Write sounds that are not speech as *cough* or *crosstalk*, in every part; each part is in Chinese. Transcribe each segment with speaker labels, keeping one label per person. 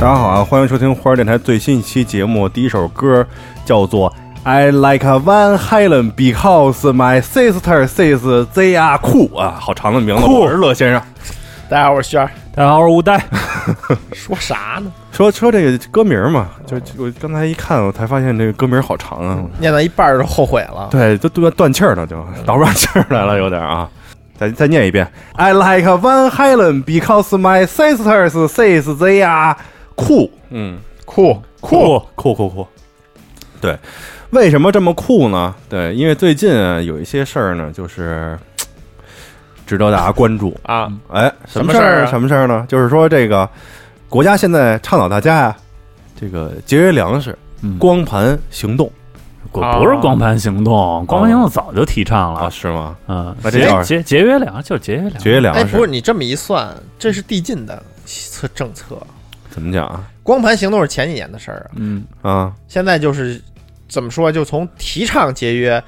Speaker 1: 啊欢迎收听花儿电台最新一期节目。第一首歌叫做《I Like a Van Halen Because My Sister Says They Are Cool》啊，好长的名字。我是乐先生。
Speaker 2: 大家好，我是轩儿。
Speaker 3: 大家好，我是吴呆。
Speaker 2: 说啥呢？
Speaker 1: 说说这个歌名嘛，就就我刚才一看，我才发现这个歌名好长啊。
Speaker 2: 念到一半儿就后悔了。
Speaker 1: 对，就断断气儿了，就倒不上气儿来了，有点啊。再再念一遍，I like Van Halen because my sisters says they are cool。嗯，
Speaker 2: 酷
Speaker 3: 酷酷酷酷，
Speaker 1: 对，为什么这么酷呢？对，因为最近啊有一些事儿呢，就是嘖值得大家关注。
Speaker 2: 啊！
Speaker 1: 哎，什么
Speaker 2: 什么事
Speaker 1: 儿
Speaker 2: 儿
Speaker 1: 呢？
Speaker 2: 啊
Speaker 1: 什么事儿呢？就是说这个国家现在倡导大家呀，这个节约粮食、
Speaker 3: 嗯
Speaker 1: 光盘行动
Speaker 3: 不
Speaker 2: 啊
Speaker 3: 不是光盘行动，光盘行动早就提倡
Speaker 1: 啊？
Speaker 3: 了。
Speaker 1: 是吗？
Speaker 3: 嗯
Speaker 1: 那，这叫
Speaker 3: 节节节约粮就是节约粮，
Speaker 1: 节约粮
Speaker 2: 哎，
Speaker 1: 食、
Speaker 2: 不是你这么一算，这是递进的策政策。
Speaker 1: 怎么讲啊？
Speaker 2: 光盘行动是前几年的事儿啊，
Speaker 3: 嗯，
Speaker 1: 啊，
Speaker 2: 现在就是怎么说，就从提倡节约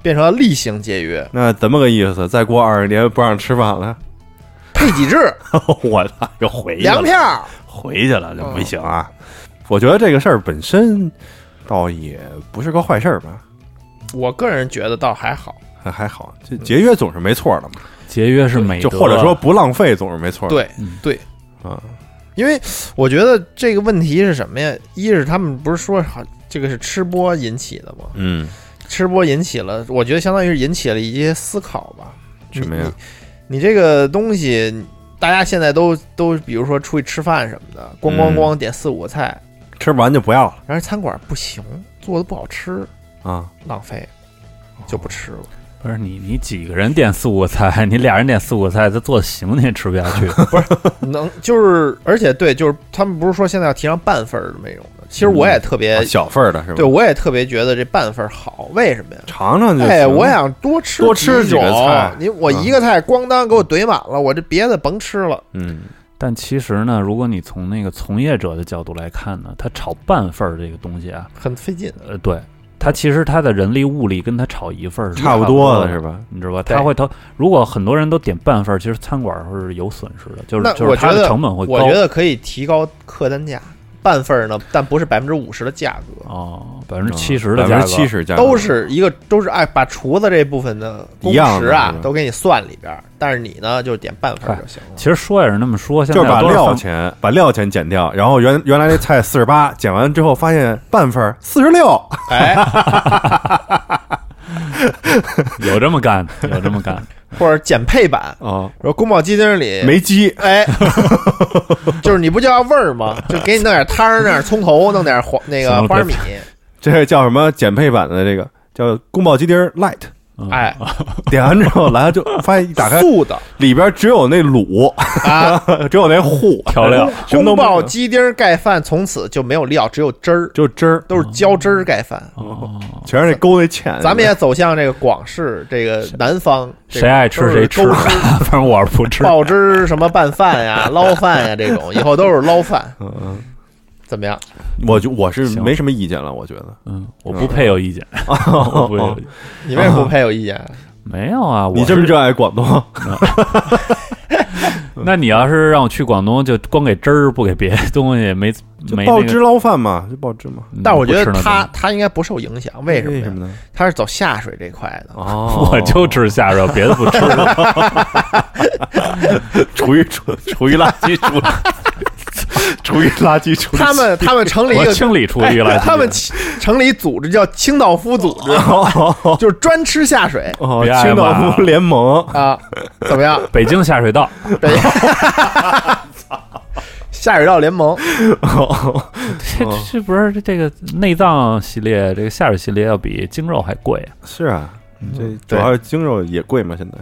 Speaker 2: 变成了例行节约，
Speaker 1: 那怎么个意思？再过二十年不让吃饭了？
Speaker 2: 配给制、
Speaker 1: 我操，又回去
Speaker 2: 粮
Speaker 1: 了，
Speaker 2: 票，
Speaker 1: 回去了就不行啊！我觉得这个事儿本身倒也不是个坏事儿吧。
Speaker 2: 我个人觉得倒还好。
Speaker 1: 还还好，这节约总是没错的嘛，
Speaker 3: 节约是嗯美
Speaker 1: 就
Speaker 3: 德，啊
Speaker 1: 或者说不浪费总是没错的。
Speaker 2: 对
Speaker 3: 嗯
Speaker 2: 对，
Speaker 1: 啊，
Speaker 2: 因为我觉得这个问题是什么呀？一是他们不是说好这个是吃播引起的吗？
Speaker 1: 嗯，
Speaker 2: 吃播引起了，我觉得相当于是引起了一些思考吧。
Speaker 1: 什么呀
Speaker 2: 你？你这个东西，大家现在都都，比如说出去吃饭什么的，咣咣咣点四五个菜，
Speaker 1: 吃不完就不要了
Speaker 2: 然后餐馆不行，做的不好吃，
Speaker 1: 啊。
Speaker 2: 浪费，
Speaker 1: 哦
Speaker 2: 就不吃了。
Speaker 3: 不是你你几个人点四五个菜，你俩人点四五个菜，他做的行你也吃不下
Speaker 1: *laughs*
Speaker 3: 去。
Speaker 2: 能就是，而且对，就是他们不是说现在要提倡半份儿的那种的，其实我也特别，
Speaker 1: 啊小份儿的是吧？
Speaker 2: 呃对我也特别觉得这半份儿好，为什么呀？
Speaker 1: 尝尝就行。
Speaker 2: 哎，我想多吃
Speaker 1: 多吃几
Speaker 2: 几
Speaker 1: 个
Speaker 2: 种
Speaker 1: 菜
Speaker 2: 你我一个菜咣当给我怼满了，我这别的甭吃了。
Speaker 1: 嗯，
Speaker 3: 但其实呢，如果你从那个从业者的角度来看呢，他炒半份儿这个东西啊，
Speaker 2: 很费劲，
Speaker 3: 呃，对，他其实他的人力物力跟他炒一份儿是
Speaker 1: 差不多
Speaker 3: 多
Speaker 1: 的是？吧？
Speaker 3: 你知道吧？
Speaker 2: 对
Speaker 3: 他会他如果很多人都点半份儿，其实餐馆儿是有损失的，就
Speaker 2: 那
Speaker 3: 是就
Speaker 2: 我
Speaker 3: 是
Speaker 2: 觉
Speaker 3: 它
Speaker 2: 得
Speaker 3: 的成
Speaker 1: 呃
Speaker 3: 本会高。
Speaker 2: 我觉得可以提高客单价，半份儿呢，但不是百分之五十的价格，
Speaker 3: 哦，百分之七十的
Speaker 1: 嗯啊百
Speaker 3: 价
Speaker 1: 分
Speaker 3: 格，
Speaker 1: 之七十价格
Speaker 2: 都是一个都是按把厨子这部分的工
Speaker 1: 一样
Speaker 2: 时
Speaker 1: 的
Speaker 2: 啊
Speaker 1: 是吧哎
Speaker 2: 都给你算里边儿，但是你呢就点半份儿就行了。
Speaker 3: 其实说也是那么说，现
Speaker 1: 就
Speaker 3: 在
Speaker 1: 是把
Speaker 3: 有多少
Speaker 1: 料
Speaker 3: 饭
Speaker 1: 钱把料钱减掉，然后原原来那菜四十八，减完之后发现半份儿四十六，
Speaker 2: 哎，
Speaker 3: *laughs* 有这么干的，有这么
Speaker 1: *laughs*
Speaker 3: 干的。
Speaker 2: 或者减配版，
Speaker 1: 哦，
Speaker 2: 说宫保鸡丁里
Speaker 1: 没鸡，
Speaker 2: 哎， *laughs* 就是你不就要味儿吗？就给你弄点汤儿，弄点葱头，弄点黄那个
Speaker 3: 行了
Speaker 2: 花生米，
Speaker 1: 这叫什么减配版的这个叫宫保鸡丁 light，
Speaker 3: 嗯、
Speaker 2: 哎，
Speaker 1: 点完之后来了就发现一打开
Speaker 2: 素的
Speaker 1: 里边只有那卤，
Speaker 2: 啊。
Speaker 1: *laughs* 只有那糊
Speaker 3: 调料，
Speaker 1: 什么
Speaker 2: 宫
Speaker 1: 都没有
Speaker 2: 保鸡丁盖饭从此就没有料，只有汁儿，
Speaker 1: 就汁儿，
Speaker 2: 都是浇汁儿盖饭。
Speaker 3: 哦，
Speaker 1: 全是那勾那芡。
Speaker 2: 咱们也走向这个广式，这个南方，这个
Speaker 3: 谁爱吃谁吃
Speaker 2: 都是
Speaker 3: 吧，反正我 *laughs* 是不吃。
Speaker 2: 爆汁什么拌饭
Speaker 3: *laughs*
Speaker 2: 呀、捞饭呀这种，以后都是捞饭。嗯，怎么样？
Speaker 1: 我就我是
Speaker 3: 行
Speaker 1: 没什么意见了，我觉 *laughs* 得
Speaker 3: *laughs* 嗯，我不配有意见，我不配有意见
Speaker 2: 你为什么不配有意见？
Speaker 3: 没有啊，我
Speaker 1: 哦你这么
Speaker 3: 是
Speaker 1: 热爱广东，
Speaker 3: 那你要是让我去广东，就光给汁儿不给别的东西，没
Speaker 1: 就
Speaker 3: 没那
Speaker 1: 爆
Speaker 3: 个
Speaker 1: 汁捞饭嘛，就爆汁嘛。
Speaker 3: 嗯
Speaker 2: 但我觉得
Speaker 3: 不吃那
Speaker 2: 他
Speaker 3: 东西
Speaker 2: 他应该不受影响，为什么
Speaker 1: 为
Speaker 2: 呀？
Speaker 1: 什么呢？
Speaker 2: 他是走下水这块的。
Speaker 1: 哦
Speaker 3: *laughs* 我就吃下水，别
Speaker 1: *laughs*
Speaker 3: 的不吃。
Speaker 1: 厨余厨厨余垃圾处理， *laughs* 厨余垃圾处理。
Speaker 2: 他们他们成立一
Speaker 3: 我
Speaker 2: 个
Speaker 3: 清理出
Speaker 1: 哎
Speaker 3: 去了，
Speaker 2: 他们起成立组织叫清道夫组
Speaker 3: 哦
Speaker 2: 织，就是专吃下水
Speaker 1: *laughs* 哦，
Speaker 3: 别挨
Speaker 1: 青岛
Speaker 3: 骂
Speaker 1: 夫联盟 *laughs*
Speaker 2: 啊。怎
Speaker 3: *laughs*
Speaker 2: 么样？
Speaker 3: 北京下水道，
Speaker 2: 对，下水道联盟
Speaker 3: 这
Speaker 1: 哦
Speaker 3: 这不是这个内脏系列，这个下水系列要比精肉还贵。
Speaker 1: 是啊，这主要是精肉也贵嘛，现在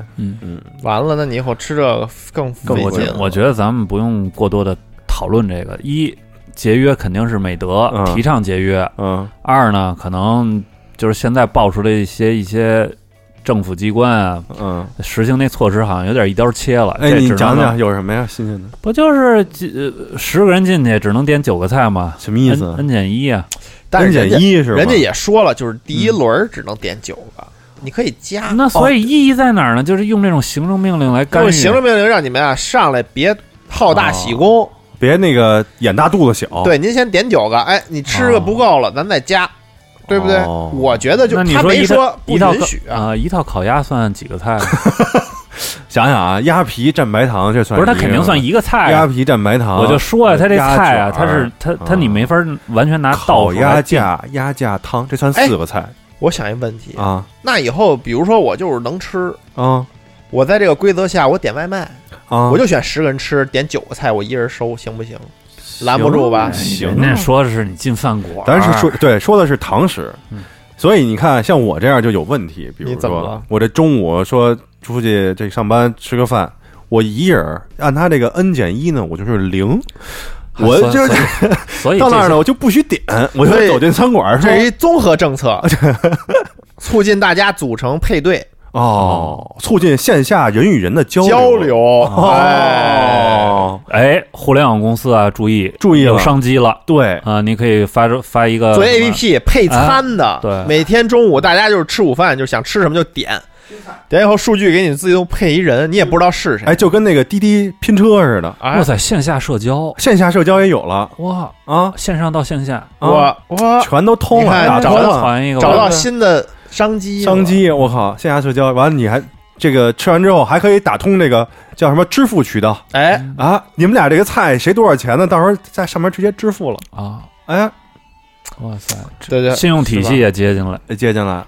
Speaker 2: 完了，那你以后吃这个更费
Speaker 1: 更
Speaker 2: 劲
Speaker 1: 不行
Speaker 2: 了。
Speaker 3: 我觉得咱们不用过多的讨论这个。一，节约肯定是美德
Speaker 1: 嗯，
Speaker 3: 提倡节约。
Speaker 1: 嗯
Speaker 3: 二呢，可能就是现在爆出来一些一些政府机关啊，
Speaker 1: 嗯。
Speaker 3: 实行那措施好像有点一刀切了。
Speaker 1: 哎，
Speaker 3: 这
Speaker 1: 你
Speaker 3: 只能
Speaker 1: 讲
Speaker 3: 让
Speaker 1: 讲，有什么呀？新鲜的？
Speaker 3: 不就是几呃十个人进去只能点九个菜吗？
Speaker 1: 什么意思
Speaker 3: n n 减一啊，
Speaker 2: 嗯但是
Speaker 1: 减
Speaker 2: 人家
Speaker 1: 一是吧？嗯
Speaker 2: 人家也说了，就是第一轮儿只能点九个，你可以加。
Speaker 3: 那所
Speaker 1: 哦
Speaker 3: 以意义在哪儿呢？就是用这种行政命令来干
Speaker 2: 用
Speaker 3: 预。
Speaker 1: 哦
Speaker 2: 行政命令让你们啊上来别好大喜功，
Speaker 1: 别那个眼大肚子小。
Speaker 2: 对，您先点九个，哎，你吃个不够了，咱再加，对不对？
Speaker 1: 哦
Speaker 2: 我觉得就
Speaker 3: 那你
Speaker 2: 他
Speaker 3: 说
Speaker 2: 没
Speaker 3: 一
Speaker 2: 说
Speaker 3: 套
Speaker 2: 不
Speaker 3: 一套
Speaker 2: 允
Speaker 3: 烤
Speaker 2: 许啊，
Speaker 3: 啊，一套烤鸭算几个 *laughs* 菜？
Speaker 1: 想想啊，鸭皮蘸白糖这算
Speaker 3: 不是，
Speaker 1: 一
Speaker 3: 它
Speaker 1: 个
Speaker 3: 肯定算一个菜
Speaker 1: 鸭
Speaker 3: 啊。
Speaker 1: 皮蘸白糖。
Speaker 3: 我就说呀，它这
Speaker 1: 鸭
Speaker 3: 菜啊，
Speaker 1: 卷
Speaker 3: 它是它它你
Speaker 1: 啊
Speaker 3: 没法完全拿倒
Speaker 1: 烤
Speaker 3: 数
Speaker 1: 鸭
Speaker 3: 来定
Speaker 1: 架鸭架汤，这算
Speaker 2: 哎
Speaker 1: 四个菜
Speaker 2: 我想一问题，
Speaker 1: 啊
Speaker 2: 那以后比如说我就是能吃，
Speaker 1: 啊
Speaker 2: 我在这个规则下我点外卖，
Speaker 1: 啊！
Speaker 2: 我就选十个人吃，点九个菜，我一人收，行不行？拦不住吧？
Speaker 1: 哎行
Speaker 3: 人家说的是你进饭馆儿，
Speaker 1: 咱是说对说的是堂食
Speaker 3: 嗯，
Speaker 1: 所以你看像我这样就有问题，比如
Speaker 2: 你怎么
Speaker 1: 说
Speaker 2: 了
Speaker 1: 我这中午说出去这上班吃个饭，我一人儿按他这个 n 减一呢，我就是零，
Speaker 3: 啊
Speaker 1: 我
Speaker 3: 所以
Speaker 1: 就
Speaker 3: 所
Speaker 1: 是
Speaker 3: 以所
Speaker 1: *laughs*
Speaker 3: 以
Speaker 1: 到那儿
Speaker 3: 这
Speaker 1: 呢我就不许点，我就
Speaker 2: 所以
Speaker 1: 走进餐馆儿
Speaker 2: 这是
Speaker 1: 说
Speaker 2: 一综合
Speaker 1: *laughs*
Speaker 2: 政策，促进大家组成配对
Speaker 1: 哦，促进线下人与人的交
Speaker 2: 交流。哦哎，
Speaker 1: 哦，
Speaker 3: 些哎，互联网公司啊，注意
Speaker 1: 注意
Speaker 3: 有
Speaker 1: 了，
Speaker 3: 商机了
Speaker 1: 对
Speaker 3: 啊！你可以发出发一个
Speaker 2: 作
Speaker 3: 什
Speaker 2: 为
Speaker 3: 么
Speaker 2: APP 配餐的，
Speaker 3: 对
Speaker 2: 每天中午大家就是吃午饭，就想吃什么就点，点以后数据给你自己动配一人，你也不知道是谁。
Speaker 1: 哎，就跟那个滴滴拼车似的，
Speaker 2: 哎
Speaker 3: 哇塞，线下社交
Speaker 1: 线下社交也有了
Speaker 3: 哇，
Speaker 1: 啊，
Speaker 3: 线上到线下，
Speaker 1: 啊
Speaker 2: 我我
Speaker 1: 全都通
Speaker 2: 你
Speaker 1: 了，
Speaker 2: 看
Speaker 1: 打
Speaker 3: 找
Speaker 1: 通
Speaker 3: 到
Speaker 1: 了，
Speaker 3: 传一个
Speaker 2: 找
Speaker 3: 吧
Speaker 2: 到新的商机了，
Speaker 1: 商机，我靠，线下社交完了，你还这个吃完之后还可以打通这个叫什么支付渠道
Speaker 2: 哎，
Speaker 1: 啊？你们俩这个菜谁多少钱呢？到时候在上面直接支付了，呃
Speaker 3: 啊！
Speaker 1: 哎，
Speaker 3: 哇塞，这
Speaker 2: 对对，
Speaker 3: 信用体系也接进来，
Speaker 1: 接进来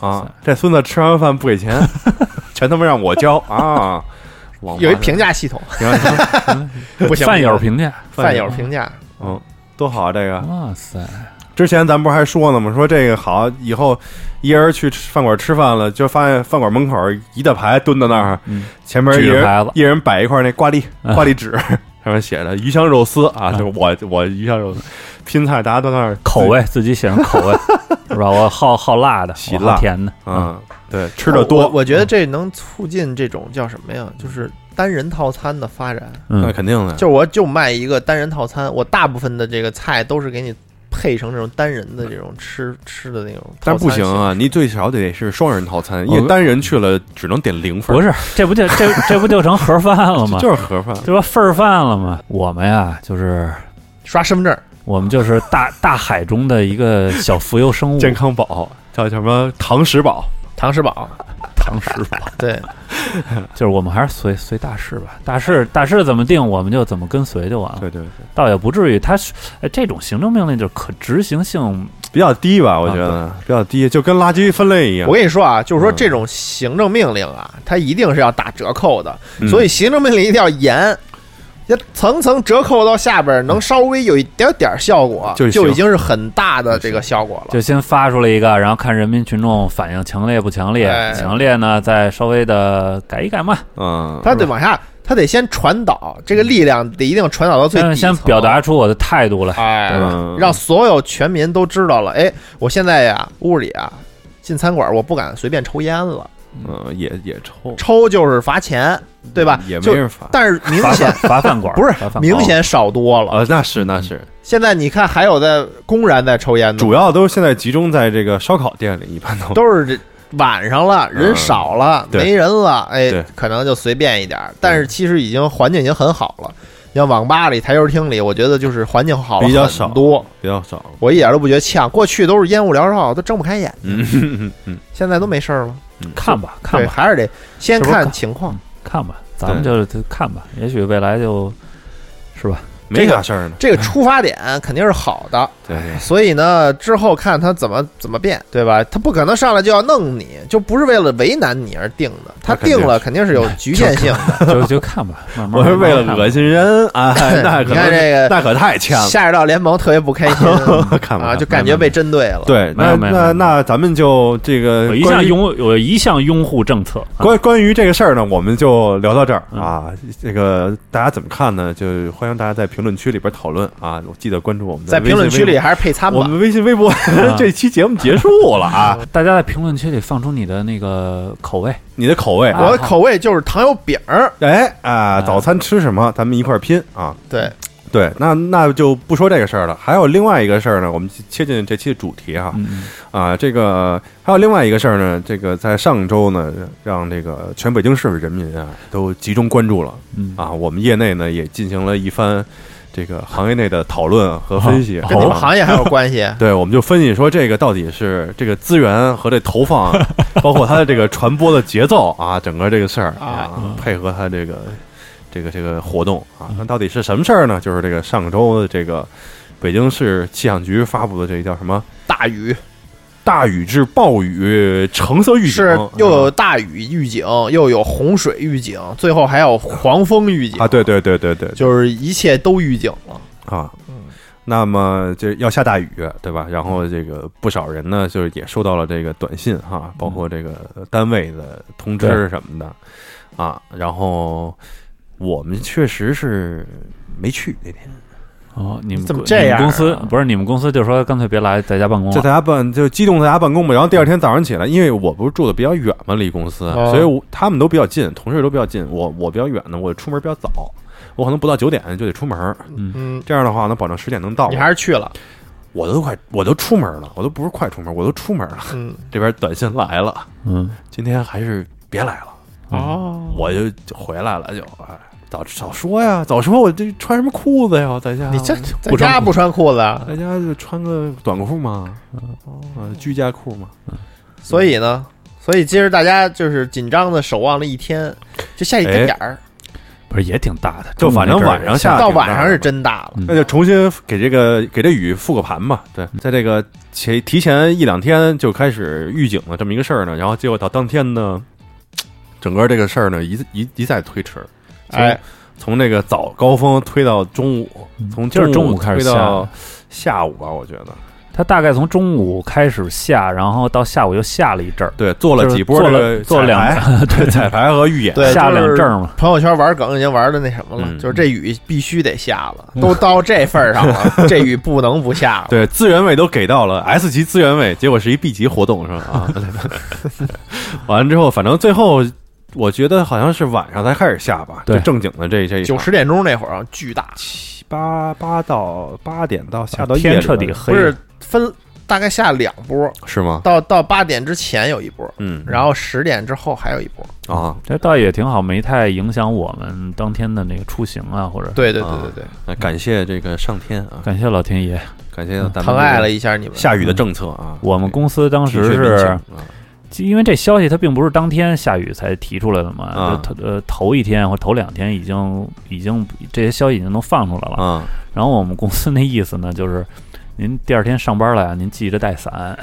Speaker 1: 啊，这孙子吃完饭不给钱， *laughs* 全他妈让我交啊！王八
Speaker 2: *laughs* 有一
Speaker 1: 蛋
Speaker 2: 评价系统，
Speaker 1: 你看
Speaker 2: 不行，
Speaker 3: 饭友评价，
Speaker 1: 啊
Speaker 2: 饭友评价，
Speaker 1: 嗯，多好啊！这个
Speaker 3: 哇塞，
Speaker 1: 之前咱不是还说呢吗？说这个好，以后一人去吃饭馆吃饭了，就发现饭馆门口一大排蹲在那儿，
Speaker 3: 嗯
Speaker 1: 前面一
Speaker 3: 举着
Speaker 1: 人
Speaker 3: 牌子
Speaker 1: 一人摆一块那挂历
Speaker 3: 啊
Speaker 1: 挂历纸， *laughs* 上面写着鱼香肉丝啊，就是我我鱼香肉丝拼菜，大家都在那儿
Speaker 3: 口味自己写上口
Speaker 1: *laughs*
Speaker 3: 味是吧？我好好辣的，
Speaker 1: 喜
Speaker 3: 我
Speaker 1: 辣
Speaker 3: 好甜的，
Speaker 1: 啊，对，吃的
Speaker 2: 我
Speaker 1: 多，
Speaker 2: 我觉得这能促进这种叫什么呀？就是单人套餐的发展。
Speaker 1: 那
Speaker 3: 嗯，
Speaker 1: 肯定的，
Speaker 2: 就是我就卖一个单人套餐，我大部分的这个菜都是给你配成这种单人的这种吃吃的那种套餐。
Speaker 1: 但不行！啊，你最少得是双人套餐，因
Speaker 3: 我
Speaker 1: 为单人去了只能点零分，
Speaker 3: 不是，这不就这这不就成盒饭了
Speaker 1: *laughs* 就
Speaker 3: 吗？
Speaker 1: 就是盒饭，
Speaker 3: 这不份儿饭了吗？我们呀，就是
Speaker 2: 刷身份证，
Speaker 3: 我们就是大大海中的一个小浮游生物，
Speaker 1: 健康宝叫什么堂食宝，
Speaker 2: 唐氏宝，
Speaker 3: 堂
Speaker 1: *laughs*
Speaker 3: 食吧。
Speaker 1: 哎
Speaker 2: 对，
Speaker 3: 就是我们还是随随大势吧，大势大势怎么定，我们就怎么跟随就完了，
Speaker 1: 对对对，
Speaker 3: 倒也不至于。它是哎，这种行政命令就是可执行性，
Speaker 1: 比较低吧，我
Speaker 3: 啊
Speaker 1: 觉得比较低，就跟垃圾分类一样
Speaker 2: 我。跟你说啊，就是说
Speaker 1: 嗯
Speaker 2: 这种行政命令啊，它一定是要打折扣的，
Speaker 1: 嗯
Speaker 2: 所以行政命令一定要严。要层层折扣到下边儿，能稍微有一点点儿效果，
Speaker 1: 就
Speaker 2: 就
Speaker 1: 行
Speaker 2: 已经是很大的这个效果了。
Speaker 3: 就先发出了一个，然后看人民群众反应强烈不强烈，
Speaker 2: 哎
Speaker 3: 强烈呢再稍微的改一改嘛，
Speaker 1: 嗯，
Speaker 2: 它得往下，它得先传导，这个力量得一定传导到最
Speaker 3: 先
Speaker 2: 底层
Speaker 3: 先表达出我的态度来。
Speaker 2: 哎，
Speaker 1: 嗯
Speaker 2: 让所有全民都知道了。哎，我现在呀，屋里啊，进餐馆我不敢随便抽烟了，
Speaker 1: 嗯也也抽，
Speaker 2: 抽就是罚钱，对吧？
Speaker 1: 嗯也没
Speaker 2: 就
Speaker 1: 人罚哦
Speaker 2: 但是明
Speaker 3: 罚
Speaker 2: 显
Speaker 3: 饭罚饭馆
Speaker 2: 不是
Speaker 3: 罚饭馆
Speaker 2: 明显少多了。嗯
Speaker 1: 啊，那是那是，
Speaker 2: 现在你看，还有在公然在抽烟的，
Speaker 1: 主要都是现在集中在这个烧烤店里，一般都
Speaker 2: 都是这。晚上了，人少了，
Speaker 1: 嗯对
Speaker 2: 没人了，哎
Speaker 1: 对，嗯
Speaker 2: 可能就随便一点儿。但是其实已经环境已经很好了，像网吧里、台球厅里，我觉得就是环境好了
Speaker 1: 比较少
Speaker 2: 很多。
Speaker 1: 比较少。
Speaker 2: 我一点都不觉得呛，过去都是烟雾缭绕，都睁不开眼，
Speaker 1: 嗯 *laughs* 嗯
Speaker 2: 现在都没事儿了。
Speaker 3: 看吧看
Speaker 2: 对，
Speaker 3: 吧
Speaker 2: 还是得先
Speaker 3: 是不是
Speaker 2: 看
Speaker 3: 看
Speaker 2: 情
Speaker 1: 嗯
Speaker 2: 况。
Speaker 3: 看吧，咱们就就看吧，也许未来就是吧，
Speaker 1: 没啥事儿呢。
Speaker 2: 这个哎出发点肯定是好的，
Speaker 1: 对对，
Speaker 2: 所以呢，之后看他怎么怎么变，对吧？他不可能上来就要弄你，就不是为了为难你而定的，他
Speaker 1: 那肯定
Speaker 2: 定了肯定是有局限性的。
Speaker 3: 就就看吧，慢
Speaker 1: *laughs*
Speaker 3: 慢
Speaker 1: 我是为了恶
Speaker 3: 心，
Speaker 1: 心人啊，那可
Speaker 2: 你
Speaker 1: 能
Speaker 2: 看这个
Speaker 1: 那可太欠了。
Speaker 2: 下水道联盟特别不开心
Speaker 1: *laughs* 看吧
Speaker 2: 啊，就感觉被针对了。
Speaker 1: 对，
Speaker 3: 没
Speaker 1: 那
Speaker 3: 有没有没
Speaker 1: 那
Speaker 3: 有
Speaker 1: 那咱们就这个
Speaker 3: 我一
Speaker 1: 关
Speaker 3: 向
Speaker 1: 于
Speaker 3: 拥我一向拥护政策，啊
Speaker 1: 关关于这个事儿呢，我们就聊到这
Speaker 2: 嗯
Speaker 1: 儿啊。这个大家怎么看呢？就欢迎大家在评论区里边讨论啊。我记得关注我们的
Speaker 2: 在评论
Speaker 1: 微信
Speaker 2: 区
Speaker 1: 微
Speaker 2: 里还是配餐
Speaker 1: 博，我
Speaker 2: 吧。
Speaker 1: 们微信、微博
Speaker 2: 啊
Speaker 1: *laughs* 这期节目结束了啊。
Speaker 3: 大家在评论区里放出你的那个口味，
Speaker 1: 你的口味，
Speaker 3: 啊
Speaker 2: 我的口味就是糖油饼儿，
Speaker 1: 哎啊，早餐吃什么？咱们一块儿拼啊！
Speaker 2: 对，
Speaker 1: 对，那那就不说这个事儿了。还有另外一个事儿呢，我们切进这期的主题哈
Speaker 3: 嗯，
Speaker 1: 啊，这个还有另外一个事儿呢，这个在上周呢，让这个全北京市的人民啊都集中关注了
Speaker 3: 嗯
Speaker 1: 啊。我们业内呢也进行了一番这个行业内的讨论和分析，
Speaker 2: 跟你们哦行业还有关系？
Speaker 1: 哦 *laughs* 对，我们就分析说这个到底是这个资源和这投放，啊
Speaker 2: *laughs*
Speaker 1: 包括它的这个传播的节奏啊，整个这个事儿
Speaker 2: 嗯
Speaker 1: 啊，配合它这个这个这个活动啊，那到底是什么事儿呢？就是这个上周的这个北京市气象局发布的这个叫什么
Speaker 2: 大雨
Speaker 1: 大雨至暴雨橙色预警，
Speaker 2: 是又
Speaker 1: 嗯
Speaker 2: 有大雨预警，又有洪水预警，最后还有狂风预警
Speaker 1: 啊，对对对对对
Speaker 2: 就是一切都预警了。
Speaker 1: 啊，
Speaker 2: 嗯
Speaker 1: 那么这要下大雨，对吧？然后这个不少人呢，就是也收到了这个短信
Speaker 2: 嗯
Speaker 1: 哈，包括这个单位的通知
Speaker 3: 对
Speaker 1: 什么的啊。然后我们确实是没去那天，
Speaker 3: 哦，你们
Speaker 2: 怎么
Speaker 3: 公
Speaker 2: 这样啊
Speaker 3: 你们公司不是你们公司就说干脆别来，在家办公
Speaker 1: 在
Speaker 3: 了。
Speaker 1: 大家办就激动在家办公嘛。然后第二天早上起来，因为我不是住的比较远嘛，离公司，
Speaker 2: 哦
Speaker 1: 所以我他们都比较近，同事都比较近，我我比较远呢，我出门比较早，我可能不到九点就得出门。
Speaker 2: 嗯，
Speaker 1: 这样的话呢，保证十点能到
Speaker 2: 你
Speaker 1: 我。
Speaker 2: 还是去了。
Speaker 1: 我都快，我都出门了，我都不是快出门，我都出门了。
Speaker 2: 嗯，
Speaker 1: 这边短信来了，
Speaker 3: 嗯，
Speaker 1: 今天还是别来了，
Speaker 2: 哦，
Speaker 1: 我就就回来了就，哎，早早说呀，早说我这穿什么裤子呀，在家
Speaker 2: 你这在
Speaker 3: 不穿
Speaker 2: 家
Speaker 3: 裤
Speaker 2: 不穿裤子啊？
Speaker 1: 在家就穿个短裤嘛，
Speaker 2: 嗯
Speaker 1: 啊，居家裤嘛，
Speaker 2: 所以呢，所以今儿大家就是紧张的守望了一天，就下一
Speaker 1: 哎
Speaker 2: 丁点儿，
Speaker 3: 不是也挺大的，
Speaker 1: 就反正晚
Speaker 3: 啊
Speaker 1: 上下
Speaker 2: 到
Speaker 1: 挺大
Speaker 2: 晚上
Speaker 1: 的
Speaker 2: 是真大了。
Speaker 3: 嗯
Speaker 1: 那就重新给这个给这雨复个盘吧。对，在这个前提前一两天就开始预警了这么一个事儿呢，然后结果到当天呢，整个这个事儿呢一一一再推迟，从
Speaker 2: 哎，
Speaker 1: 从那个早高峰推到中午，
Speaker 3: 嗯
Speaker 1: 从
Speaker 3: 就是中
Speaker 1: 午
Speaker 3: 午开始
Speaker 1: 推到
Speaker 3: 下，
Speaker 1: 下午吧，我觉得。
Speaker 3: 它大概从中午开始下，然后到下午又下了一阵儿，
Speaker 1: 对，做了
Speaker 3: 就是
Speaker 1: 几波
Speaker 3: 做
Speaker 1: 这
Speaker 3: 了
Speaker 1: 个
Speaker 3: 做
Speaker 1: 彩
Speaker 3: 两 *laughs*
Speaker 1: 排对彩排和预演，
Speaker 2: 对，
Speaker 3: 下
Speaker 2: 就是
Speaker 3: 两阵儿嘛
Speaker 2: 朋友圈玩梗已经玩的那什么了，
Speaker 1: 嗯
Speaker 2: 就是这雨必须得下了，都到这份儿上了，这雨不能不下了。
Speaker 1: 对资源位都给到了 S 级资源位，结果是一 B 级活动是吧？ *laughs* 啊，完了之后，反正最后我觉得好像是晚上才开始下吧，
Speaker 3: 对
Speaker 1: 就正经的这这一
Speaker 2: 九
Speaker 1: 场
Speaker 2: 十点钟那会儿啊，巨大，
Speaker 1: 七八八到八点到
Speaker 2: 啊
Speaker 1: 下到夜
Speaker 3: 天
Speaker 1: 里
Speaker 3: 彻
Speaker 1: 吧
Speaker 3: 底
Speaker 2: 不
Speaker 3: 黑
Speaker 2: 是
Speaker 3: 了。
Speaker 2: 分大概下两波，
Speaker 1: 是吗？
Speaker 2: 到到八点之前有一波，
Speaker 1: 嗯
Speaker 2: 然后十点之后还有一波。
Speaker 1: 啊，
Speaker 3: 这倒也挺好，没太影响我们当天的那个出行啊，或者
Speaker 2: 对对对
Speaker 1: 啊
Speaker 2: 对对，
Speaker 1: 那感谢这个上天啊，
Speaker 3: 感谢老天爷。
Speaker 1: 感谢咱们
Speaker 2: 疼爱了一嗯下你们。
Speaker 1: 下雨的政策啊，
Speaker 3: 我们公司当
Speaker 1: 当
Speaker 3: 时是
Speaker 1: 啊
Speaker 3: 因为这消息它并不是当天下雨才提出来的嘛，
Speaker 1: 啊
Speaker 3: 就头呃头一天或头两天已经已经这些消息已经都放出来了。
Speaker 1: 啊，
Speaker 3: 然后我们公司那意思呢，就是您第二天上班了呀，您记着
Speaker 1: *laughs*
Speaker 3: 带伞。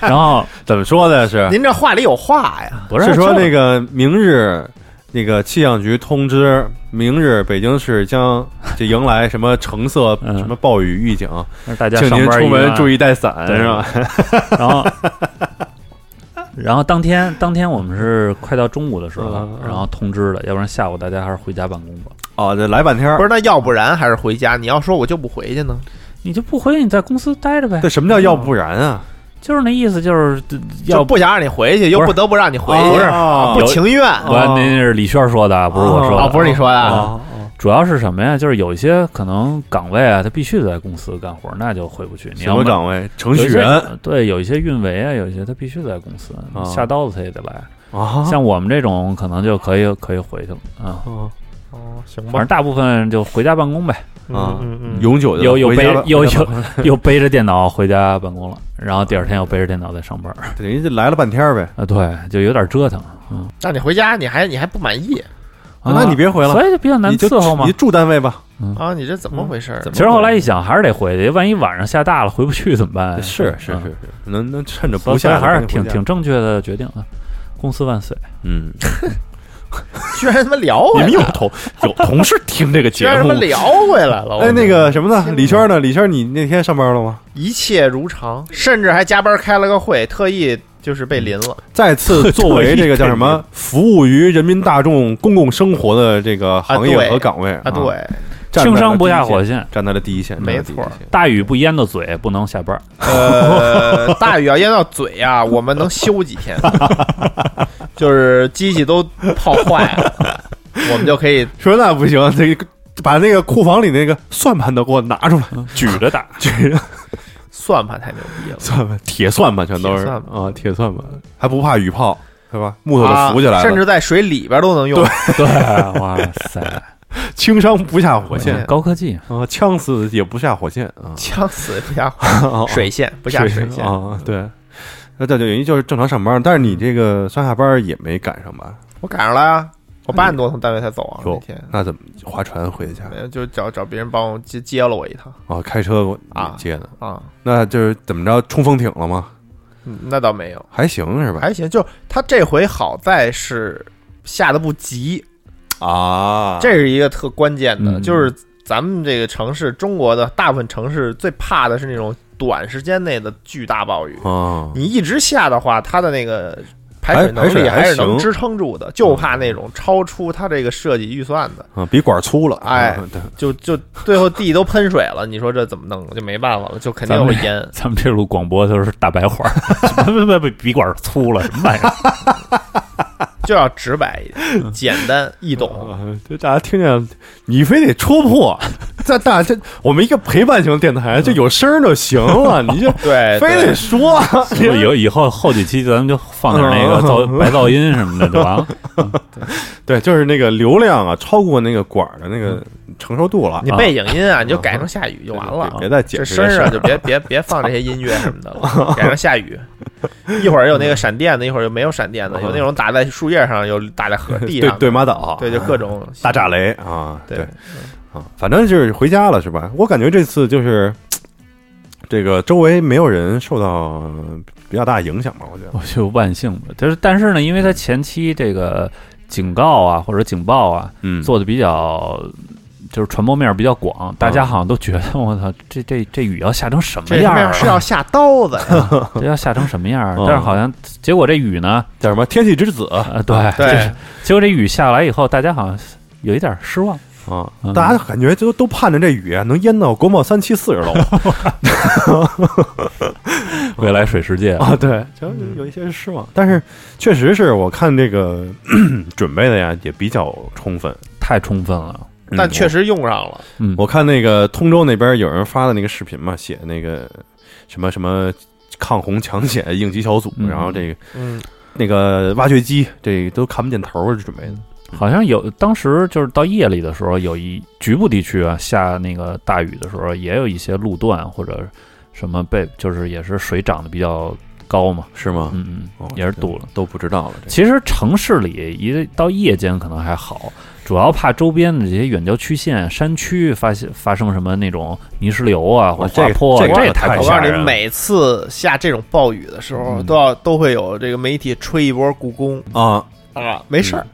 Speaker 3: 然后
Speaker 1: 怎么说的是？
Speaker 2: 您这话里有话呀，
Speaker 3: 不是
Speaker 1: 是说那
Speaker 3: 个
Speaker 1: 个明日那个气象局通知，明日北京市
Speaker 3: *laughs*
Speaker 1: 将这迎来什么橙色
Speaker 3: 嗯
Speaker 1: 什么暴雨预警，
Speaker 3: 大家
Speaker 1: 请
Speaker 3: 上
Speaker 1: 您
Speaker 3: 班
Speaker 1: 出门注
Speaker 3: 意。
Speaker 1: 意带伞，
Speaker 3: 对
Speaker 1: 是吧？
Speaker 3: 然后，然后当天当天我们是快到中午的时候
Speaker 1: 嗯，嗯
Speaker 3: 然后通知的，要不然下午大家还是回家办公吧。
Speaker 1: 哦，这来半天儿
Speaker 2: 不。是？那要不然还是回家？你要说我就不回去呢？
Speaker 3: 你就不回去，你在公司待着呗
Speaker 1: 这。什么叫要不然啊？
Speaker 3: 就是那意思，就是呃
Speaker 2: 就
Speaker 3: 要
Speaker 2: 不想让你回去，又
Speaker 3: 不是
Speaker 2: 不得不让你回
Speaker 1: 不是
Speaker 2: 去，
Speaker 1: 啊
Speaker 2: 不情愿。
Speaker 3: 不，呃那是李轩说的啊，不是我说的
Speaker 2: 哦，
Speaker 3: 啊。
Speaker 2: 不是你说的
Speaker 1: 啊
Speaker 2: 啊，
Speaker 1: 啊
Speaker 3: 主要是什么呀？就是有一些可能岗位啊，他必须得在公司干活，那就回不去。你
Speaker 1: 什
Speaker 3: 要
Speaker 1: 么
Speaker 3: 么
Speaker 1: 岗位？程
Speaker 3: 有
Speaker 1: 序
Speaker 3: 一些
Speaker 1: 员
Speaker 3: 对，有一些运维啊，有一些他必须得在公司，
Speaker 1: 啊
Speaker 3: 下刀子他也得来。
Speaker 1: 啊
Speaker 3: 像我们这种可能就可以可以回去了啊。
Speaker 1: 哦
Speaker 2: 哦，行
Speaker 3: 反正，大部分就回家办公呗，
Speaker 1: 啊
Speaker 2: 嗯嗯，嗯
Speaker 1: 永久的
Speaker 3: 有有
Speaker 1: 回家
Speaker 3: 背
Speaker 1: 了
Speaker 3: 有
Speaker 1: 回家了
Speaker 3: 又背着电脑回家办公了，然后第二天又背着电脑在上班儿
Speaker 1: 等于就来了半天儿呗。
Speaker 3: 啊，对，就有点折腾。
Speaker 2: 让你回家，你还你还不满意
Speaker 3: 啊
Speaker 1: 那你别回了，
Speaker 3: 所以就比较难
Speaker 1: 你就
Speaker 3: 伺候嘛
Speaker 1: 你。住单位吧。
Speaker 2: 啊？你这怎么回事儿？
Speaker 1: 嗯怎么
Speaker 3: 其实后来一想，还是得回去，万一晚上下大了回不去怎么办呀？
Speaker 1: 是是
Speaker 3: 嗯
Speaker 1: 是，是，能能趁着
Speaker 3: 所
Speaker 1: 不
Speaker 3: 以
Speaker 1: 下
Speaker 3: 还是
Speaker 1: 赶紧
Speaker 3: 挺
Speaker 1: 回家
Speaker 3: 挺正确的决定啊。公司万岁！
Speaker 1: 嗯。 *laughs*
Speaker 2: 居然他妈聊
Speaker 1: 你
Speaker 2: 回来
Speaker 1: 们有
Speaker 2: 了，
Speaker 1: 同有同事听这个
Speaker 2: 居
Speaker 1: 节
Speaker 2: 然他
Speaker 1: 目
Speaker 2: 妈？聊回来了。
Speaker 1: 哎，那个什么呢？
Speaker 2: 天哪
Speaker 1: 李轩呢？李轩，你那天上班了吗？
Speaker 2: 一切如常，甚至还加班开了个会，特意就是被淋了。
Speaker 1: 再
Speaker 2: *laughs*
Speaker 1: 次作为这个叫什么服务于人民大众公共生活的这个行业
Speaker 2: 啊对
Speaker 1: 和岗位
Speaker 2: 啊，对，
Speaker 1: 站在了
Speaker 3: 轻伤不下
Speaker 1: 第一线
Speaker 3: 火线，
Speaker 1: 站在了第一线，
Speaker 2: 没
Speaker 1: 站在了第一线
Speaker 3: 大雨不淹到嘴，不能下班儿。
Speaker 1: 啊 *laughs*
Speaker 2: 呃，大雨要淹到嘴啊，我们能休几天，就是机器都泡坏了，
Speaker 1: *laughs*
Speaker 2: 我们就可以
Speaker 1: 说那不行，这个把那个库房里那个算盘都给我拿出来，
Speaker 3: 举 *laughs* 着打，
Speaker 1: 这
Speaker 2: 算盘太牛逼
Speaker 1: *laughs*
Speaker 2: 了。
Speaker 1: 算盘铁算盘全都是
Speaker 2: 铁算
Speaker 1: 啊，铁算盘还不怕雨泡是吧？木头都浮起来了，
Speaker 2: 啊甚至在水里边都能用。
Speaker 3: 对，哇塞，
Speaker 1: 轻伤不下火线
Speaker 2: 嗯
Speaker 3: 高科技，
Speaker 1: 啊，呛死也不下火线啊，
Speaker 2: 呛死不下
Speaker 1: *laughs*
Speaker 2: *laughs*
Speaker 1: 啊
Speaker 2: 水线，不下水线。
Speaker 1: 啊，对。那这就等于就是正常上班，但是
Speaker 2: 嗯
Speaker 1: 你这个上下班也没赶上吧？
Speaker 2: 我赶上了啊，我八点多从单位才走啊，那
Speaker 1: 哟
Speaker 2: 天，
Speaker 1: 那怎么划船回的家
Speaker 2: 没有就找找别人帮我接接了我一趟
Speaker 1: 啊？开车
Speaker 2: 啊
Speaker 1: 接的，
Speaker 2: 啊，
Speaker 1: 那就是怎么着冲锋艇了吗？
Speaker 2: 嗯那倒没有，
Speaker 1: 还行是吧？
Speaker 2: 还行。就他这回好在是下的不急，
Speaker 1: 啊，
Speaker 2: 这是一个特关键的，
Speaker 3: 嗯
Speaker 2: 就是咱们这个城市，中国的大部分城市最怕的是那种短时间内的巨大暴雨。
Speaker 1: 啊，
Speaker 2: 你一直下的话，它的那个排水
Speaker 1: 排
Speaker 2: 能
Speaker 1: 水
Speaker 2: 力
Speaker 1: 还
Speaker 2: 还是能
Speaker 1: 行嗯
Speaker 2: 支撑住的，就怕那种超出它这个设计预算的，
Speaker 1: 啊，比管粗了，
Speaker 2: 哎
Speaker 1: *laughs* 啊，对
Speaker 2: 就就最后地都喷水了，你说这怎么弄？就没办法了，就肯定会
Speaker 1: *laughs*
Speaker 2: 淹。
Speaker 3: 咱们这路广播都是大白话儿，不不不，笔管粗了，什么玩意儿？
Speaker 2: 就要直白一
Speaker 1: *laughs*
Speaker 2: 点，简单易懂。
Speaker 1: 啊就大家听见，你非得戳
Speaker 2: *laughs*
Speaker 1: 破，这大这我们一个陪伴型电台，就有声儿就行
Speaker 2: *laughs*
Speaker 1: 了，你就
Speaker 2: 嗯
Speaker 1: *laughs*
Speaker 2: 哎对，
Speaker 1: 非得
Speaker 2: 对 *laughs*
Speaker 1: 说，
Speaker 3: *laughs* 以后以后后几期咱们就放点那个噪白噪音什么的就完了。 *laughs*
Speaker 1: 对，就是那个流量啊，超过那个管儿的那个承受度了，
Speaker 2: 嗯你背景音啊，
Speaker 1: 嗯
Speaker 2: 你就改成下雨就完了。
Speaker 1: 别别再解
Speaker 2: 这
Speaker 1: 释
Speaker 2: 声
Speaker 1: 这事
Speaker 2: 儿
Speaker 1: 儿
Speaker 2: 啊，
Speaker 1: *laughs*
Speaker 2: 就别别别放这些音乐什么的了，赶上下雨，一会儿有那个闪电的，一会儿又没有闪电的，有那种打在树叶上，有打在河地
Speaker 1: 嗯 *laughs* 对
Speaker 2: 上，
Speaker 1: 对马岛，
Speaker 2: 啊对，就各种
Speaker 1: 大炸雷啊，
Speaker 2: 对
Speaker 1: 对啊，反正就是回家了是吧？我感觉这次就是这个周围没有人受到比较大影响吧，我觉得
Speaker 3: 我就万幸吧。就是但是呢，因为它前期这个警告啊或者警报啊
Speaker 1: 嗯
Speaker 3: 做的比较，就是传播面儿比较广，大家好像都觉得 *laughs* 我操，这这嗯这雨要下成什么
Speaker 2: 这上
Speaker 3: 样儿
Speaker 2: 面
Speaker 3: 啊？
Speaker 2: 是要下刀子呀，
Speaker 3: 这要下成什么样儿？
Speaker 1: 嗯
Speaker 3: 但是好像结果这雨呢，
Speaker 1: 叫什么天气之子啊
Speaker 3: 呃，对，就是
Speaker 2: 对，
Speaker 3: 结果这雨下来以后，大家好像有一点儿失望。
Speaker 1: 啊
Speaker 3: 嗯，
Speaker 1: 大家感觉就都盼着这雨啊能淹到国贸三期四
Speaker 2: *laughs*
Speaker 1: 十楼
Speaker 3: 未来水世界，
Speaker 1: 啊，对，就有一些失望，但是确实是我看这个 *clears throat* 准备的呀也比较充分，
Speaker 3: 太充分了。
Speaker 2: 但确
Speaker 1: 实。
Speaker 2: 实用上了，
Speaker 3: 嗯，
Speaker 1: 我看那个通州那边有人发的那个视频嘛，写那个什么什么抗洪抢险应急小组，
Speaker 3: 嗯
Speaker 1: 然后这个
Speaker 2: 嗯，
Speaker 1: 那个挖掘机，这都看不见头儿，准备
Speaker 3: 嗯
Speaker 1: 的
Speaker 3: 好像有当时就是到夜里的时候，有一局部地区啊下那个大雨的时候，也有一些路段或者什么被就是也是水涨得比较高嘛，
Speaker 1: 是吗？
Speaker 3: 嗯嗯，
Speaker 1: 哦
Speaker 3: 也是堵了。
Speaker 1: 都不知道了。这
Speaker 3: 其实城市里一到夜间可能还好，主要怕周边的这些远郊区县、山区发现发生什么那种泥石流啊或
Speaker 1: 哇
Speaker 3: 者
Speaker 1: 哦这
Speaker 3: 滑
Speaker 1: 个
Speaker 3: 坡啊，
Speaker 1: 这个
Speaker 3: 也
Speaker 1: 太
Speaker 3: 太
Speaker 2: 我
Speaker 1: 吓
Speaker 2: 告
Speaker 3: 吓
Speaker 2: 诉
Speaker 1: 人
Speaker 2: 你，
Speaker 1: 了
Speaker 2: 每次下这种暴雨的时候，
Speaker 3: 嗯
Speaker 2: 都要都会有这个媒体吹一波故宫
Speaker 1: 啊，
Speaker 3: 嗯
Speaker 2: 啊，没事儿，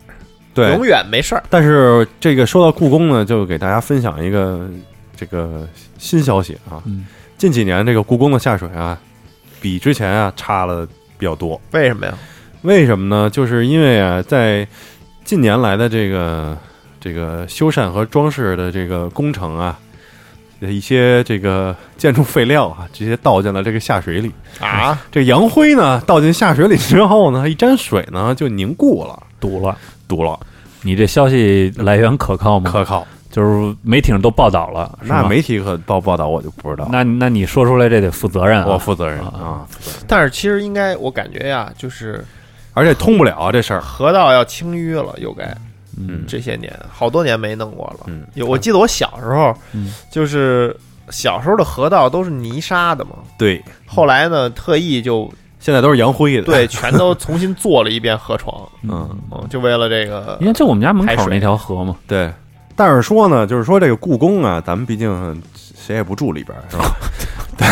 Speaker 1: 对
Speaker 2: 永。远没事儿，
Speaker 1: 但是这个说到故宫呢，就给大家分享一个这个新消息啊，
Speaker 3: 嗯，
Speaker 1: 近几年这个故宫的下水啊，比之前啊差了比较多。
Speaker 2: 为什么呀？
Speaker 1: 为什么呢？就是因为啊，在近年来的这个这个修缮和装饰的这个工程啊，一些这个建筑废料啊，直接倒进了这个下水里。
Speaker 2: 啊，
Speaker 1: 这个洋灰呢，倒进下水里之后呢，一沾水呢就凝固了，
Speaker 3: 堵了。
Speaker 1: 堵了，
Speaker 3: 你这消息来源可靠吗？
Speaker 1: 可靠。
Speaker 3: 就是媒体上都报道了，嗯是
Speaker 1: 那
Speaker 3: 吗
Speaker 1: 媒体可报报道我就不知道，
Speaker 3: 那那你说出来这得负责任啊！
Speaker 1: 我负责任
Speaker 3: 啊
Speaker 1: 啊，
Speaker 2: 但是其实应该，我感觉呀，就是
Speaker 1: 而且通不了啊这事儿。
Speaker 2: 河道要清淤了，又该
Speaker 3: 嗯
Speaker 2: 这些年好多年没弄过了。
Speaker 1: 嗯，
Speaker 2: 有，我记得我小时候
Speaker 3: 嗯，
Speaker 2: 就是小时候的河道都是泥沙的嘛，
Speaker 1: 对，
Speaker 2: 后来呢，特意就
Speaker 1: *laughs* 现在都是洋灰的。
Speaker 2: 对，全都重新做了一遍河床，
Speaker 1: 嗯，
Speaker 2: 嗯，就为了这个
Speaker 3: 因，为就我们家门
Speaker 2: 排
Speaker 3: 口
Speaker 2: 水
Speaker 3: 那条河嘛，
Speaker 1: 对，但是说呢，就是说这个故宫啊，咱们毕竟谁也不住里边儿，是
Speaker 3: *laughs*
Speaker 1: 吧？对，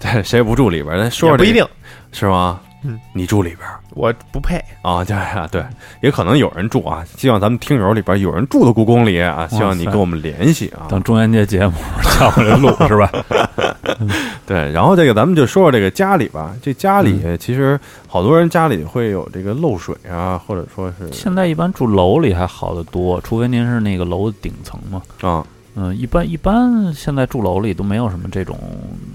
Speaker 1: 对，谁也不住里边儿。咱说
Speaker 2: 也
Speaker 1: 说
Speaker 2: 不
Speaker 1: 这
Speaker 2: 一定，
Speaker 1: 是吗？
Speaker 2: 嗯，
Speaker 1: 你住里边儿
Speaker 2: 我不配。
Speaker 1: 啊？对啊，对，也可能有人住啊。希望咱们听友里边有人住的故宫里啊，希望你跟我们联系啊。
Speaker 3: 当中元节节目 *laughs* 叫过来录是吧？
Speaker 1: *laughs* 对，然后这个咱们就说说这个家里吧。这家
Speaker 3: 嗯
Speaker 1: 里其实好多人家里会有这个漏水啊，或者说是
Speaker 3: 现在一般住楼里还好得多，除非您是那个楼顶层嘛。
Speaker 1: 啊，
Speaker 3: 嗯，一般一般现在住楼里都没有什么这种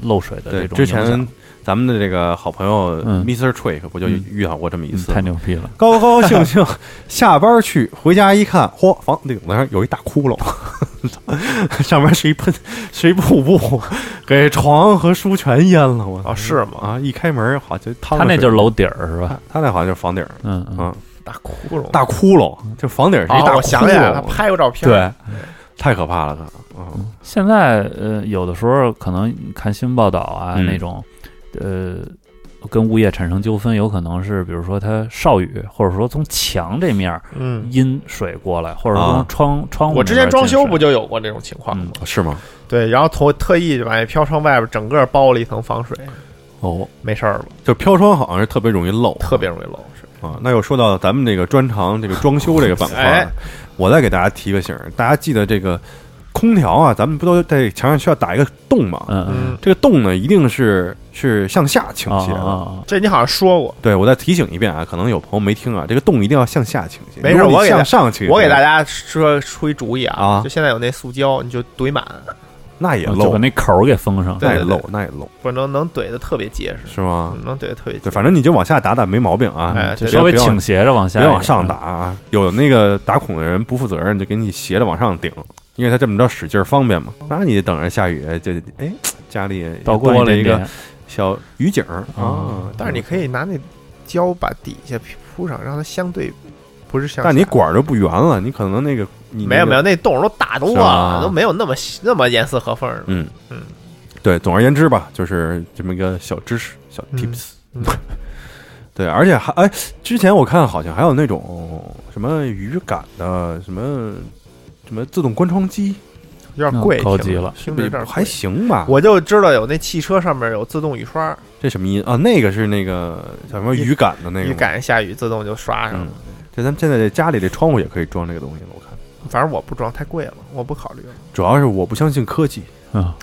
Speaker 3: 漏水的
Speaker 1: 对
Speaker 3: 这，种
Speaker 1: 之
Speaker 3: 影响。
Speaker 1: 前咱们的这个好朋友
Speaker 3: 嗯
Speaker 1: Mr. Trick 不就
Speaker 3: 嗯
Speaker 1: 遇到过这么一
Speaker 3: 嗯
Speaker 1: 次吗
Speaker 3: 太？牛逼了，
Speaker 1: 高高兴
Speaker 2: *laughs*
Speaker 1: 兴下班去，回家一看，嚯，房顶子上有一大窟窿， *laughs* 上面是一喷，是一瀑布， *laughs* 给床和书全淹了。我操啊
Speaker 2: 哦，是吗？
Speaker 1: 啊！一开门好像就趟了
Speaker 3: 他那
Speaker 1: 水啊
Speaker 3: 就是楼底儿是吧？
Speaker 1: 他他那好像就是房顶儿。
Speaker 3: 嗯嗯
Speaker 1: 嗯，
Speaker 2: 大窟窿，
Speaker 1: 大窟窿，就房顶是一
Speaker 2: 哦
Speaker 1: 大窟
Speaker 2: 我想起来了，
Speaker 1: 窿，
Speaker 2: 拍过照片，
Speaker 1: 对，太可怕了，可嗯
Speaker 3: 现在呃，有的时候可能你看新闻报道啊、
Speaker 1: 嗯
Speaker 3: 那种，呃，跟物业产生纠纷，有可能是比如说它少雨，或者说从墙这面儿
Speaker 2: 嗯，
Speaker 3: 阴水过来，或者
Speaker 1: 啊
Speaker 3: 从窗、窗户
Speaker 2: 我
Speaker 3: 那
Speaker 2: 之
Speaker 3: 边
Speaker 2: 前装
Speaker 3: 进
Speaker 2: 修
Speaker 3: 水
Speaker 2: 不就有过这种情况吗？
Speaker 3: 嗯
Speaker 1: 是吗？
Speaker 2: 对，然后头特意把那飘窗外边整个包了一层防水，
Speaker 1: 哦，
Speaker 2: 没事儿了，
Speaker 1: 就飘窗好像是特别容易漏，
Speaker 2: 特别容易漏水。
Speaker 1: 啊。那又说到咱们这个专长这个装修这个板块
Speaker 2: 哎
Speaker 1: 儿，我再给大家提个醒儿，大家记得这个空调啊，咱们不都在墙上需要打一个洞吗？
Speaker 3: 嗯嗯
Speaker 2: 嗯，
Speaker 1: 这个洞呢，一定是是向下倾斜
Speaker 3: 啊啊
Speaker 1: 的。
Speaker 3: 啊
Speaker 2: 这你好像说过，
Speaker 1: 对，我再提醒一遍啊，可能有朋友没听啊，这个洞一定要向下倾斜，
Speaker 2: 没事
Speaker 1: 如果你
Speaker 2: 我给大
Speaker 1: 向上倾斜，
Speaker 2: 我给大家说出一主意啊
Speaker 1: 啊，
Speaker 2: 就现在有那塑胶，你就怼满，
Speaker 1: 那也
Speaker 3: 啊
Speaker 2: 嗯
Speaker 3: 就把
Speaker 1: 漏，
Speaker 3: 那口儿给封上。
Speaker 2: 对
Speaker 1: 那也漏，那也漏，
Speaker 2: 不能能怼的特别结实，
Speaker 1: 是吗？
Speaker 2: 嗯能怼的特别结
Speaker 1: 对，
Speaker 2: 实。
Speaker 1: 反正你就往下打打没毛病啊，
Speaker 2: 哎
Speaker 1: 就
Speaker 2: 对
Speaker 1: 先
Speaker 3: 稍微
Speaker 1: 不要
Speaker 3: 倾斜着往下一嗯
Speaker 1: 别
Speaker 3: 点，
Speaker 1: 往上打啊。有那个打孔的人不负责任，就给你斜着往上顶，因为他这么着使劲儿方便嘛。那你等着下雨，就哎家里也
Speaker 3: 倒
Speaker 1: 端
Speaker 3: 过
Speaker 1: 着
Speaker 3: 来
Speaker 1: 一
Speaker 3: 点
Speaker 1: 个小雨景儿啊
Speaker 3: 啊。
Speaker 2: 但是你可以拿那胶把底下铺上，让它相对不是像。
Speaker 1: 但你管儿就不圆了，你可能那个你
Speaker 2: 没有没
Speaker 1: 有，
Speaker 2: 有，那洞都大多
Speaker 1: 是吧
Speaker 2: 了，都没有那么那么严丝合缝了。
Speaker 1: 嗯
Speaker 2: 嗯。
Speaker 1: 对，总而言之吧，就是这么一个小知识、小
Speaker 2: 嗯
Speaker 1: tips。
Speaker 2: 嗯
Speaker 1: 对，而且还哎，之前我看好像还有那种什么语感的什么什么自动关窗机，
Speaker 2: 有点贵，
Speaker 3: 嗯高
Speaker 2: 听着
Speaker 3: 级了
Speaker 2: 听着有点贵
Speaker 1: 还。行吧。
Speaker 2: 我就知道有那汽车上面有自动雨刷，
Speaker 1: 这什么音啊？那个是那个叫什么
Speaker 2: 一
Speaker 1: 雨感的那个。
Speaker 2: 一。赶上下雨自动就刷
Speaker 1: 嗯
Speaker 2: 上了。，
Speaker 1: 这咱们现在这家里这窗户也可以装这个东西了。我看，
Speaker 2: 反正我不装，太贵了，我不考虑了。
Speaker 1: 主要是我不相信科技，
Speaker 3: 嗯，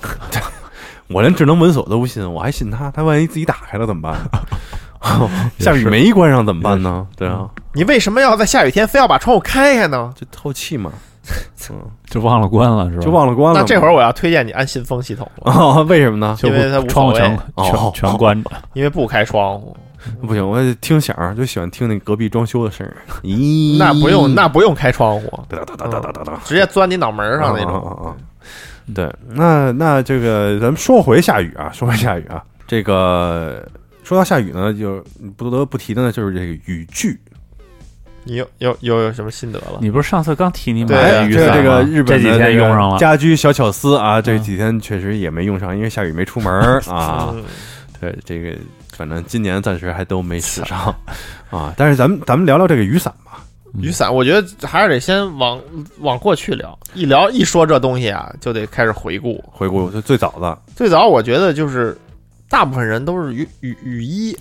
Speaker 1: 我连智能门锁都不信，我还信它？它万一自己打开了怎么办？
Speaker 2: *laughs*
Speaker 3: 也
Speaker 1: 下雨
Speaker 3: 是
Speaker 1: 没关上怎么办呢？对啊，
Speaker 2: 你为什么要在下雨天非要把窗户开开呢？
Speaker 1: 就透气嘛，嗯，
Speaker 3: 就忘了关了是吧？
Speaker 1: 就忘了关了
Speaker 2: 那
Speaker 1: 嘛。
Speaker 2: 这会儿我要推荐你安信风系统了，
Speaker 1: 啊， *laughs* 为什么呢？
Speaker 3: 就
Speaker 2: 因为它无
Speaker 3: 窗户
Speaker 2: 所
Speaker 3: 全
Speaker 2: 谓
Speaker 1: 哦
Speaker 3: 全全关着，
Speaker 1: *laughs*
Speaker 2: 因为不开窗户，
Speaker 1: 不行，我听响儿就喜欢听那隔壁装修的声儿。咦，
Speaker 2: 那不用那不用开窗户，
Speaker 1: 哒哒哒哒哒哒哒。
Speaker 2: 直接钻你脑门儿上那种。
Speaker 1: 啊啊啊啊对，那那这个咱们说回下雨啊，说回下雨啊，这个说到下雨呢，就不得不提的呢，就是这个雨具。
Speaker 2: 你有有有有什么心得了？
Speaker 3: 你不是上次刚提你买
Speaker 2: 对
Speaker 3: 的
Speaker 1: 哎，
Speaker 3: 雨
Speaker 1: 这
Speaker 3: 伞
Speaker 1: 个
Speaker 3: 吗？
Speaker 1: 这个日本
Speaker 3: 这
Speaker 1: 的
Speaker 3: 几天
Speaker 1: 这个
Speaker 3: 用上了，
Speaker 1: 家居小巧思啊，这
Speaker 3: 嗯
Speaker 1: 几天确实也没用上，因为下雨没出门
Speaker 3: *laughs*
Speaker 1: 儿啊。
Speaker 2: 嗯，
Speaker 1: 对，这个反正今年暂时还都没使上 *laughs* 啊。但是咱们咱们聊聊这个雨伞吧。
Speaker 2: 雨伞，我觉得还是得先往往过去聊。一聊一说这东西啊，就得开始回顾。
Speaker 1: 回顾就最早的
Speaker 2: 最早我觉得就是大部分人都是雨雨雨衣，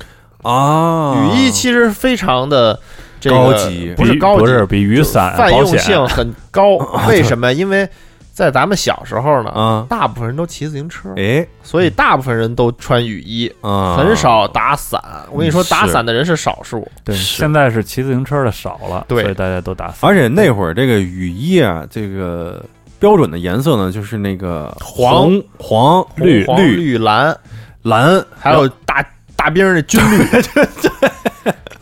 Speaker 1: 啊
Speaker 2: 雨衣其实非常的这个
Speaker 1: 高级
Speaker 2: 不是
Speaker 3: 比
Speaker 2: 高级，
Speaker 3: 不是比雨
Speaker 2: 就
Speaker 3: 伞
Speaker 2: 泛
Speaker 3: 保
Speaker 2: 用
Speaker 3: 险
Speaker 2: 性很
Speaker 1: *laughs*
Speaker 2: 高。为什么？因为在咱们小时候呢，
Speaker 1: 啊，
Speaker 2: 大部分人都骑自行车，
Speaker 1: 哎
Speaker 2: 所以大部分人都穿雨衣，
Speaker 1: 啊，
Speaker 2: 很少打伞。我跟你说，
Speaker 1: 是
Speaker 2: 打伞的人是少数。
Speaker 3: 对，
Speaker 1: 是
Speaker 3: 现在是骑自行车的少了，
Speaker 2: 对
Speaker 3: 所以大家都打伞。
Speaker 1: 而且那会儿这个雨衣啊，这个标准的颜色呢，就是那个
Speaker 2: 黄
Speaker 1: 红、黄、绿、
Speaker 2: 黄
Speaker 1: 绿、
Speaker 2: 绿、蓝，
Speaker 1: 蓝，
Speaker 2: 还有大大兵儿的军绿，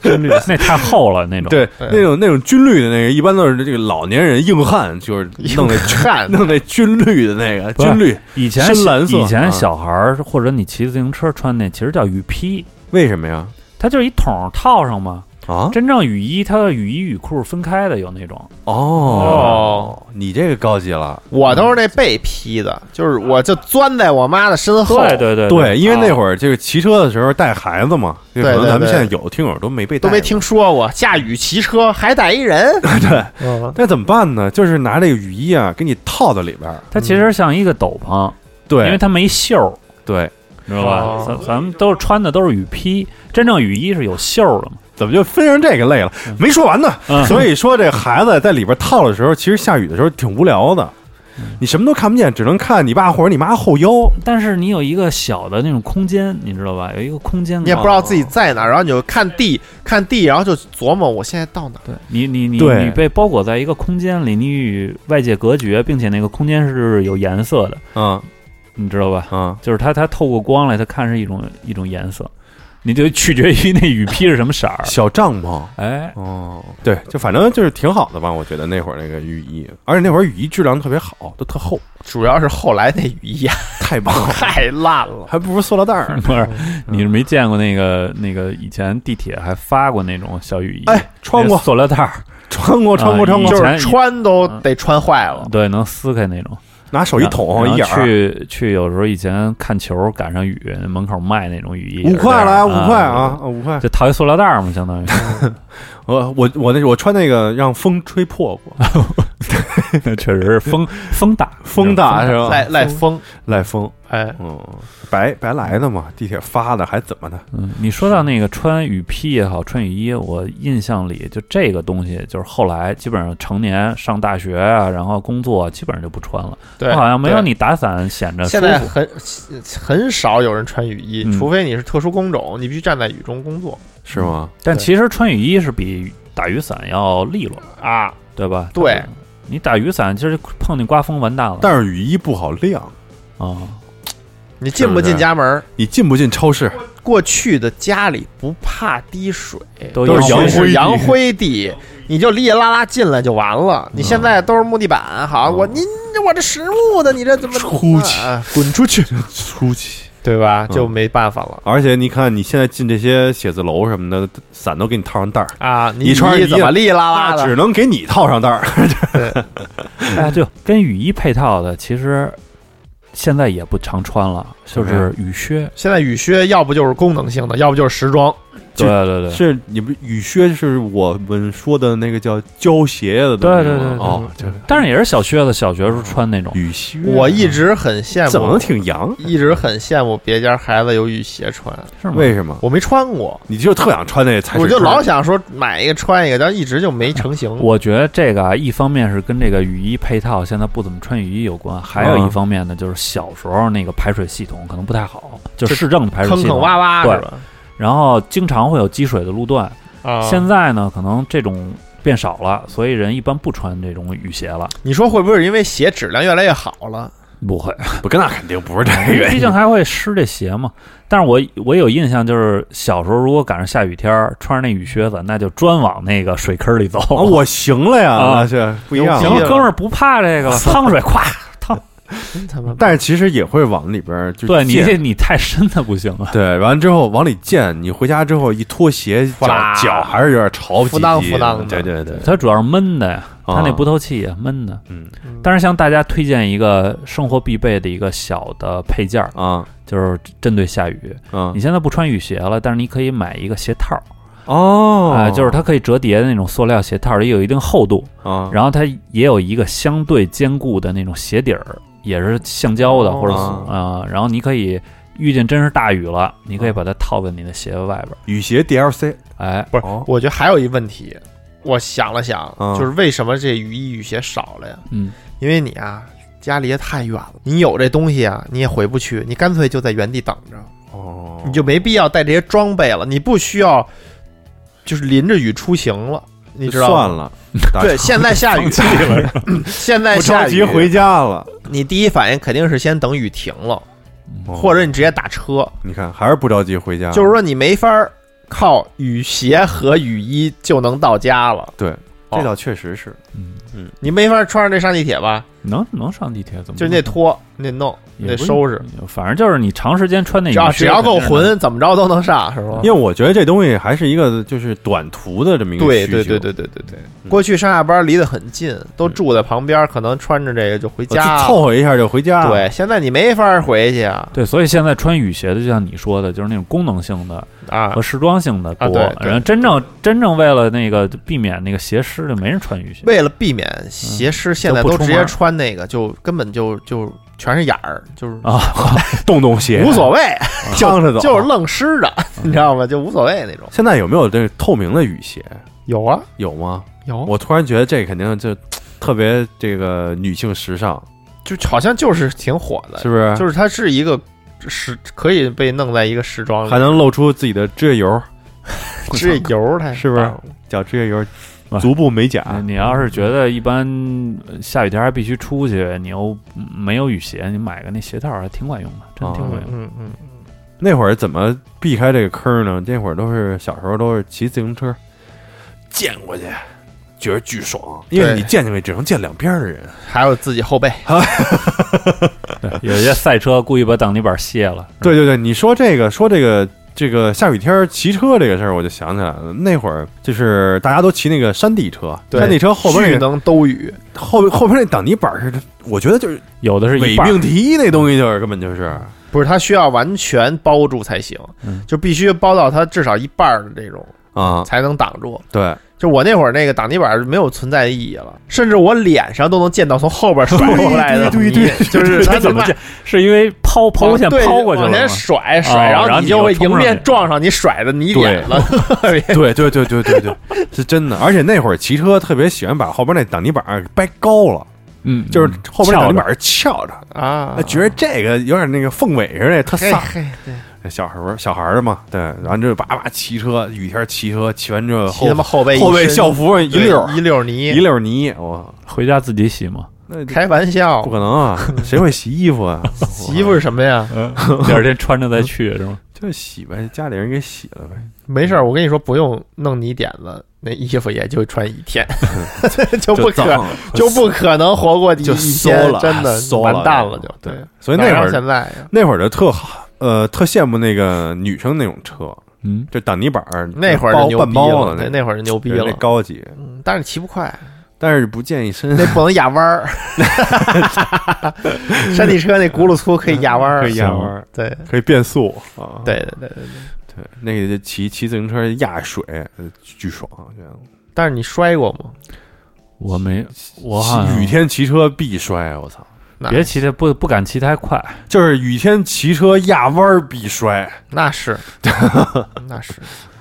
Speaker 3: 真绿，那太厚了那种。
Speaker 1: 对
Speaker 2: 对
Speaker 1: 那种那种军绿的那个，一般都是这个老年人硬汉，就是 *laughs* 弄那
Speaker 2: 汗
Speaker 1: *laughs* 弄那军绿的那个
Speaker 3: 不是
Speaker 1: 军绿，
Speaker 3: 以前
Speaker 1: 深蓝色
Speaker 3: 以前
Speaker 1: 啊
Speaker 3: 小孩儿或者你骑自行车穿那其实叫雨披，
Speaker 1: 为什么呀？
Speaker 3: 它就是一桶套上嘛。
Speaker 1: 啊
Speaker 3: 真正雨衣，它的雨衣雨裤分开的有那种，
Speaker 1: 哦，你这个高级了，
Speaker 2: 我都是那被披的，就是我就钻在我妈的身后。
Speaker 3: 对对对
Speaker 1: 对，因为那
Speaker 2: 啊
Speaker 1: 会儿这个骑车的时候带孩子嘛，就可能
Speaker 2: 对对
Speaker 1: 咱们
Speaker 2: 对
Speaker 1: 现在有听友都没被带
Speaker 2: 都没
Speaker 1: 过
Speaker 2: 听说过下雨骑车还逮一人，
Speaker 3: *laughs*
Speaker 1: 对，
Speaker 2: 嗯，
Speaker 1: 那怎么办呢？就是拿这个雨衣啊，给你套在里边儿，
Speaker 3: 它其实像一个斗篷，因为
Speaker 1: 对
Speaker 3: 它没袖儿，
Speaker 1: 对，
Speaker 3: 你知道吧
Speaker 2: 哦？
Speaker 3: 咱咱们都是穿的都是雨披，真正雨衣是有袖儿的嘛。
Speaker 1: 怎么就分成这个类了？没说完呢。
Speaker 3: 嗯
Speaker 1: 所以说，这孩子在里边套的时候，其实下雨的时候挺无聊的，你什么都看不见，只能看你爸或者你妈后腰。
Speaker 3: *laughs* 但是你有一个小的那种空间，你知道吧？有一个空间感，
Speaker 2: 你也不知道自己在哪儿，然后你就看地看地，然后就琢磨我现在到哪儿。
Speaker 3: 对你，你你
Speaker 1: 对
Speaker 3: 你被包裹在一个空间里，你与外界隔绝，并且那个空间是有颜色的，
Speaker 1: 嗯
Speaker 3: 你知道吧？
Speaker 1: 嗯，
Speaker 3: 就是它它透过光来，它看是一种一种颜色。你就取决于那雨披是什么色儿。
Speaker 1: 小帐篷。 *laughs*
Speaker 3: 哎，
Speaker 1: 哦，对，就反正就是挺好的吧，我觉得那会儿那个雨衣，而且那会儿雨衣质量特别好，都特厚，
Speaker 2: 主要是后来那雨衣啊
Speaker 1: 太 *laughs* 棒了，
Speaker 2: 太烂
Speaker 3: *laughs*
Speaker 2: 了，
Speaker 1: 还不如塑料袋儿。
Speaker 3: 不是，
Speaker 1: 嗯
Speaker 3: 你是没见过那个那个以前地铁还发过那种小雨衣，
Speaker 1: 哎，穿过，
Speaker 3: 塑料袋儿，
Speaker 1: 穿过，穿过，
Speaker 3: 啊
Speaker 1: 穿过
Speaker 3: 以
Speaker 2: 就，
Speaker 3: 前
Speaker 2: 是穿都得穿坏了。
Speaker 3: 对，能撕开那种。
Speaker 1: 拿哦手一
Speaker 3: 然
Speaker 1: 捅
Speaker 3: 后
Speaker 1: 一眼儿，
Speaker 3: 去去，有时候以前看球赶上雨，门口卖那种雨衣，
Speaker 1: 五块来，
Speaker 3: 啊
Speaker 1: 五块啊，，啊五块
Speaker 3: 对。就套一塑料袋儿嘛，
Speaker 1: *laughs*
Speaker 3: 相当于
Speaker 1: 我我我那我穿那个让风吹破 *laughs* 过，
Speaker 3: 那确实是风风大，
Speaker 1: 风
Speaker 3: 啊
Speaker 1: 大是吧？
Speaker 2: 嗯赖
Speaker 3: 嗯
Speaker 2: 赖风，
Speaker 1: 赖风，
Speaker 2: 哎，
Speaker 1: 嗯，白白来的嘛，地铁发的还怎么的？
Speaker 3: 嗯，你说到那个穿雨披也好，穿雨衣，我印象里就这个东西，就是后来基本上成年上大学啊，然后工作基本上就不穿了，
Speaker 2: 对，
Speaker 3: 好像没有
Speaker 2: 对。
Speaker 3: 你打伞显着舒
Speaker 2: 现在
Speaker 3: 服。
Speaker 2: 很很少有人穿雨衣，
Speaker 3: 嗯
Speaker 2: 除非你是特殊工种，你必须站在雨中工作
Speaker 1: 是吗？
Speaker 3: 但
Speaker 2: 对
Speaker 3: 其实穿雨衣是比打雨伞要利落，
Speaker 2: 啊。
Speaker 3: 对吧？
Speaker 2: 对，
Speaker 3: 你打雨伞其实碰见刮风完蛋了。
Speaker 1: 但是雨衣不好晾，
Speaker 3: 啊，
Speaker 2: 你进不
Speaker 1: 是不是
Speaker 2: 进家门儿？
Speaker 1: 你进不进超市？
Speaker 2: 过去的家里不怕滴水，
Speaker 3: 都
Speaker 1: 都是
Speaker 3: 阳
Speaker 1: 阳
Speaker 3: 灰
Speaker 1: 灰地
Speaker 2: 扬灰地，你就哩哩啦啦进来就完了。你现在都是木地板，好，
Speaker 1: 嗯
Speaker 2: 我您我这食物呢，你这怎么
Speaker 1: 出去
Speaker 2: 啊
Speaker 1: 滚出去，出去！
Speaker 2: 对吧？
Speaker 1: 嗯
Speaker 2: 就没办法了
Speaker 1: 而且你看，你现在进这些写字楼什么的，伞都给你套上袋儿，
Speaker 2: 啊！
Speaker 1: 你穿
Speaker 2: 你
Speaker 1: 雨衣
Speaker 2: 怎么哩哩啦啦
Speaker 1: 那只
Speaker 2: 的？
Speaker 1: 能给你套上袋儿。
Speaker 3: 哎，就跟雨衣配套的，其实现在也不常穿了，就
Speaker 1: 什么
Speaker 2: 嗯
Speaker 3: 是雨靴。
Speaker 2: 现在雨靴要不就是功能性的，要不就是时装。
Speaker 1: 就
Speaker 3: 对对对，
Speaker 1: 是你们雨靴是我们说的那个叫胶鞋的东
Speaker 3: 对
Speaker 1: 西
Speaker 3: 对
Speaker 1: 吗，
Speaker 3: 对对对
Speaker 1: 哦，就是
Speaker 3: 但是也是小靴子，小学时候穿那种。
Speaker 1: 雨靴。啊
Speaker 2: 我一直很羡慕，
Speaker 1: 嗯怎么能挺洋？啊
Speaker 2: 一直很羡慕别家孩子有雨鞋穿，
Speaker 3: 是吗？
Speaker 1: 为什么？
Speaker 2: 我没穿过，
Speaker 1: 你就特想穿那才
Speaker 2: 我就老想说买一个穿一个，但一直就没成型。
Speaker 3: 我觉得这个啊，一方面是跟这个雨衣配套现在不怎么穿雨衣有关，还
Speaker 2: 嗯
Speaker 3: 有一方面呢，就是小时候那个排水系统可能不太好，就市政的排水
Speaker 2: 坑
Speaker 3: 系
Speaker 2: 坑
Speaker 3: 统，
Speaker 2: 洼洼
Speaker 3: 对
Speaker 2: 是吧？
Speaker 3: 然后经常会有积水的路段。
Speaker 2: 啊，
Speaker 3: 现在呢，可能这种变少了，所以人一般不穿这种雨鞋了。
Speaker 2: 你说会不会是因为鞋质量越来越好了？
Speaker 3: 不 *laughs* 会，
Speaker 1: 不跟那肯定不是这个原
Speaker 3: 毕
Speaker 1: 因。
Speaker 3: 竟还会湿这鞋嘛。但是我我有印象，就是小时候如果赶上下雨天儿，穿着那雨靴子，那就专往那个水坑里走。
Speaker 1: 啊， *laughs* 我行了呀，
Speaker 3: 啊
Speaker 1: 那是不一样
Speaker 3: *laughs* 行
Speaker 1: 了。
Speaker 3: 了，哥们儿不怕这个
Speaker 1: *laughs*
Speaker 3: 了，趟水咵
Speaker 2: 真他妈！
Speaker 1: 但是其实也会往里边儿就
Speaker 3: 对你
Speaker 1: 溅
Speaker 3: 这你太深的不行啊了。
Speaker 1: 对，完了之后往里溅，你回家之后一脱鞋，脚
Speaker 2: 啦
Speaker 1: 脚还是有点潮唧
Speaker 2: 浮荡
Speaker 1: 唧
Speaker 2: 浮荡的
Speaker 1: 对对对，
Speaker 3: 它主要是闷的呀，它那不
Speaker 1: 啊
Speaker 3: 透气呀，闷的。
Speaker 1: 嗯
Speaker 3: 但是向大家推荐一个生活必备的一个小的配件儿，
Speaker 1: 啊
Speaker 3: 就是针对下雨。
Speaker 1: 啊
Speaker 3: 你现在不穿雨鞋了，但是你可以买一个鞋套儿，
Speaker 1: 哦
Speaker 3: 啊，就是它可以折叠的那种塑料鞋套儿，也有一定厚度，
Speaker 1: 啊，
Speaker 2: 嗯
Speaker 3: 然后它也有一个相对坚固的那种鞋底儿，也是橡胶的
Speaker 2: 哦
Speaker 3: 或者
Speaker 1: 啊
Speaker 3: 啊，然后你可以遇见真是大雨了，你
Speaker 2: 啊
Speaker 3: 可以把它套在你的鞋外边儿，
Speaker 1: 雨鞋 DLC
Speaker 3: 哎，
Speaker 2: 不是
Speaker 1: 哦，
Speaker 2: 我觉得还有一问题，我想了想，
Speaker 1: 嗯
Speaker 2: 就是为什么这雨衣雨鞋少了呀？
Speaker 3: 嗯，
Speaker 2: 因为你啊，家离得太远了，你有这东西啊，你也回不去，你干脆就在原地等着，
Speaker 1: 哦，
Speaker 2: 你就没必要带这些装备了，你不需要就是淋着雨出行了，你知道吗？
Speaker 1: 算
Speaker 2: *laughs*
Speaker 1: 了，打
Speaker 2: 对，现在下雨， *laughs*
Speaker 1: *laughs*
Speaker 2: 现在
Speaker 1: 不
Speaker 2: 下
Speaker 1: 着急
Speaker 2: 雨，
Speaker 1: 回家了，
Speaker 2: 你第一反应肯定是先等雨停了，
Speaker 1: 哦
Speaker 2: 或者你直接打车。
Speaker 1: 你看还是不着急回
Speaker 3: 啊
Speaker 1: 家，
Speaker 2: 就是说你没法儿靠雨鞋和雨衣就能到家了，
Speaker 1: 对，
Speaker 2: 哦
Speaker 1: 这倒确实是，
Speaker 3: 嗯，
Speaker 2: 你没法儿穿上这上地铁吧？
Speaker 3: 能能上地铁怎么
Speaker 2: 就你得脱，你得弄，你
Speaker 3: 嗯也
Speaker 2: 得
Speaker 3: 不
Speaker 2: 收拾，，
Speaker 3: 反正就是你长时间穿那雨
Speaker 2: 只
Speaker 3: 靴，
Speaker 2: 要只要够
Speaker 3: 肯定是能，
Speaker 2: 浑，怎么着都能上，是吧
Speaker 3: 嗯
Speaker 1: 因？为我觉得这东西还是一个就是短途的这么一个
Speaker 2: 对
Speaker 1: 需
Speaker 2: 对
Speaker 1: 求
Speaker 2: 对对对对对，
Speaker 1: 嗯
Speaker 2: 过去上下班离得很近，都住在旁边儿，可能穿着这个就回
Speaker 1: 我去
Speaker 3: 嗯哦
Speaker 2: 家。啊
Speaker 1: 凑合一下就回
Speaker 3: 啊
Speaker 1: 家，，
Speaker 2: 对，现在你没法儿回去啊
Speaker 3: 对，所以现在穿雨鞋的，就像你说的，就是那种功能性的
Speaker 2: 啊
Speaker 3: 和！时装性的
Speaker 2: 啊
Speaker 3: 多，
Speaker 2: 对对
Speaker 3: 然后真正真正为了那个避免那个鞋湿，就没人穿雨鞋。
Speaker 2: 为了避
Speaker 3: 嗯
Speaker 2: 免鞋湿，现在
Speaker 3: 就
Speaker 2: 都
Speaker 3: 不出
Speaker 2: 直
Speaker 3: 门
Speaker 2: 接穿那个，就根本就就全是眼儿，就是
Speaker 3: 啊，
Speaker 1: 动动鞋啊
Speaker 2: 无所谓，
Speaker 1: 张着走，
Speaker 2: 就是愣湿的， *laughs* 你知道吗？就无所谓那种。
Speaker 1: 现在有没有这个透明的雨鞋？
Speaker 2: 有啊，
Speaker 1: 有吗？
Speaker 2: 有
Speaker 1: 我突然觉得这肯定就特别这个女性时尚，
Speaker 2: 就好像就是挺火的，
Speaker 1: 是不是？
Speaker 2: 就是它是一个时可以被弄在一个时装
Speaker 1: 还
Speaker 2: 里，
Speaker 1: 能露出自己的指甲
Speaker 2: *laughs*
Speaker 1: 油，
Speaker 2: 这
Speaker 1: *laughs*
Speaker 2: 油它
Speaker 1: 是不是脚指甲油，足部美甲，
Speaker 2: 嗯
Speaker 3: 你要是觉得一般呃下雨天还必须出去，你又没有雨鞋，你买个那鞋套还挺管用的，真挺管用。
Speaker 2: 嗯嗯，
Speaker 1: 那会儿怎么避开这个坑呢？那会儿都是小时候都是骑自行车，溅过去，觉得巨爽，因为
Speaker 2: 对
Speaker 1: 你溅进去只能溅两边的人。
Speaker 2: 还有自己后背，
Speaker 1: 哦
Speaker 3: 有些赛车故意把挡泥板卸了，
Speaker 1: 对对对，你说这个说这个这个下雨天儿骑车这个事儿，我就想起来了。那会儿就是大家都骑那个山地车，
Speaker 2: 对
Speaker 1: 山地车后边
Speaker 2: 巨
Speaker 1: 那个
Speaker 2: 能兜雨，
Speaker 1: 后后边那挡泥板是，我觉得就是
Speaker 3: 有的是
Speaker 1: 伪
Speaker 3: 一半儿，
Speaker 1: 命题那东西，就是根本就是
Speaker 2: 不是它需要完全包住才行
Speaker 3: 嗯，
Speaker 2: 就必须包到它至少一半儿的这种
Speaker 1: 啊，
Speaker 2: 才能挡住。
Speaker 1: 对，
Speaker 2: 就我那会儿那个挡泥板没有存在意义了，甚至我脸上都能见到从后边甩出来的
Speaker 1: 对
Speaker 2: 泥，
Speaker 1: 对
Speaker 2: 就是
Speaker 3: 他
Speaker 2: 它
Speaker 3: 怎么
Speaker 2: 见
Speaker 3: 见？是因为抛抛物线抛过去了
Speaker 2: 往
Speaker 3: 吗
Speaker 2: 前？甩
Speaker 3: 哦
Speaker 2: 甩，
Speaker 3: 然后
Speaker 2: 你
Speaker 3: 你
Speaker 2: 就
Speaker 3: 就
Speaker 2: 会
Speaker 3: 冲
Speaker 2: 迎
Speaker 3: 上
Speaker 2: 面
Speaker 3: 去
Speaker 2: 撞上你甩的泥点了，
Speaker 1: 对对对对对对，是真的。而且那会儿骑车特别喜欢把后边那挡泥板儿掰高了，
Speaker 3: 嗯，
Speaker 1: 就是后边那
Speaker 3: 翘
Speaker 1: 挡
Speaker 3: 着
Speaker 1: 泥板儿翘着，
Speaker 2: 啊
Speaker 1: 觉得这个有点那个凤尾似的，特
Speaker 2: 嘿
Speaker 1: 飒。
Speaker 2: 嘿，对
Speaker 1: 小孩儿小孩儿嘛，对，然后就叭叭骑车，雨天骑车，骑完之后
Speaker 2: 骑他妈后背
Speaker 1: 后
Speaker 2: 背
Speaker 1: 背校服一
Speaker 2: 一身
Speaker 1: 溜儿
Speaker 2: 对一溜儿
Speaker 1: 一
Speaker 2: 泥，
Speaker 1: 溜儿泥，我
Speaker 3: 回家自己洗嘛，
Speaker 1: 那
Speaker 2: 开玩笑
Speaker 1: 不，可能啊，谁会 *laughs* 洗衣服啊？
Speaker 2: 洗衣服是什么呀？
Speaker 3: 第二天穿着再去是吗？
Speaker 1: *laughs* 就洗呗，家里人给洗了呗。
Speaker 2: 没事儿，我跟你说，不用弄泥点子，那衣服也就穿一天，就不
Speaker 1: 脏
Speaker 2: 可
Speaker 1: 了
Speaker 2: 就不可能活过一
Speaker 1: 啊就
Speaker 2: 一
Speaker 1: 馊
Speaker 2: 天
Speaker 1: 了，
Speaker 2: 真的
Speaker 1: 馊
Speaker 2: 完蛋
Speaker 1: 了
Speaker 2: 了，就
Speaker 1: 对
Speaker 2: 对。。
Speaker 1: 所以那
Speaker 2: 哪
Speaker 1: 会
Speaker 2: 像
Speaker 1: 儿
Speaker 2: 现在呀，
Speaker 1: 那会儿就特好，呃，特羡慕那个女生那种车，
Speaker 3: 嗯，
Speaker 1: 就挡泥板儿，
Speaker 2: 那会儿就
Speaker 1: 包
Speaker 2: 牛
Speaker 1: 半
Speaker 2: 逼
Speaker 1: 包
Speaker 2: 了，
Speaker 1: 的
Speaker 2: 对，那会儿就牛逼
Speaker 1: 比那
Speaker 2: 了，
Speaker 1: 高级，
Speaker 2: 嗯但是骑不快，
Speaker 1: 但是不建议深
Speaker 2: 那不能压弯儿。山地车那轱辘粗可以压弯
Speaker 1: *laughs*
Speaker 2: 儿，
Speaker 1: 可以压
Speaker 3: 行
Speaker 1: 弯儿，
Speaker 2: 对
Speaker 1: 可以变速啊。
Speaker 2: 对对对对。
Speaker 1: 对，那个就骑骑自行车压水，呃巨爽，我觉得。
Speaker 2: 但是你摔过吗？
Speaker 3: 我没，我好像
Speaker 1: 雨天骑车必摔，我操！
Speaker 2: 那
Speaker 3: 别骑的不不敢骑太快，
Speaker 1: 就是雨天骑车压弯儿必摔，
Speaker 2: *laughs* 那是，那是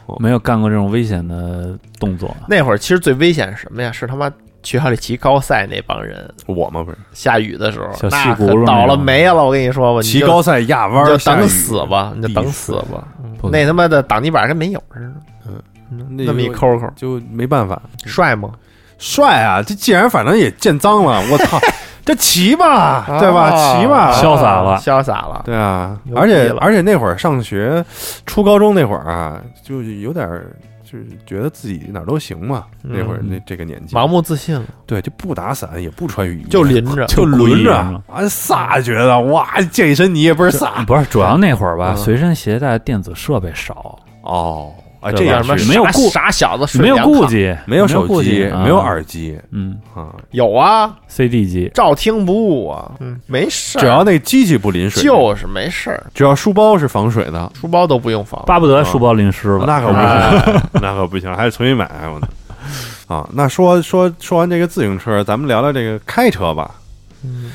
Speaker 1: 哦
Speaker 3: 没有干过这种危险的动作。
Speaker 2: 那会儿其实最危险是什么呀？是他妈学校里骑高赛那帮人，
Speaker 1: 我嘛不是
Speaker 2: 下雨的时候，
Speaker 3: 小
Speaker 2: 那
Speaker 3: 细
Speaker 2: 可
Speaker 3: 轱辘
Speaker 2: 倒
Speaker 3: 那
Speaker 2: 了
Speaker 3: 种
Speaker 2: 霉了，我跟你说吧，你
Speaker 1: 骑
Speaker 2: 就
Speaker 1: 高赛压弯
Speaker 2: 你
Speaker 1: 儿，
Speaker 2: 就
Speaker 1: 下雨
Speaker 2: 等死吧，你就等死吧。
Speaker 3: 不
Speaker 2: 那他妈的挡泥板跟没有似的，嗯
Speaker 1: 那
Speaker 2: 那么一
Speaker 1: 个
Speaker 2: 抠抠，
Speaker 1: 就没办法。
Speaker 2: 帅吗？
Speaker 1: 帅啊！这既然反正也见脏了，我
Speaker 2: *laughs*
Speaker 1: 操，这骑吧，
Speaker 2: 啊
Speaker 1: 对吧？骑吧，
Speaker 3: 潇洒了
Speaker 2: 潇洒了。
Speaker 1: 对啊
Speaker 2: 牛，逼
Speaker 1: 而且
Speaker 2: 了
Speaker 1: 而且那会儿上学，初高中那会儿啊，就有点儿就是觉得自己哪儿都行嘛。
Speaker 2: 嗯
Speaker 1: 那会儿那这个年纪，
Speaker 2: 盲目自信了，
Speaker 1: 对就不打伞，也不穿雨衣，
Speaker 2: 就淋着，
Speaker 1: 就
Speaker 3: 就故意
Speaker 1: 轮着
Speaker 3: 是吗，
Speaker 1: 啊，飒觉得哇，溅一身泥也倍儿飒
Speaker 3: 不是，主要那会儿吧，
Speaker 1: 嗯
Speaker 3: 随身携带电子设备少，
Speaker 1: 哦啊，这
Speaker 3: 对吧
Speaker 1: 样
Speaker 2: 叫什么
Speaker 1: 是
Speaker 3: 没有
Speaker 2: 傻
Speaker 3: 顾
Speaker 2: 傻小子睡
Speaker 3: 没有
Speaker 2: 凉
Speaker 3: 顾
Speaker 2: 炕，
Speaker 3: 忌，
Speaker 1: 没有啊手
Speaker 3: 顾忌啊
Speaker 1: 机，没有，耳机
Speaker 3: 嗯
Speaker 1: 啊，
Speaker 2: 有啊，
Speaker 3: ，CD 机，
Speaker 2: 照听不误啊，嗯，没事儿，
Speaker 1: 只要那机器不淋水，
Speaker 2: 就是没事儿，
Speaker 1: 只要书包是防水的，
Speaker 2: 书包都不用防。
Speaker 3: 巴不得书包淋湿
Speaker 1: 啊
Speaker 3: 了。
Speaker 1: 那可不行， *laughs* 那可不行，还得重新买。啊我操！啊，那说说说完这个自行车，咱们聊聊这个开车吧。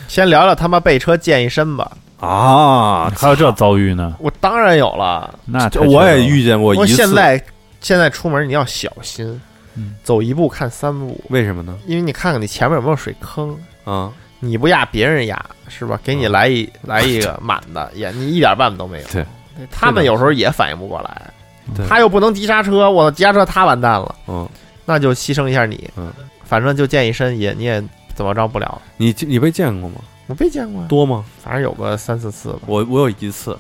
Speaker 2: 先聊聊他妈被车溅一身吧，
Speaker 1: *laughs* 啊，
Speaker 3: *laughs* 还有这遭遇呢？
Speaker 2: 我当然有了，
Speaker 3: 那
Speaker 1: 这
Speaker 3: 太
Speaker 1: 我也
Speaker 3: 绝了
Speaker 1: 遇见过
Speaker 2: 我
Speaker 1: 一次。
Speaker 2: 现在现在出门你要小心
Speaker 3: 嗯，
Speaker 2: 走一步看三步，
Speaker 1: 为什么呢？
Speaker 2: 因为你看看你前面有没有水坑，
Speaker 1: 啊，
Speaker 2: 你不压别人压是吧？给你来一来一个满的，也你一点办法都没有。
Speaker 1: 嗯对，
Speaker 2: 他们有时候也反应不过来
Speaker 1: 对，
Speaker 2: 他又不能急刹车，我急刹车他完蛋了，
Speaker 1: 嗯，
Speaker 2: 那就牺牲一下你
Speaker 1: 嗯，
Speaker 2: 反正就溅一身也你也怎么着不了。
Speaker 1: 你你被见过吗？
Speaker 2: 我被见过，
Speaker 1: 多吗？
Speaker 2: 反正有个三四次吧。
Speaker 1: 我我有一次，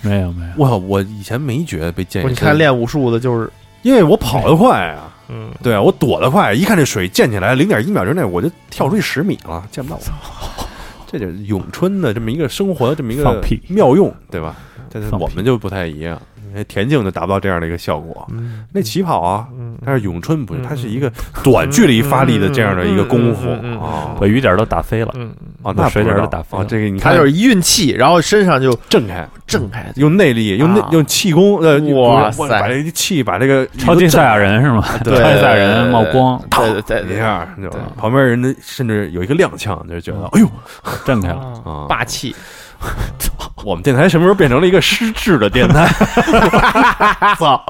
Speaker 3: 没有没有，
Speaker 1: 我我以前没觉得被见
Speaker 2: 不
Speaker 1: 一
Speaker 2: 是，
Speaker 1: 身。
Speaker 2: 你看练武术的就是，
Speaker 1: 因为我跑得快啊，
Speaker 2: 嗯，
Speaker 1: 对啊，我躲得快，一看这水溅起来，零点一秒之内我就跳出去十米了，见不到我。这就是咏春的这么一个生活的这么一
Speaker 3: 放
Speaker 1: 个
Speaker 3: 屁
Speaker 1: 妙用，对吧？但是
Speaker 3: 放屁
Speaker 1: 我们就不太一样，那田径就达不到这样的一个效果。
Speaker 2: 嗯
Speaker 1: 那起跑啊，
Speaker 2: 嗯
Speaker 1: 但是咏春不是，
Speaker 2: 嗯
Speaker 1: 它是一个短距离发力的这样的一个功夫
Speaker 2: 嗯嗯嗯嗯嗯
Speaker 1: 啊
Speaker 3: 把。雨点儿都打飞了。
Speaker 2: 嗯，嗯
Speaker 1: 啊，那
Speaker 3: 水
Speaker 1: 不知
Speaker 3: 点儿
Speaker 1: 道
Speaker 3: 都打飞
Speaker 1: 啊，
Speaker 3: 了
Speaker 1: 这个你
Speaker 2: 他
Speaker 1: 看
Speaker 2: 就是一运气，然后身上就
Speaker 1: 震开，
Speaker 2: 震开，
Speaker 1: 用内力，用内
Speaker 2: 啊
Speaker 1: 用气功，呃，
Speaker 2: 哇
Speaker 1: 不是
Speaker 2: 塞
Speaker 1: 把这个气把这个
Speaker 3: 超级赛亚人是吗？
Speaker 1: 对
Speaker 3: 超级赛亚人冒光
Speaker 2: 对对对
Speaker 1: 一
Speaker 2: 对，
Speaker 1: 下，就旁边人的甚至有一个踉跄，就觉得哎呦
Speaker 3: 震开
Speaker 1: *laughs*
Speaker 3: 了，
Speaker 2: 啊
Speaker 1: 啊，
Speaker 2: 霸气，
Speaker 1: 我们电台什么时候变成了一个失智的电 *laughs* 台？
Speaker 2: 操，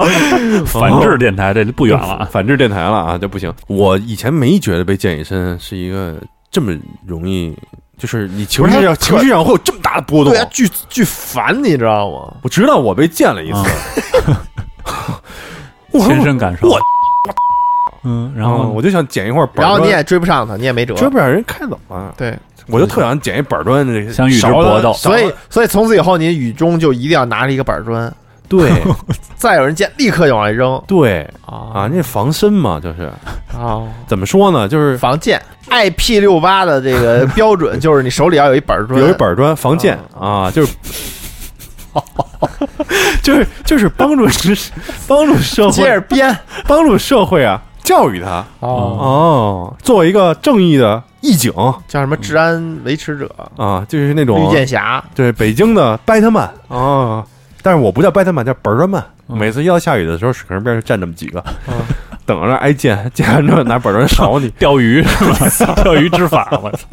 Speaker 3: 反制电台这就不
Speaker 1: 不
Speaker 3: 远了啊。
Speaker 1: 反制电台了啊，这不行。我以前没觉得被溅一身是一个这么容易，就是你情绪
Speaker 2: 不是
Speaker 1: 上
Speaker 2: 他
Speaker 1: 情绪上会有这么大的波动
Speaker 2: 对。啊，巨巨烦，你知道吗？
Speaker 1: 我知道啊我被溅了一次，
Speaker 3: 啊
Speaker 1: 我说
Speaker 3: 亲身感受，
Speaker 1: 我
Speaker 4: 嗯，然
Speaker 1: 然后
Speaker 4: 后
Speaker 1: 我就想捡一块板
Speaker 2: 然
Speaker 1: 砖，
Speaker 2: 后你也追不上他，你也没辙。
Speaker 1: 追不上人开走了，
Speaker 2: 对，
Speaker 1: 我就特想捡一板砖，这
Speaker 3: 想与之
Speaker 1: 勺子
Speaker 3: 搏
Speaker 1: 勺
Speaker 3: 斗
Speaker 2: 所
Speaker 1: 子
Speaker 2: 以所以从此以后，你雨中就一定要拿着一个板砖，
Speaker 1: *laughs* 对
Speaker 2: 再有人见立刻就往外扔
Speaker 1: 对啊，
Speaker 2: 啊
Speaker 1: 那防身嘛，就是
Speaker 2: 啊！
Speaker 1: 怎么说呢，就是
Speaker 2: 防溅，IP 六八的这个标准就是你手里要有一板砖，
Speaker 1: 有一板砖防溅啊，就是。 *laughs* 就是就是帮助帮助社
Speaker 2: 接着
Speaker 1: 会
Speaker 2: 编
Speaker 1: 帮助社会啊，教育他
Speaker 2: 哦，
Speaker 1: 哦，作为一个正义的义警
Speaker 2: 叫什么治安维持者、
Speaker 1: 啊，就是那种
Speaker 2: 绿箭侠，
Speaker 1: 对，北京的拜特曼啊，但是我不叫拜特曼，叫本儿特曼。
Speaker 3: 嗯。
Speaker 1: 每次一到下雨的时候，水坑边上站这么几个，
Speaker 2: 嗯
Speaker 1: *laughs* 等着挨溅，溅完之后拿板砖勺你
Speaker 3: 钓鱼是吧？钓鱼执法，我
Speaker 1: *laughs*
Speaker 3: 操！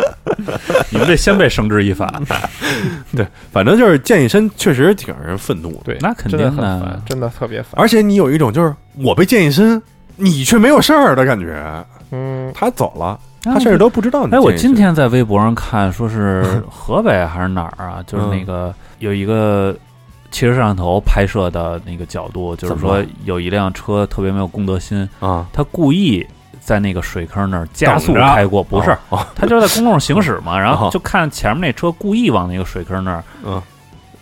Speaker 3: 你们这先被绳之以法，
Speaker 1: 嗯对，反正就是溅一身，确实挺让人愤怒的。
Speaker 2: 对
Speaker 3: 那肯
Speaker 2: 真
Speaker 3: 定
Speaker 2: 的很
Speaker 3: 的
Speaker 2: 烦，真的特别烦。
Speaker 1: 而且你有一种就是我被溅一身，你却没有事儿的感觉。
Speaker 2: 嗯，
Speaker 1: 他走了，他甚至都不知道你溅
Speaker 3: 啊哎，
Speaker 1: 一身。
Speaker 3: 我今天在微博上看，说是
Speaker 1: *laughs*
Speaker 3: 河北还是哪儿啊？就是
Speaker 1: 嗯
Speaker 3: 那个有一个汽车摄像头拍摄的那个角度，就是
Speaker 1: 怎么
Speaker 3: 说
Speaker 1: 了
Speaker 3: 有一辆车特别没有公德心，
Speaker 1: 啊，
Speaker 3: 他故意在那个水坑那儿加速
Speaker 1: 等着
Speaker 3: 开过，不是，
Speaker 1: 哦
Speaker 3: 他就是在公路上行驶
Speaker 1: *laughs*
Speaker 3: 嘛，然后
Speaker 1: 哦
Speaker 3: 就看前面那车故意往那个水坑那儿
Speaker 1: 嗯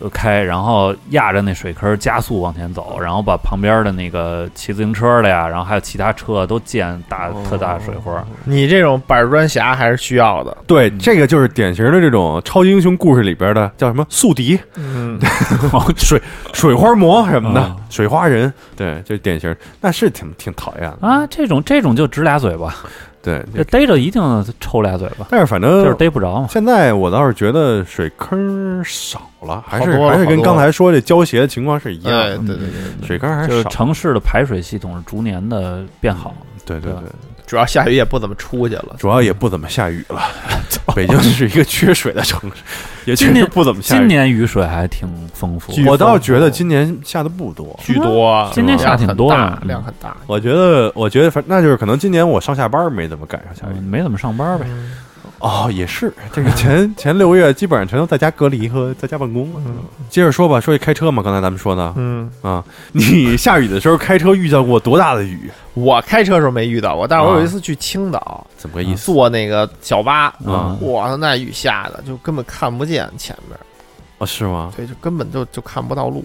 Speaker 3: 呃开，然后压着那水坑加速往前
Speaker 1: 哦
Speaker 3: 走，然后把旁边的那个骑自行车的呀，然后还有其他车都溅大
Speaker 1: 哦
Speaker 3: 特大水花，
Speaker 2: 你这种板砖侠还是需要的。
Speaker 1: 对，
Speaker 3: 嗯
Speaker 1: 这个就是典型的这种超级英雄故事里边的叫什么宿
Speaker 3: *laughs*
Speaker 1: 敌，
Speaker 2: 嗯，
Speaker 3: 哦
Speaker 1: *laughs* 水水花魔什么的，
Speaker 3: 啊
Speaker 1: 水花人，对，就是典型，那是挺挺讨厌的
Speaker 3: 啊，。这种这种就直俩嘴巴，
Speaker 1: 对，
Speaker 3: 这逮着一定抽俩嘴巴，
Speaker 1: 但是反
Speaker 3: 就是
Speaker 1: 正
Speaker 3: 逮不着嘛。
Speaker 1: 现在我倒是觉得水坑少了，还
Speaker 2: 好
Speaker 1: 是
Speaker 2: 多了
Speaker 1: 还是跟
Speaker 2: 好多
Speaker 1: 刚
Speaker 2: 了
Speaker 1: 才说这胶鞋的情况是一样
Speaker 2: 哎，
Speaker 1: 的，
Speaker 2: 对对对，
Speaker 1: 水坑还
Speaker 3: 就是
Speaker 1: 少。
Speaker 3: 城市的排水系统是逐年的变好，
Speaker 1: 对对
Speaker 3: 对
Speaker 1: 对，
Speaker 2: 主要下雨也不怎么出去了。
Speaker 1: 主要也不怎么下雨了。 *laughs* 北京是一个缺水的 *laughs* 城市，也确
Speaker 3: 今
Speaker 1: 实
Speaker 3: 年
Speaker 1: 不怎么下
Speaker 3: 今
Speaker 1: 雨。
Speaker 3: 年雨水还挺丰富。嗯
Speaker 2: 巨
Speaker 1: 我倒觉得
Speaker 2: 丰富
Speaker 1: 今哦年下的不多。
Speaker 2: 巨多，啊
Speaker 3: 今天下挺多啊
Speaker 2: 量很
Speaker 3: 的
Speaker 2: 大，量很大。
Speaker 1: 我觉得，我觉得反那就是可能今年我上下班没怎么赶上下雨
Speaker 3: 嗯。没怎么上班呗，
Speaker 2: 嗯
Speaker 1: 哦，也是，这个 *laughs* 前前六个月基本上全都在家隔离和在家办公了。
Speaker 2: 嗯
Speaker 1: 接着说吧，说起开车嘛，刚才咱们说的
Speaker 2: 嗯，
Speaker 1: 啊， *laughs* 你下雨的时候开车遇到过多大的雨？
Speaker 2: 我开车时候没遇到过，但是我
Speaker 1: 啊
Speaker 2: 有一次去青岛
Speaker 1: 怎么个意思？
Speaker 2: 坐那个小巴，
Speaker 1: 啊
Speaker 2: 嗯
Speaker 3: 嗯
Speaker 2: 哇，那雨下的就根本看不见前面，
Speaker 1: 哦，是吗？
Speaker 2: 对，就根本就就看不到路，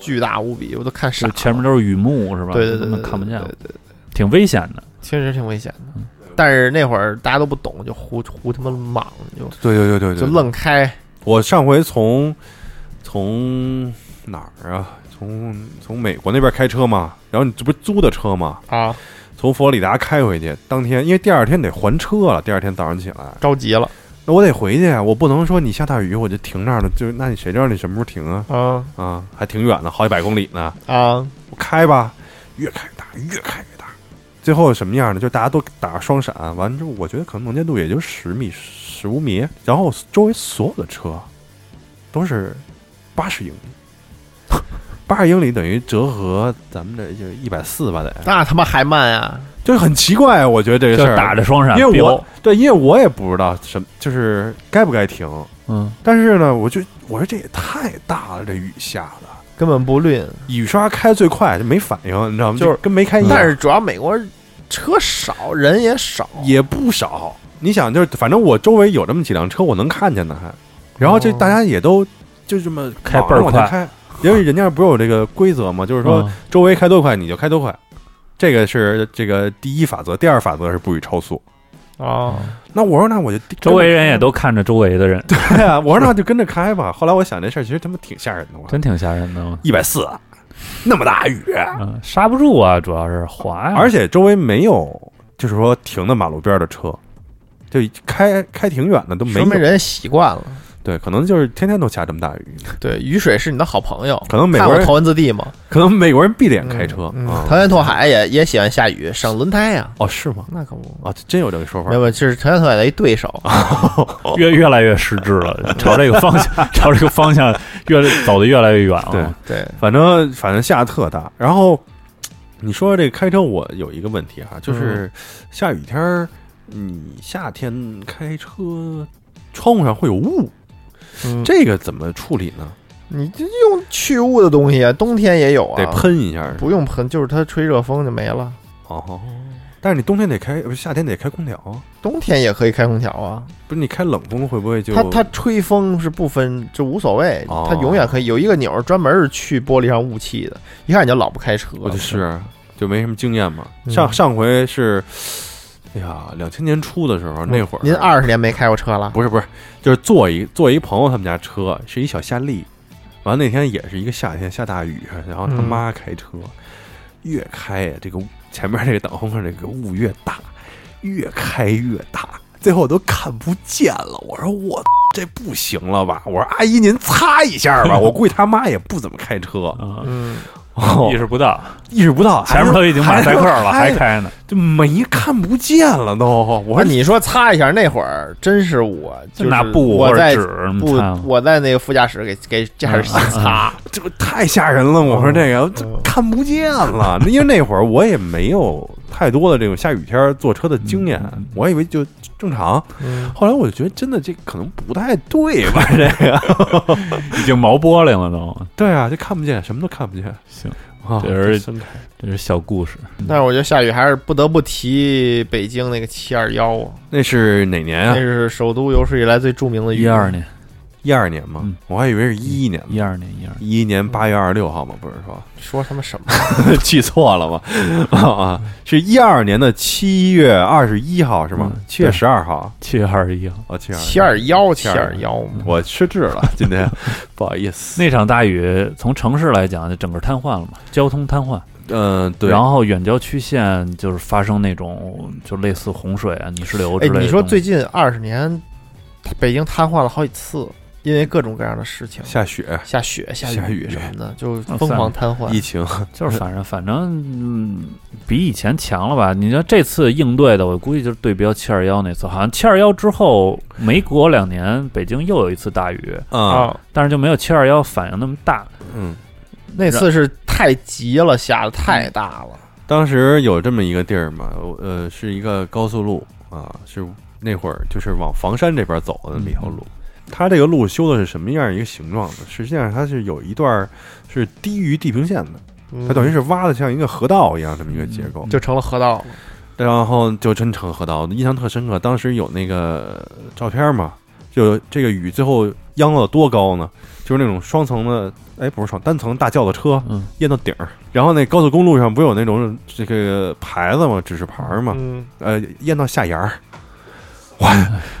Speaker 2: 巨大无比，我都看傻
Speaker 3: 就
Speaker 2: 了。
Speaker 3: 前面都是雨幕是吧？
Speaker 2: 对对对
Speaker 3: 根
Speaker 2: 对
Speaker 3: 本
Speaker 2: 对
Speaker 3: 看不见嗯
Speaker 2: 对，对，对
Speaker 3: 挺危险的。
Speaker 2: 确实挺危险的。但是那会儿大家都不懂，就胡胡他妈莽，就
Speaker 1: 对对对对对，
Speaker 2: 就愣开，
Speaker 1: 我上回从从哪儿啊？从从美国那边开车嘛，然后你这不是租的车嘛？
Speaker 2: 啊，
Speaker 1: 从佛罗里达开回去，当天因为第二天得还车了，第二天早上起来，
Speaker 2: 着急了
Speaker 1: 那我得回去啊，我不能说你下大雨我就停那儿了，就是那你谁知道你什么时候停啊？
Speaker 2: 啊
Speaker 1: 啊，还挺远的，好几百公里呢。
Speaker 2: 啊！
Speaker 1: 我开吧，越开越大，越开越大，最后什么样呢？就大家都打着双闪，完之后我觉得可能能见度也就十米、十五米，然后周围所有的车都是八十英里， *laughs* 八十英里等于折合咱们这就一百四吧得，
Speaker 2: 那他妈还慢啊呀！
Speaker 1: 就是很奇怪，啊我觉得这个
Speaker 3: 就
Speaker 1: 事儿
Speaker 3: 打着双闪，
Speaker 1: 因为
Speaker 3: 飙
Speaker 1: 我对，因为我也不知道什么就是该不该停，
Speaker 3: 嗯，
Speaker 1: 但是呢，我就我说这也太大了，这雨下的。
Speaker 2: 根本不吝，
Speaker 1: 雨刷开最快就嗯没反应，你知道吗？
Speaker 2: 就是
Speaker 1: 跟没开一样。
Speaker 2: 但是主要美国车少，人也少，
Speaker 1: 也不少。你想，就是反正我周围有这么几辆车，我能看见的还，然后就
Speaker 2: 哦
Speaker 1: 大家也都就这么
Speaker 3: 开
Speaker 1: 往
Speaker 3: 倍儿
Speaker 1: 往前
Speaker 3: 快
Speaker 1: 开，因为人家不是有这个规则嘛，就是说
Speaker 3: 嗯
Speaker 1: 周围开多快你就开多快，这个是这个第一法则，第二法则是不许超速。
Speaker 2: 啊，
Speaker 1: 那我说那我就
Speaker 3: 周围人也都看着周围的人，
Speaker 1: *laughs* 对啊，我说那就跟着开吧。后来我想这事儿其实他妈挺吓人的，我
Speaker 3: 真挺吓人的。
Speaker 1: 一百四，那么大雨，
Speaker 3: 嗯，刹不住啊，主要是滑呀。
Speaker 1: 而且周围没有就是说停在马路边的车，就开开挺远的都没
Speaker 2: 说
Speaker 1: 有
Speaker 2: 明。人习惯了。
Speaker 1: 对，可能就是天天都下这么大雨，
Speaker 2: 对，雨水是你的好朋友。
Speaker 1: 可能美
Speaker 2: 看
Speaker 1: 国
Speaker 2: 我
Speaker 1: 人
Speaker 2: 头文字 D 嘛，
Speaker 1: 可能美国人必得开车啊、
Speaker 2: 嗯嗯藤原拓海也也喜欢下雨，省轮胎呀。
Speaker 1: 哦，是吗？
Speaker 2: 那可不，
Speaker 1: 啊，真有这个说法
Speaker 2: 没。有，就是藤原拓海的一对手，
Speaker 1: 啊
Speaker 3: 越越来越失智了，朝这个方向， *laughs* 朝这个方向越走的越来越远了。
Speaker 1: 对
Speaker 2: 对，
Speaker 1: 反正反正下特大。然后你说这个开车，我有一个问题哈、啊
Speaker 2: 嗯
Speaker 1: 就是下雨天儿，你夏天开车窗户上会有雾，
Speaker 2: 嗯
Speaker 1: 这个怎么处理呢？
Speaker 2: 你这用去雾的东西啊，冬天也有啊，
Speaker 1: 得喷一下。
Speaker 2: 不用喷，就是它吹热风就没了。
Speaker 1: 哦，但是你冬天得开，不是夏天得开空调啊，
Speaker 2: 冬天也可以开空调啊，
Speaker 1: 不是你开冷风会不会就
Speaker 2: 它它吹风是不分，就无所谓，
Speaker 1: 哦
Speaker 2: 它永远可以有一个钮儿专门是去玻璃上雾气的，一看你就老不开车，
Speaker 1: 我哦就是就没什么经验嘛。
Speaker 2: 嗯
Speaker 1: 上上回是，哎呀，两千年初的时
Speaker 3: 哦
Speaker 1: 候，那会儿
Speaker 2: 您二十年没开过车了，
Speaker 1: 不是不是，就是坐一坐一朋友他们家车，是一小夏利。完了那天也是一个夏天，下大雨，啊然后他
Speaker 2: 嗯
Speaker 1: 妈开车，越开这个前面这个挡风上这个雾越大，越开越大，最后都看不见了。我说我这不行了吧？我说阿姨您擦一下吧。
Speaker 3: *laughs*
Speaker 1: 我估计他妈也不怎么开车，
Speaker 3: 啊，
Speaker 2: 嗯，
Speaker 1: 哦
Speaker 3: 意、识不到，
Speaker 1: 意识不到
Speaker 3: 前面都已经马赛克了，
Speaker 1: 还
Speaker 3: 还
Speaker 1: 是哎
Speaker 3: 开呢，
Speaker 1: 就没看不见了都。我
Speaker 2: 我
Speaker 1: 说
Speaker 2: 说
Speaker 1: 你
Speaker 2: 你说擦一下，那会儿真是我就
Speaker 3: 就是拿布
Speaker 2: 我
Speaker 3: 或者
Speaker 2: 在
Speaker 3: 纸
Speaker 2: 不
Speaker 3: 擦嗯嘛，
Speaker 2: 我在那个副驾驶给给驾驶席擦，
Speaker 1: 这个太吓人
Speaker 3: 哦
Speaker 1: 了，我说这个这看不见了。因为那会儿我也没有太多的这种下雨天坐车的经验
Speaker 3: 嗯嗯，
Speaker 1: 我以为就正常。
Speaker 2: 嗯
Speaker 1: 后来我就觉得真的这可能不太对
Speaker 3: *laughs*
Speaker 1: 吧？这个
Speaker 3: *laughs* 已经毛玻璃了都。
Speaker 1: 对啊，这看不见，什么都看不见。
Speaker 3: 行
Speaker 1: 啊，
Speaker 3: 这是
Speaker 1: 真的
Speaker 3: 这是小故事，
Speaker 2: *laughs* 但是我觉得下雨还是不得不提北京那个七二幺啊，
Speaker 1: 那是哪年
Speaker 2: 那
Speaker 1: 啊？
Speaker 3: 哎
Speaker 2: 是首都有史以来最著名的雨。
Speaker 3: 一二，年，
Speaker 1: 一二年吗
Speaker 3: 嗯？
Speaker 1: 我还以为是一一年呢。
Speaker 3: 一二年，一二年，
Speaker 1: 一一年八月二十六号嘛，不是
Speaker 3: *laughs*
Speaker 1: 说
Speaker 2: 说他妈什么？
Speaker 1: 记错了吗？
Speaker 3: 嗯
Speaker 1: *laughs* 啊，是一二年的七月二十一号是吗
Speaker 3: 嗯？
Speaker 1: 七月十二号
Speaker 3: 七月二十一号，
Speaker 1: 哦，七嗯月
Speaker 2: 七二幺，啊七
Speaker 1: 721
Speaker 2: 二幺嘛，
Speaker 1: 我失智了，今天 *laughs* 不好意思。
Speaker 3: 那场大雨从城市来讲，就整个瘫痪了嘛，交通瘫痪。
Speaker 1: 嗯、对，
Speaker 3: 然后远郊区县就是发生那种就类似洪水啊、泥石流之
Speaker 2: 哎，
Speaker 3: 类的东西。
Speaker 2: 你说最近二十年，北京瘫痪了好几次，因为各种各样的事情，
Speaker 1: 下雪、
Speaker 2: 下雪、下
Speaker 1: 下雨
Speaker 2: 雨什么的，就
Speaker 3: 啊
Speaker 2: 疯狂瘫
Speaker 1: 疫
Speaker 2: 痪。
Speaker 1: 情，
Speaker 3: 就是反正反正、嗯、比以前强了吧？你说这次应对的，我估计就是对标七二幺那次，好像七二幺之后没隔两年，北京又有一次大雨，
Speaker 1: 嗯
Speaker 2: 啊，
Speaker 3: 但是就没有七二幺反应那么大。
Speaker 1: 嗯，
Speaker 2: 那次是太急了，下的
Speaker 3: 嗯
Speaker 2: 太大了。
Speaker 1: 当时有这么一个地儿嘛，我呃，是一个高速路啊，是那会儿就是往房山这边走的那么一
Speaker 3: 嗯
Speaker 1: 条路。它这个路修的是什么样一个形状呢？实际上它是有一段儿是低于地平线的，它
Speaker 2: 它
Speaker 1: 等于是挖的像一个河道一样这么一个结构。
Speaker 2: 嗯就成了河道了。
Speaker 1: 然后就真成河道，印象特深刻。当时有那个照片嘛，就这个雨最后淹了多高呢？就是那种双层的，哎，不是双单层大轿子车
Speaker 3: 嗯，
Speaker 1: 淹到顶儿。然后那高速公路上不是有那种这个牌子嘛，指示牌儿嘛，
Speaker 2: 嗯，
Speaker 1: 呃，淹到下沿儿，哇，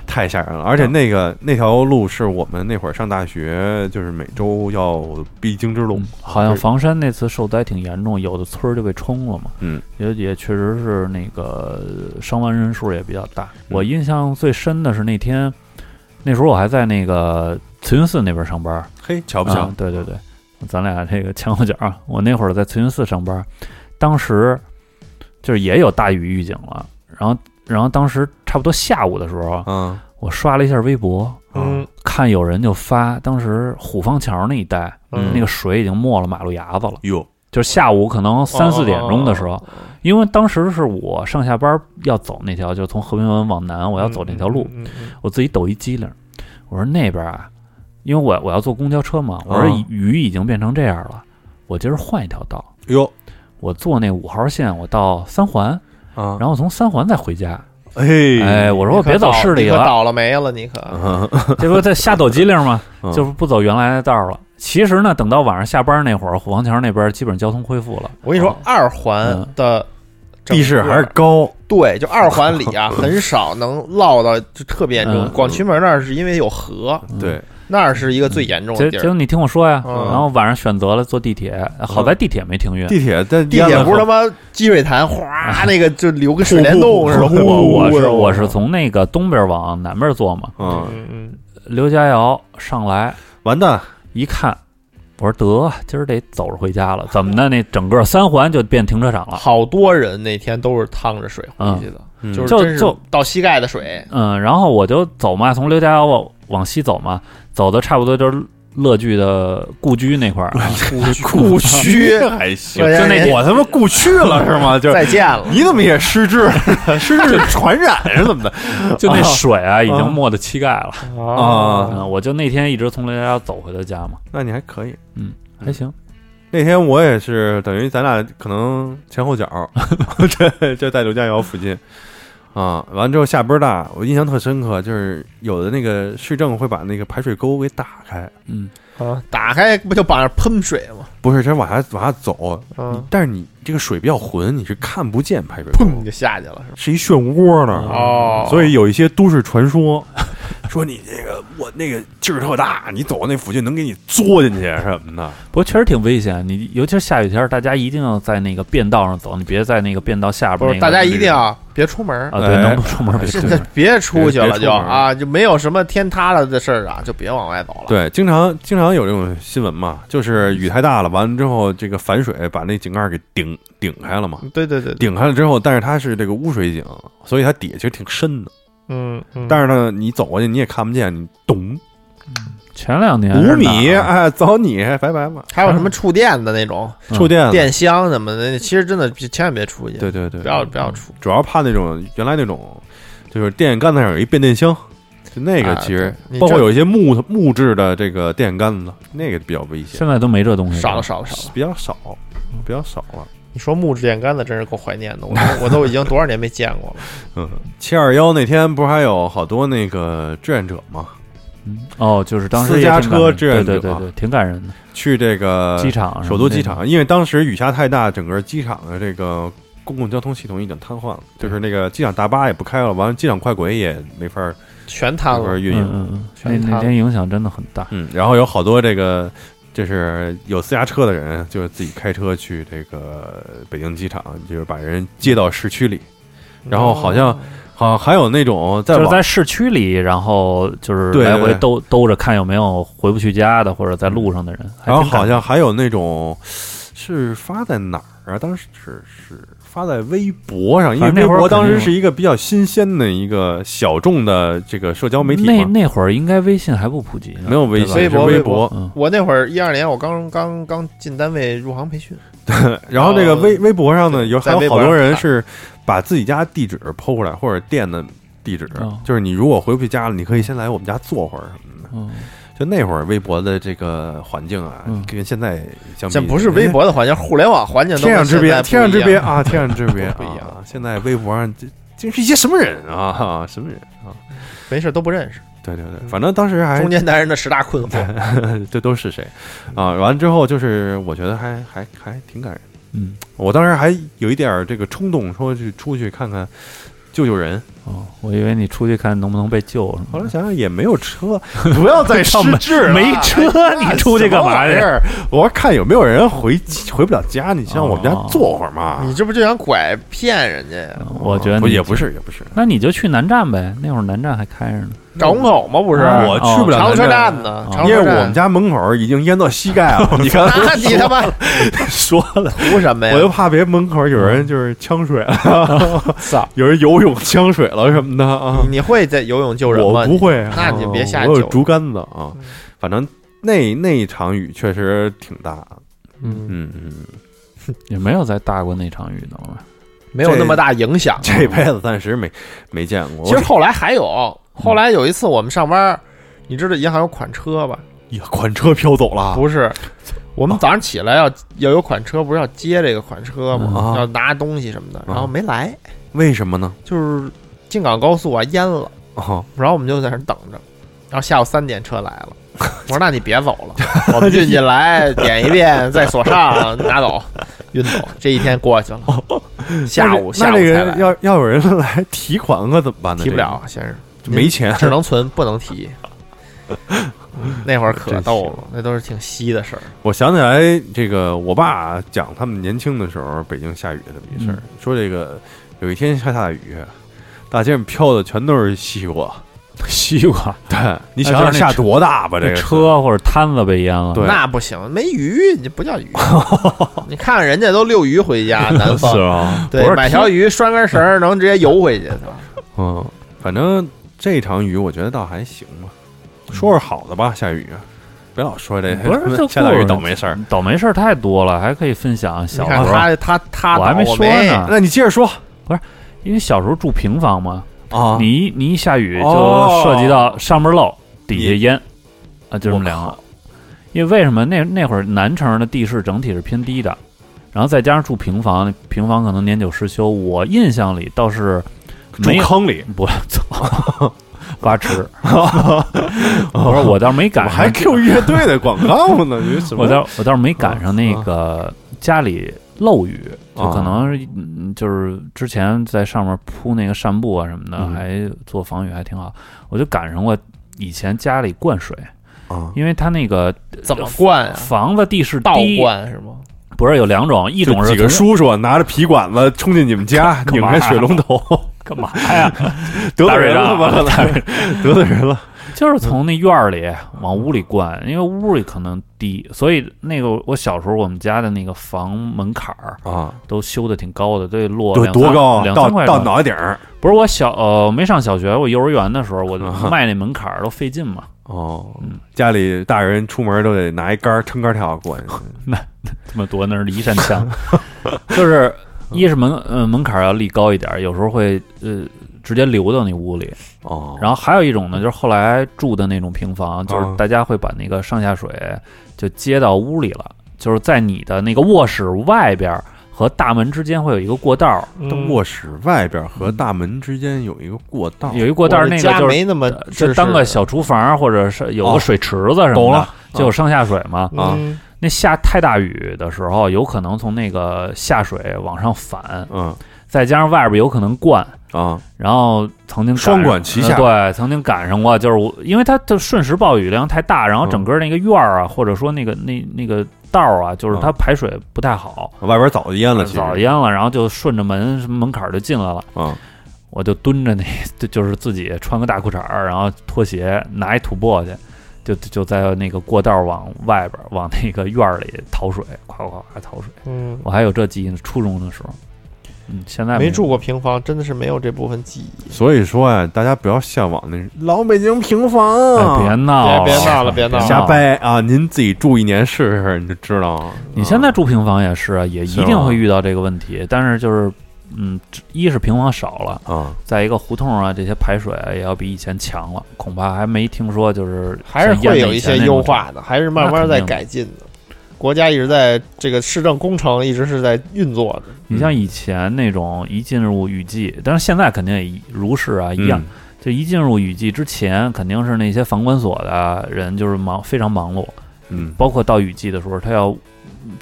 Speaker 1: 太吓人了！而且那个那条路是我们那会儿上大学就是每周要必经之路
Speaker 3: 嗯。好像房山那次受灾挺严重，有的村儿就被冲了嘛。
Speaker 1: 嗯，
Speaker 3: 也也确实是那个呃伤亡人数也比较大。
Speaker 1: 嗯
Speaker 3: 我印象最深的是那天，那时候我还在那个慈云寺那边上班儿，
Speaker 1: 嘿，巧哦不巧？
Speaker 3: 啊？对对对，咱俩这个前后脚啊。我那会儿在慈云寺上班，当时就是也有大雨预警了，然后然后当时差不多下午的时候，啊
Speaker 1: 嗯
Speaker 3: 我刷了一下微博，
Speaker 1: 嗯
Speaker 2: 嗯，
Speaker 3: 看有人就发，当时虎坊桥那一带、
Speaker 2: 嗯
Speaker 3: 那个水已经没了马路牙子了，
Speaker 1: 哟，
Speaker 3: 就是下午可能三四点钟的时候。
Speaker 2: 哦，
Speaker 3: 因为当时是我上下班要走那条，就是从和平门往南，我
Speaker 2: 我
Speaker 3: 要走那条路，
Speaker 2: 嗯嗯
Speaker 3: 我自己抖一机灵，我说那边啊，因为我我要坐公交车嘛，我
Speaker 2: 哦
Speaker 3: 说
Speaker 1: 啊
Speaker 3: 雨已经变成这样了，我今儿换一条道，
Speaker 1: 哟
Speaker 3: 我坐那五号线，我到三环，
Speaker 2: 嗯
Speaker 1: 啊，
Speaker 3: 然后从三环再回家。
Speaker 1: 嘿，
Speaker 3: 哎，我说我别走市里
Speaker 2: 你可
Speaker 3: 了，
Speaker 2: 倒了霉了，你可
Speaker 1: 嗯 *laughs*
Speaker 3: 这不在瞎抖机灵吗？
Speaker 1: 嗯
Speaker 3: 就是不走原来的道了。其实呢，等到晚上下班那会儿，虎坊桥那边基本交通恢复了。
Speaker 2: 我跟你说，二环
Speaker 3: 嗯
Speaker 2: 的整
Speaker 1: 地势
Speaker 2: 个
Speaker 1: 还是高，
Speaker 2: 对，就二环里啊，很少能落到就特别严重
Speaker 3: 嗯。
Speaker 2: 广渠门那儿是因为有河，
Speaker 3: 嗯
Speaker 1: 对，
Speaker 2: 那儿是一个最严重
Speaker 3: 结
Speaker 2: 的地
Speaker 3: 结
Speaker 2: 儿。
Speaker 3: 果你听我说呀，
Speaker 2: 嗯
Speaker 3: 然后晚上选择了坐地铁，好在地铁没停运。
Speaker 1: 嗯地铁在
Speaker 2: 地啊铁不是他妈积水潭，哗，那个就流跟水帘洞似的。
Speaker 3: 我
Speaker 2: 呼
Speaker 3: 我
Speaker 2: 呼
Speaker 1: 哦
Speaker 3: 是
Speaker 2: 的
Speaker 3: 我是从那个东边往南边坐嘛，
Speaker 1: 嗯，
Speaker 2: 嗯嗯
Speaker 3: 刘家窑上来
Speaker 1: 完蛋，
Speaker 3: 一看，我说得啊今儿得走着回家了，怎么的？那整个三环就变停车场了。
Speaker 2: 好多人那天都是趟着水回去的，
Speaker 1: 就
Speaker 2: 嗯就是是
Speaker 3: 就
Speaker 2: 真是
Speaker 3: 就
Speaker 2: 到膝盖的水。
Speaker 3: 嗯，然后我就走嘛，从刘家窑往往西走嘛，走的差不多就是乐聚的故居那块儿
Speaker 1: *laughs*
Speaker 3: 啊，
Speaker 2: 故区 *laughs*
Speaker 1: 还行
Speaker 2: 就
Speaker 3: 那
Speaker 1: 哎我他妈故去了是吗？ *laughs* 就
Speaker 2: 再见了，
Speaker 1: 你怎么也失智了？ *laughs* 失智传染是怎么的？
Speaker 3: 就那水啊已经没到膝盖了。
Speaker 1: 啊
Speaker 3: 哦嗯，我就那天一直从刘家窑走回的家嘛，
Speaker 1: 那你还可以，
Speaker 3: 还行。
Speaker 1: 那天我也是等于咱俩可能前后脚， *laughs* 这这在刘家窑附近啊。完之后下波大，我印象特深刻，就是有的那个市政会把那个排水沟给打开，
Speaker 3: 嗯，
Speaker 2: 啊，打开不就往上喷水吗？
Speaker 1: 不是，这往下往下走，你
Speaker 2: 啊，
Speaker 1: 但是你这个水比较浑，你是看不见排水沟，
Speaker 2: 砰就下去了是吧？
Speaker 1: 是一漩涡呢。啊
Speaker 2: 哦
Speaker 1: 所以有一些都市传说， *laughs* 说你这个我那个劲儿特大，你走到那附近能给你嘬进去什么的。
Speaker 3: 不过确实挺危险。你尤其是下雨天儿，大家一定要在那个便道上走，你别在那个便道下边
Speaker 2: 不
Speaker 3: 儿、那
Speaker 2: 是，
Speaker 3: 个
Speaker 2: 大家一定要别出门儿
Speaker 3: 啊，对，
Speaker 1: 哎
Speaker 3: 能不出门儿别出门
Speaker 2: 这
Speaker 3: 儿。
Speaker 2: 别出去了
Speaker 1: 别别
Speaker 2: 就
Speaker 1: 出门
Speaker 2: 啊，就没有什么天塌了的事儿啊，就别往外走了。
Speaker 1: 对，经常经常有这种新闻嘛，就是雨太大了，完了之后这个反水把那井盖给顶顶开了嘛，
Speaker 2: 对对对对，
Speaker 1: 顶开了之后，但是它是这个污水井，所以它底下其实挺深的，
Speaker 2: 嗯，嗯
Speaker 1: 但是呢，你走过去你也看不见，你懂
Speaker 3: 前两年
Speaker 1: 五
Speaker 3: 是哪
Speaker 1: 米
Speaker 3: 儿啊
Speaker 1: 哎，走你拜拜吧，
Speaker 2: 还有什么触电的那种
Speaker 3: 嗯
Speaker 1: 触电了，
Speaker 2: 电箱什么的，其实真的千万别出去，
Speaker 1: 对对对
Speaker 2: 不，要不要出。
Speaker 1: 主要怕那种原来那种就是电线杆子上有一变电箱。就那个
Speaker 2: 啊
Speaker 1: 其实
Speaker 2: 对你
Speaker 1: 包括
Speaker 2: 这
Speaker 1: 有一些木头木质的这个电线杆子，那个比较危险，
Speaker 3: 现在都没这东西
Speaker 2: 少了少了少了。
Speaker 1: 比较少，比较少了。
Speaker 2: 你说木质电杆子真是够怀念的，我都 *laughs* 我都已经多少年没见过了。
Speaker 1: 嗯，七二幺那天不是还有好多那个志愿者吗？
Speaker 3: 嗯哦，就是当时
Speaker 1: 私
Speaker 3: 也
Speaker 1: 家
Speaker 3: 挺感
Speaker 1: 车
Speaker 3: 人
Speaker 1: 志愿
Speaker 3: 对
Speaker 1: 者
Speaker 3: 对对对，挺感人的。
Speaker 1: 去这个
Speaker 3: 呃机场啊什么
Speaker 1: 首都
Speaker 3: 那
Speaker 1: 机
Speaker 3: 种
Speaker 1: 场，因为当时雨下太大，整个机场的这个公共交通系统已经瘫痪了，就是那个机场大巴也不开了，完了机场快轨也没法儿
Speaker 2: 全
Speaker 1: 没
Speaker 2: 瘫
Speaker 1: 法
Speaker 2: 了
Speaker 1: 儿。运营。
Speaker 3: 嗯嗯
Speaker 2: 全
Speaker 3: 嗯，那
Speaker 2: 塌
Speaker 3: 那
Speaker 2: 了
Speaker 3: 天影响真的很大。
Speaker 1: 嗯，然后有好多这个就是有私家车的人，就是自己开车去这个北京机场，就是把人接到市区里， *laughs* 然后好像
Speaker 2: 嗯
Speaker 1: 好像还有那种在
Speaker 3: 就是
Speaker 1: 网
Speaker 3: 在市区里，然后就是
Speaker 1: 对对
Speaker 3: 来回
Speaker 1: 对
Speaker 3: 兜兜着看有没有回不去家的，或者在路上的人。还
Speaker 1: 然后
Speaker 3: 挺感
Speaker 1: 好像还有那种是发在哪儿啊？当时是是发在微博上，因为
Speaker 3: 反
Speaker 1: 微
Speaker 3: 正那会儿
Speaker 1: 博当
Speaker 3: 肯
Speaker 1: 时
Speaker 3: 定
Speaker 1: 是一个比较新鲜的一个小众的这个社交媒体
Speaker 3: 那
Speaker 1: 嘛，
Speaker 3: 那会儿应该微信还不普及呢，
Speaker 1: 没有微
Speaker 3: 对
Speaker 1: 信，
Speaker 3: 吧
Speaker 1: 是
Speaker 2: 微博
Speaker 1: 微
Speaker 2: 微博
Speaker 3: 嗯，
Speaker 2: 我那会儿一二年，我刚刚刚进单位入行培训，
Speaker 1: 然后这个
Speaker 2: 哦
Speaker 1: 微微博上呢，有还
Speaker 2: 在
Speaker 1: 有
Speaker 2: 微
Speaker 1: 好
Speaker 2: 博
Speaker 1: 多
Speaker 2: 上
Speaker 1: 人
Speaker 2: 看
Speaker 1: 是把自己家地址抛过来，或者店的地址
Speaker 3: 哦，
Speaker 1: 就是你如果回不去家了，你可以先来我们家坐会儿什么的。
Speaker 3: 嗯，
Speaker 1: 就那会儿微博的这个环境啊
Speaker 3: 嗯，
Speaker 1: 跟现在相比，
Speaker 2: 这不是微博的环境，互联网环境都
Speaker 1: 天壤之
Speaker 2: 跟现
Speaker 1: 别，
Speaker 2: 在不
Speaker 1: 天壤之
Speaker 2: 一样
Speaker 1: 别啊，天壤之别
Speaker 2: *laughs* 不一样
Speaker 1: 啊！现在微博上这这是一些什么人啊？哈什么人啊？
Speaker 2: 没事都不认识。
Speaker 1: 对对对，反正当时还
Speaker 2: 嗯中年男人的十大困惑，
Speaker 1: *laughs* 这都是谁啊？完了之后就是我觉得还还还挺感人。
Speaker 3: 嗯，
Speaker 1: 我当时还有一点儿这个冲动，说去出去看看救救人。
Speaker 3: 哦，我以为你出去看能不能被救什
Speaker 1: 后
Speaker 3: 么
Speaker 1: 来
Speaker 3: 的。
Speaker 1: 想想也没有车，不要
Speaker 2: *laughs*
Speaker 1: 再失智
Speaker 2: 啊
Speaker 1: 了。
Speaker 3: 没车，你出去干嘛
Speaker 1: 这
Speaker 3: 去？
Speaker 1: 儿，我说看有没有人回回不了家，你上我们家
Speaker 3: 哦
Speaker 1: 坐会儿嘛。
Speaker 2: 你这不就想拐骗人家呀？
Speaker 3: 嗯我觉得
Speaker 1: 不
Speaker 3: 你
Speaker 1: 也不是也不是，
Speaker 3: 那你就去南站呗，那会儿南站还开着呢。
Speaker 2: 找虹口吗？不是，嗯
Speaker 1: 我去不了
Speaker 2: 长
Speaker 1: 南
Speaker 2: 途车
Speaker 1: 站
Speaker 2: 站呢，
Speaker 3: 哦
Speaker 2: 长
Speaker 1: 嗯
Speaker 2: 途
Speaker 1: 因为
Speaker 2: 车
Speaker 1: 我
Speaker 2: 站
Speaker 1: 们家门口已经淹到膝盖了，你看
Speaker 2: *laughs* 那 *laughs* 你他妈
Speaker 1: 说了，
Speaker 2: 图什么呀？
Speaker 1: *laughs* 我就怕别门口有人就是呛水了，
Speaker 2: *laughs* 操！
Speaker 1: 有人游泳呛水了什么的啊。
Speaker 2: 你会在游泳救人吗？
Speaker 1: 我不会啊，
Speaker 2: 那你就别下
Speaker 1: 我有
Speaker 2: 酒嗯
Speaker 1: 竹竿子啊。反正那那一场雨确实挺大，
Speaker 2: 嗯，
Speaker 1: 嗯嗯，
Speaker 3: 也没有再大过那场雨呢。我
Speaker 2: 没有那么大影响。
Speaker 1: 这辈子暂时没没见过。
Speaker 2: 其实后来还有，后来有一次我们上班，你知道银行有款车吧？
Speaker 1: 呀，款车飘走了，
Speaker 2: 不是，我们早上起来要要有款车，不是要接这个款车吗
Speaker 1: 嗯？
Speaker 2: 要拿东西什么的，然后没来，
Speaker 1: 为什么呢？
Speaker 2: 就是京港高速啊淹了，
Speaker 1: 哦，
Speaker 2: 然后我们就在那儿等着，然后下午三点车来了。我说：“那你别走 *laughs* 了，我们运进来，点一遍，再锁上，拿走，运走。这一天过去 *laughs* 了，下午
Speaker 1: 那
Speaker 2: 下午
Speaker 1: 这那这个
Speaker 2: 才来，
Speaker 1: 要要有人来提款可怎么办呢？
Speaker 2: 提不
Speaker 1: 这个
Speaker 2: 了，啊，先生。”
Speaker 1: 没钱。
Speaker 2: *laughs* 只能存不能
Speaker 3: *laughs*
Speaker 2: 提。嗯那会儿可
Speaker 1: 真
Speaker 2: 逗
Speaker 1: 行
Speaker 2: 了，那都是挺稀的事儿。
Speaker 1: 我想起来，这个我爸讲他们年轻的时候北京下雨这么一事儿，
Speaker 3: 嗯
Speaker 1: 说这个有一天下大雨，大街上飘的全都是西瓜。
Speaker 3: 西 *laughs* 瓜、
Speaker 1: 对你想想下多大吧？这
Speaker 3: 那
Speaker 1: 个
Speaker 3: 车或者摊子被淹了。
Speaker 1: 对
Speaker 2: 那不行，没鱼你不
Speaker 3: *laughs*
Speaker 2: 叫鱼。你看看人家都遛鱼回家，南
Speaker 3: 是啊
Speaker 2: 方
Speaker 3: 吧？
Speaker 2: 对
Speaker 3: 不，是
Speaker 2: 买条鱼拴根绳儿能直接游回去。
Speaker 1: 嗯，反正这场雨我觉得倒还行吧。说说好的吧，下雨，啊别老说这
Speaker 3: 不是就嗯
Speaker 1: 下大雨倒霉事儿。
Speaker 3: 倒霉事儿太多了，还可以分享
Speaker 2: 你
Speaker 3: 小时
Speaker 2: 看
Speaker 3: 候。
Speaker 2: 他他他
Speaker 3: 我还没
Speaker 2: 倒
Speaker 3: 说
Speaker 2: 霉
Speaker 3: 呢
Speaker 1: 那你接着说
Speaker 3: 因为小时候住平房嘛，
Speaker 1: 啊，
Speaker 3: 你一你一下雨就
Speaker 1: 哦
Speaker 3: 涉及到上面漏，底下淹，啊，就这么两个。因为为什么那那会儿南城的地势整体是偏低的，然后再加上住平房，平房可能年久失修。我印象里倒是
Speaker 1: 住
Speaker 3: 没有
Speaker 1: 坑
Speaker 3: *laughs*
Speaker 1: 里，
Speaker 3: 不操瓜池，
Speaker 1: *laughs*
Speaker 3: 我说我倒是没
Speaker 1: 我
Speaker 3: 赶上，
Speaker 1: 还 Q 乐队的广告呢？你什么
Speaker 3: 我倒我倒是没赶上那个家里漏雨，就
Speaker 1: 啊
Speaker 3: 可能是嗯就是之前在上面铺那个扇布啊什么的，
Speaker 1: 嗯
Speaker 3: 还做防雨还挺好。我就赶上过以前家里灌水，
Speaker 1: 啊？
Speaker 3: 因为它那个
Speaker 2: 怎么灌
Speaker 1: 哎
Speaker 2: 啊？
Speaker 3: 房子地势
Speaker 2: 倒
Speaker 3: 低，
Speaker 2: 灌是吗？
Speaker 3: 不是有两种，一
Speaker 1: 就
Speaker 3: 种是
Speaker 1: 几个
Speaker 3: 从
Speaker 1: 叔叔啊拿着皮管子冲进你们家，
Speaker 3: 干
Speaker 1: 拧
Speaker 3: 嘛啊
Speaker 1: 开水龙头，
Speaker 3: *laughs* 干嘛呀？
Speaker 1: 得
Speaker 3: 打
Speaker 1: 罪
Speaker 3: 水
Speaker 1: 人了
Speaker 3: 仗
Speaker 1: 吧？
Speaker 3: *laughs* 打水
Speaker 1: *laughs* 得罪人了。
Speaker 3: 就是从那院儿里往屋里灌，因为屋里可能低，所以那个我小时候我们家的那个房门槛儿
Speaker 1: 啊，
Speaker 3: 都修的挺高的，都得落
Speaker 1: 多
Speaker 3: 两
Speaker 1: 多
Speaker 3: 三
Speaker 1: 高啊？
Speaker 3: 两
Speaker 1: 到
Speaker 3: 三块
Speaker 1: 到
Speaker 3: 高
Speaker 1: 脑袋顶儿
Speaker 3: 不是我小呃没上小学，我幼儿园的时候，我
Speaker 1: 啊
Speaker 3: 迈那门槛儿都费劲
Speaker 1: *laughs*
Speaker 3: 嘛，
Speaker 1: 哦
Speaker 3: 嗯。
Speaker 1: 家里大人出门都得拿一杆儿撑杆跳过去。
Speaker 3: 哦这么多那是一扇墙， *laughs* 就是
Speaker 1: 嗯
Speaker 3: 一是门呃门槛儿要立高一点儿，有时候会呃直接流到那屋里，
Speaker 1: 哦，
Speaker 3: 然后还有一种呢，就是后来住的那种平房，就是
Speaker 1: 啊
Speaker 3: 大家会把那个上下水就接到屋里了，就是在你的那个卧室外边儿和大门之间会有一个过道儿，
Speaker 1: 后卧室外边和大门之间有一个过道，
Speaker 3: 有一个过道
Speaker 2: 我
Speaker 3: 儿，
Speaker 2: 的
Speaker 3: 那
Speaker 2: 家
Speaker 3: 个就是
Speaker 2: 没那么
Speaker 3: 呃
Speaker 2: 制
Speaker 3: 就当
Speaker 2: 式
Speaker 3: 个小厨房或者是有个
Speaker 1: 哦
Speaker 3: 水池子什
Speaker 1: 懂
Speaker 3: 么
Speaker 1: 了
Speaker 3: 的，就有上下水嘛。
Speaker 1: 啊
Speaker 2: 嗯
Speaker 3: 那下太大雨的时候，有可能从那个下水往上反，
Speaker 1: 嗯
Speaker 3: 再加上外边有可能灌，
Speaker 1: 啊，
Speaker 3: 然后曾经赶
Speaker 1: 双管齐下
Speaker 3: 呃对，曾经赶上过，就是我，因为它的瞬时暴雨量太大，然后
Speaker 1: 嗯
Speaker 3: 整个那个院儿啊，或者说那个那那个道儿啊，就是它
Speaker 1: 嗯
Speaker 3: 排水不太好，
Speaker 1: 外边早就淹了，其实
Speaker 3: 早淹了，然后就顺着门什么门槛儿就进来了，
Speaker 1: 啊
Speaker 3: 我就蹲着那，就就是自己穿个大裤衩儿，然后拖鞋拿一土拨去。就就在那个过道儿往外边儿，往那个院儿里淘水，夸夸夸淘水。
Speaker 2: 嗯，
Speaker 3: 我还有这记忆呢，初中的时候，嗯，现在
Speaker 2: 没
Speaker 3: 没
Speaker 2: 住过平房，真的是没有这部分记忆。
Speaker 1: 所以说呀、大家不要向往那老北京平房
Speaker 3: 哎，别
Speaker 1: 啊，
Speaker 3: 闹了，
Speaker 2: 别别闹了别闹了
Speaker 1: 瞎掰啊！您自己住一年试试，你就知道了。
Speaker 3: 你现在住平房也是啊，也一
Speaker 1: 是吧
Speaker 3: 定会遇到这个问题。但是就是，嗯，一是平房少了，
Speaker 1: 啊，
Speaker 3: 再一个胡同啊，这些排水啊也要比以前强了，恐怕还没听说就是
Speaker 2: 还是
Speaker 3: 像
Speaker 2: 会
Speaker 3: 燕
Speaker 2: 有
Speaker 3: 子
Speaker 2: 一
Speaker 3: 以前
Speaker 2: 些
Speaker 3: 那种
Speaker 2: 优化的，还是慢慢在改进的。国家一直在这个市政工程一直是在运作的，
Speaker 3: 你像以前那种一进入雨季，但是现在肯定也如是啊一
Speaker 2: 嗯
Speaker 3: 样。就一进入雨季之前，肯定是那些房管所的人就是忙非常忙碌，
Speaker 1: 嗯，嗯，
Speaker 3: 包括到雨季的时候，他要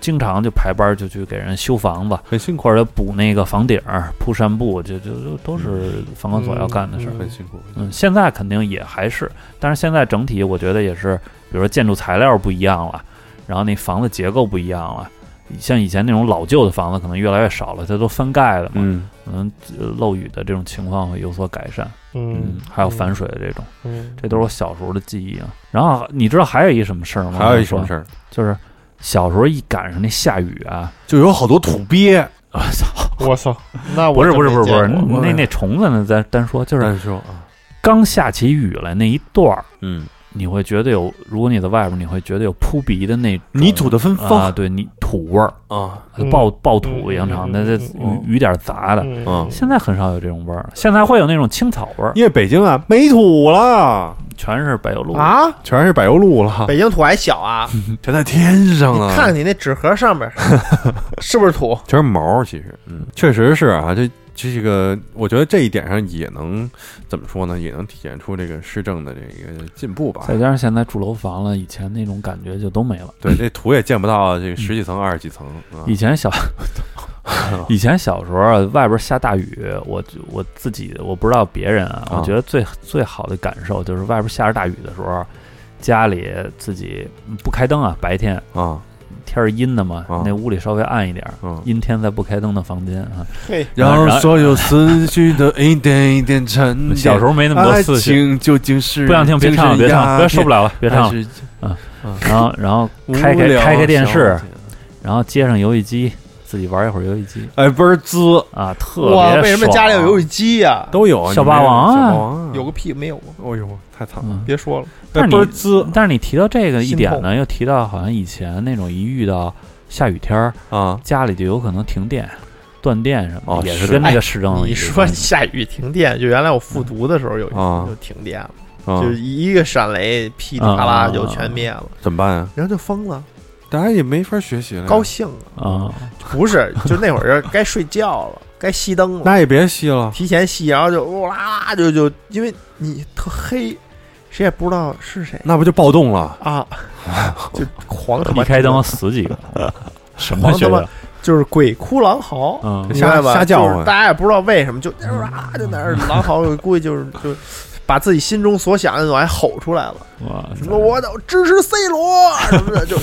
Speaker 3: 经常就排班就去给人修房子。
Speaker 1: 很辛苦，
Speaker 3: 或者补那个房顶儿、铺扇布，就就就都是房管所要干的事儿。
Speaker 2: 嗯
Speaker 1: 很辛苦。
Speaker 3: 嗯，现在肯定也还是，但是现在整体我觉得也是，比如说建筑材料不一样了，然后那房子结构不一样了，像以前那种老旧的房子可能越来越少了，它都翻盖了嘛，
Speaker 1: 嗯，
Speaker 3: 可能呃漏雨的这种情况会有所改善。
Speaker 2: 嗯，
Speaker 3: 还有反水的这种，
Speaker 2: 嗯，
Speaker 3: 这都是我小时候的记忆啊。然后你知道还有一什么事儿吗？
Speaker 1: 还有一什么事
Speaker 3: 儿，
Speaker 1: 儿，
Speaker 3: 就是小时候一赶上那下雨啊，
Speaker 1: 就有好多土鳖。
Speaker 3: 我操！
Speaker 2: 我操，那我
Speaker 3: 不是不
Speaker 2: 真
Speaker 3: 是不
Speaker 2: 没嗯
Speaker 3: 是不是，
Speaker 2: 见过
Speaker 3: 那那那虫子呢？咱单说，就是
Speaker 1: 但是说啊，
Speaker 3: 刚下起雨来那一段儿，
Speaker 1: 嗯，
Speaker 3: 你会觉得有，如果你在外边，你会觉得有扑鼻的那种
Speaker 1: 泥土的芬
Speaker 3: 啊，
Speaker 1: 芳
Speaker 3: 对你土味儿，
Speaker 1: 啊，
Speaker 2: 嗯
Speaker 3: 爆爆土一样长，
Speaker 2: 嗯
Speaker 3: 那
Speaker 2: 嗯
Speaker 3: 这
Speaker 2: 嗯
Speaker 3: 雨雨点砸的。
Speaker 2: 嗯
Speaker 1: 嗯
Speaker 3: 现在很少有这种味儿，现在会有那种青草味儿，
Speaker 1: 因为北京啊没土了，
Speaker 3: 全是柏油路。
Speaker 2: 啊，
Speaker 1: 全是柏油路了，
Speaker 2: 北京土还小啊，
Speaker 1: 全在天上啊
Speaker 2: 你
Speaker 1: 呢。
Speaker 2: 看你那纸盒上面是不是土？
Speaker 1: 全是毛，其实，嗯，确实是啊，这这个，我觉得这一点上也能怎么说呢？也能体现出这个市政的这个进步吧。
Speaker 3: 再加上现在住楼房了，以前那种感觉就都没了。
Speaker 2: 啊
Speaker 1: 对，这图也见不到这个十几层、二十几层啊。
Speaker 3: 以前小， *laughs* 以前小时候啊外边下大雨，我我自己我不知道别人啊，
Speaker 1: 啊
Speaker 3: 我觉得最最好的感受就是外边下着大雨的时候，家里自己不开灯啊，白天
Speaker 1: 啊，
Speaker 3: 天儿阴的嘛
Speaker 1: 啊，
Speaker 3: 那屋里稍微暗一点儿，
Speaker 1: 嗯。
Speaker 3: 阴天在不开灯的房间啊，
Speaker 2: 嘿，
Speaker 1: 让所有思绪都一点一点沉淀。
Speaker 3: 小时候没那么多思
Speaker 1: 爱
Speaker 3: 绪，
Speaker 1: 嗯哎情究竟是
Speaker 3: 不想听别唱了，别唱了，别受不
Speaker 1: 了，
Speaker 3: 了了，别唱了。
Speaker 1: 了。
Speaker 3: 然后然后开开
Speaker 1: 啊
Speaker 3: 开开电视，，然后接上游戏机，自己玩一会儿游戏机
Speaker 1: 哎，倍儿滋
Speaker 3: 啊，特别
Speaker 2: 哇，为什么家里有游
Speaker 3: 戏？
Speaker 2: 戏机呀？
Speaker 1: 都有啊。
Speaker 3: 小霸王啊
Speaker 1: 啊，小霸王啊
Speaker 2: 有个屁没有啊？
Speaker 1: 哦呦，太惨了。
Speaker 3: 嗯
Speaker 2: 别说了，
Speaker 3: 但是
Speaker 1: 哎
Speaker 3: 你
Speaker 1: 倍儿滋
Speaker 3: 但是你提到这个一
Speaker 2: 心
Speaker 3: 点
Speaker 2: 痛
Speaker 3: 呢，又提到好像以前那种一遇到下雨天儿，
Speaker 1: 啊！
Speaker 3: 家里就有可能停电、断电什么
Speaker 1: 哦
Speaker 3: 的，也
Speaker 1: 是
Speaker 3: 嗯跟那个市政有
Speaker 2: 哎你
Speaker 3: 关系。
Speaker 2: 说下雨停电，就原来我复读的时候有一
Speaker 1: 啊
Speaker 2: 就停电了，
Speaker 1: 啊
Speaker 2: 就是一个闪雷噼里啪
Speaker 3: 嗯
Speaker 2: 啦就全灭了，
Speaker 1: 怎么办啊？
Speaker 2: 然后就疯了，
Speaker 4: 大家也没法学习了呀。
Speaker 2: 高兴啊！
Speaker 3: 啊，
Speaker 2: 不是，就那会儿该睡觉了，该熄灯了，
Speaker 4: 那也别吸了，
Speaker 2: 提前熄，然后就哇啦就就，因为你特黑，谁也不知道是谁
Speaker 1: 那不就暴动了？
Speaker 2: 啊，就狂他妈
Speaker 3: 一开灯死几个，什么
Speaker 2: 狂
Speaker 3: 学
Speaker 2: 他妈
Speaker 3: 的？
Speaker 2: 就是鬼哭狼嚎，
Speaker 3: 嗯
Speaker 2: 明白吧？
Speaker 1: 瞎瞎叫唤
Speaker 2: 就是大家也不知道为什么，就啊就在那儿狼嚎，估计就是就把自己心中所想的往外吼出来了。
Speaker 3: 嗯哇
Speaker 2: 什么我都支持 C 罗什么的，就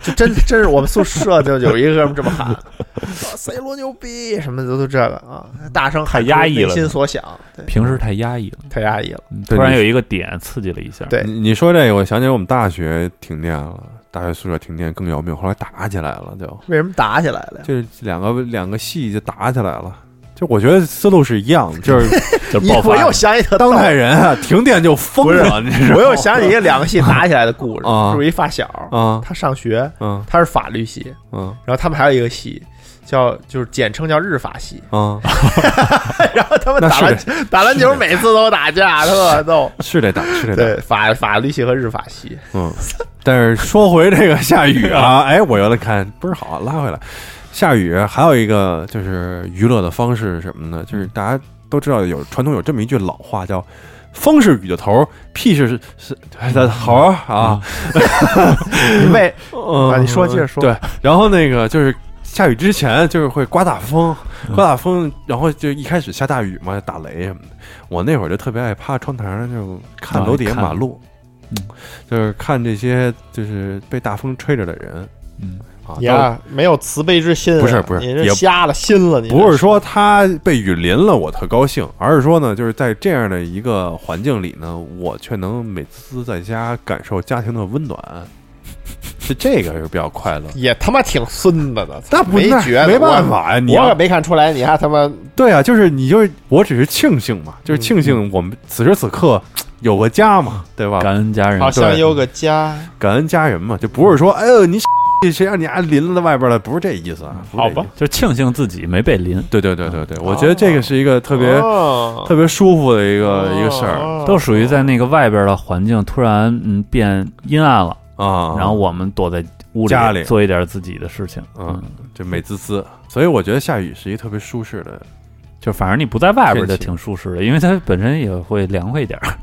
Speaker 2: 就真真是我们宿舍就有一个哥们这么喊、啊、，C 罗牛逼什么的都这个啊，大声喊出
Speaker 3: 太压抑了
Speaker 2: 内心所想，对，
Speaker 3: 平时太压抑了，
Speaker 2: 太压抑了。
Speaker 3: 突然
Speaker 1: 你
Speaker 3: 有一个点刺激了一下，
Speaker 2: 对
Speaker 1: 你你说这个，我想起我们大学停电了，大学宿舍停电更要命，后来打起来了就，
Speaker 2: 为什么打起来了呀？
Speaker 1: 就是两个两个系就打起来了。就我觉得思路是一样的，就是
Speaker 3: 就
Speaker 2: 你
Speaker 3: 爆
Speaker 2: 我
Speaker 3: 发
Speaker 2: 又想起 *laughs* 特
Speaker 1: 当
Speaker 2: 逗
Speaker 1: 代人啊，停电就疯了，你知道
Speaker 2: 我
Speaker 1: 吗？
Speaker 2: 又想起一个两个系打起来的故事，
Speaker 1: 啊
Speaker 2: 就是一发小，
Speaker 1: 啊，
Speaker 2: 他上学，
Speaker 1: 嗯
Speaker 2: 他是法律系，
Speaker 1: 嗯
Speaker 2: 然后他们还有一个系叫就是简称叫日法系， *laughs*
Speaker 1: 嗯，
Speaker 2: 然后他们
Speaker 1: 那
Speaker 2: 打
Speaker 1: 是
Speaker 2: 篮球打篮球每次都打架，特逗。
Speaker 1: 是得打，是得打。
Speaker 2: 对法法律系和日法系，
Speaker 1: 嗯， *laughs* 但是说回这个下雨啊，哎，我原来看不是好拉回来，下雨还有一个就是娱乐的方式是什么呢？就是大家都知道有传统有这么一句老话叫“风是雨的头，屁是是是猴儿啊
Speaker 2: 你为”，
Speaker 1: 嗯
Speaker 2: 啊你说接着说
Speaker 1: 对，然后那个就是。下雨之前就是会刮大风，刮大风，然后就一开始下大雨嘛，打雷什么的。我那会儿就特别爱趴窗台上就看楼底下
Speaker 3: 啊看
Speaker 1: 马路，
Speaker 3: 嗯
Speaker 1: 就是看这些就是被大风吹着的人
Speaker 3: 嗯
Speaker 1: 啊，倒
Speaker 2: 呀，没有慈悲之心啊，
Speaker 1: 不是不是
Speaker 2: 你
Speaker 1: 也
Speaker 2: 这瞎了心了，你这
Speaker 1: 不是说他被雨淋了我特高兴，而是说呢，就是在这样的一个环境里呢，我却能每次在家感受家庭的温暖， *laughs* 是这个是比较快乐。
Speaker 2: 也他妈挺孙子的，
Speaker 1: 那不
Speaker 2: 没
Speaker 1: 那
Speaker 2: 觉得
Speaker 1: 没办，法呀、你
Speaker 2: 我我可哎
Speaker 1: 要
Speaker 2: 没看出来，你还他妈
Speaker 1: 对啊，就是你就是我只是庆幸嘛，
Speaker 2: 嗯
Speaker 1: 就是庆幸我们此时此刻有个家嘛，对吧？
Speaker 3: *laughs* 感恩家人
Speaker 2: 好，像有个家，
Speaker 1: 感恩家人嘛，就不是说哎呦你谁让你丫淋了在外边了，不是这意思啊。不是这
Speaker 2: 好
Speaker 1: 意
Speaker 2: 吧
Speaker 1: 思，
Speaker 3: 就庆幸自己没被淋，
Speaker 1: 对对对对对，我觉得这个是一个特别、
Speaker 2: 哦
Speaker 1: 特别舒服的一个、一个事儿啊
Speaker 2: 哦
Speaker 3: 都属于在那个外边的环境突然嗯变阴暗了，
Speaker 1: 啊。
Speaker 2: 哦
Speaker 3: 然后我们躲在屋里
Speaker 1: 家里
Speaker 3: 做一点自己的事情，
Speaker 1: 嗯
Speaker 3: 嗯，，
Speaker 1: 就美滋滋，所以我觉得下雨是一特别舒适的。
Speaker 3: 就反正你不在外边就
Speaker 1: 天气
Speaker 3: 挺舒适的，因为它本身也会凉快一点儿，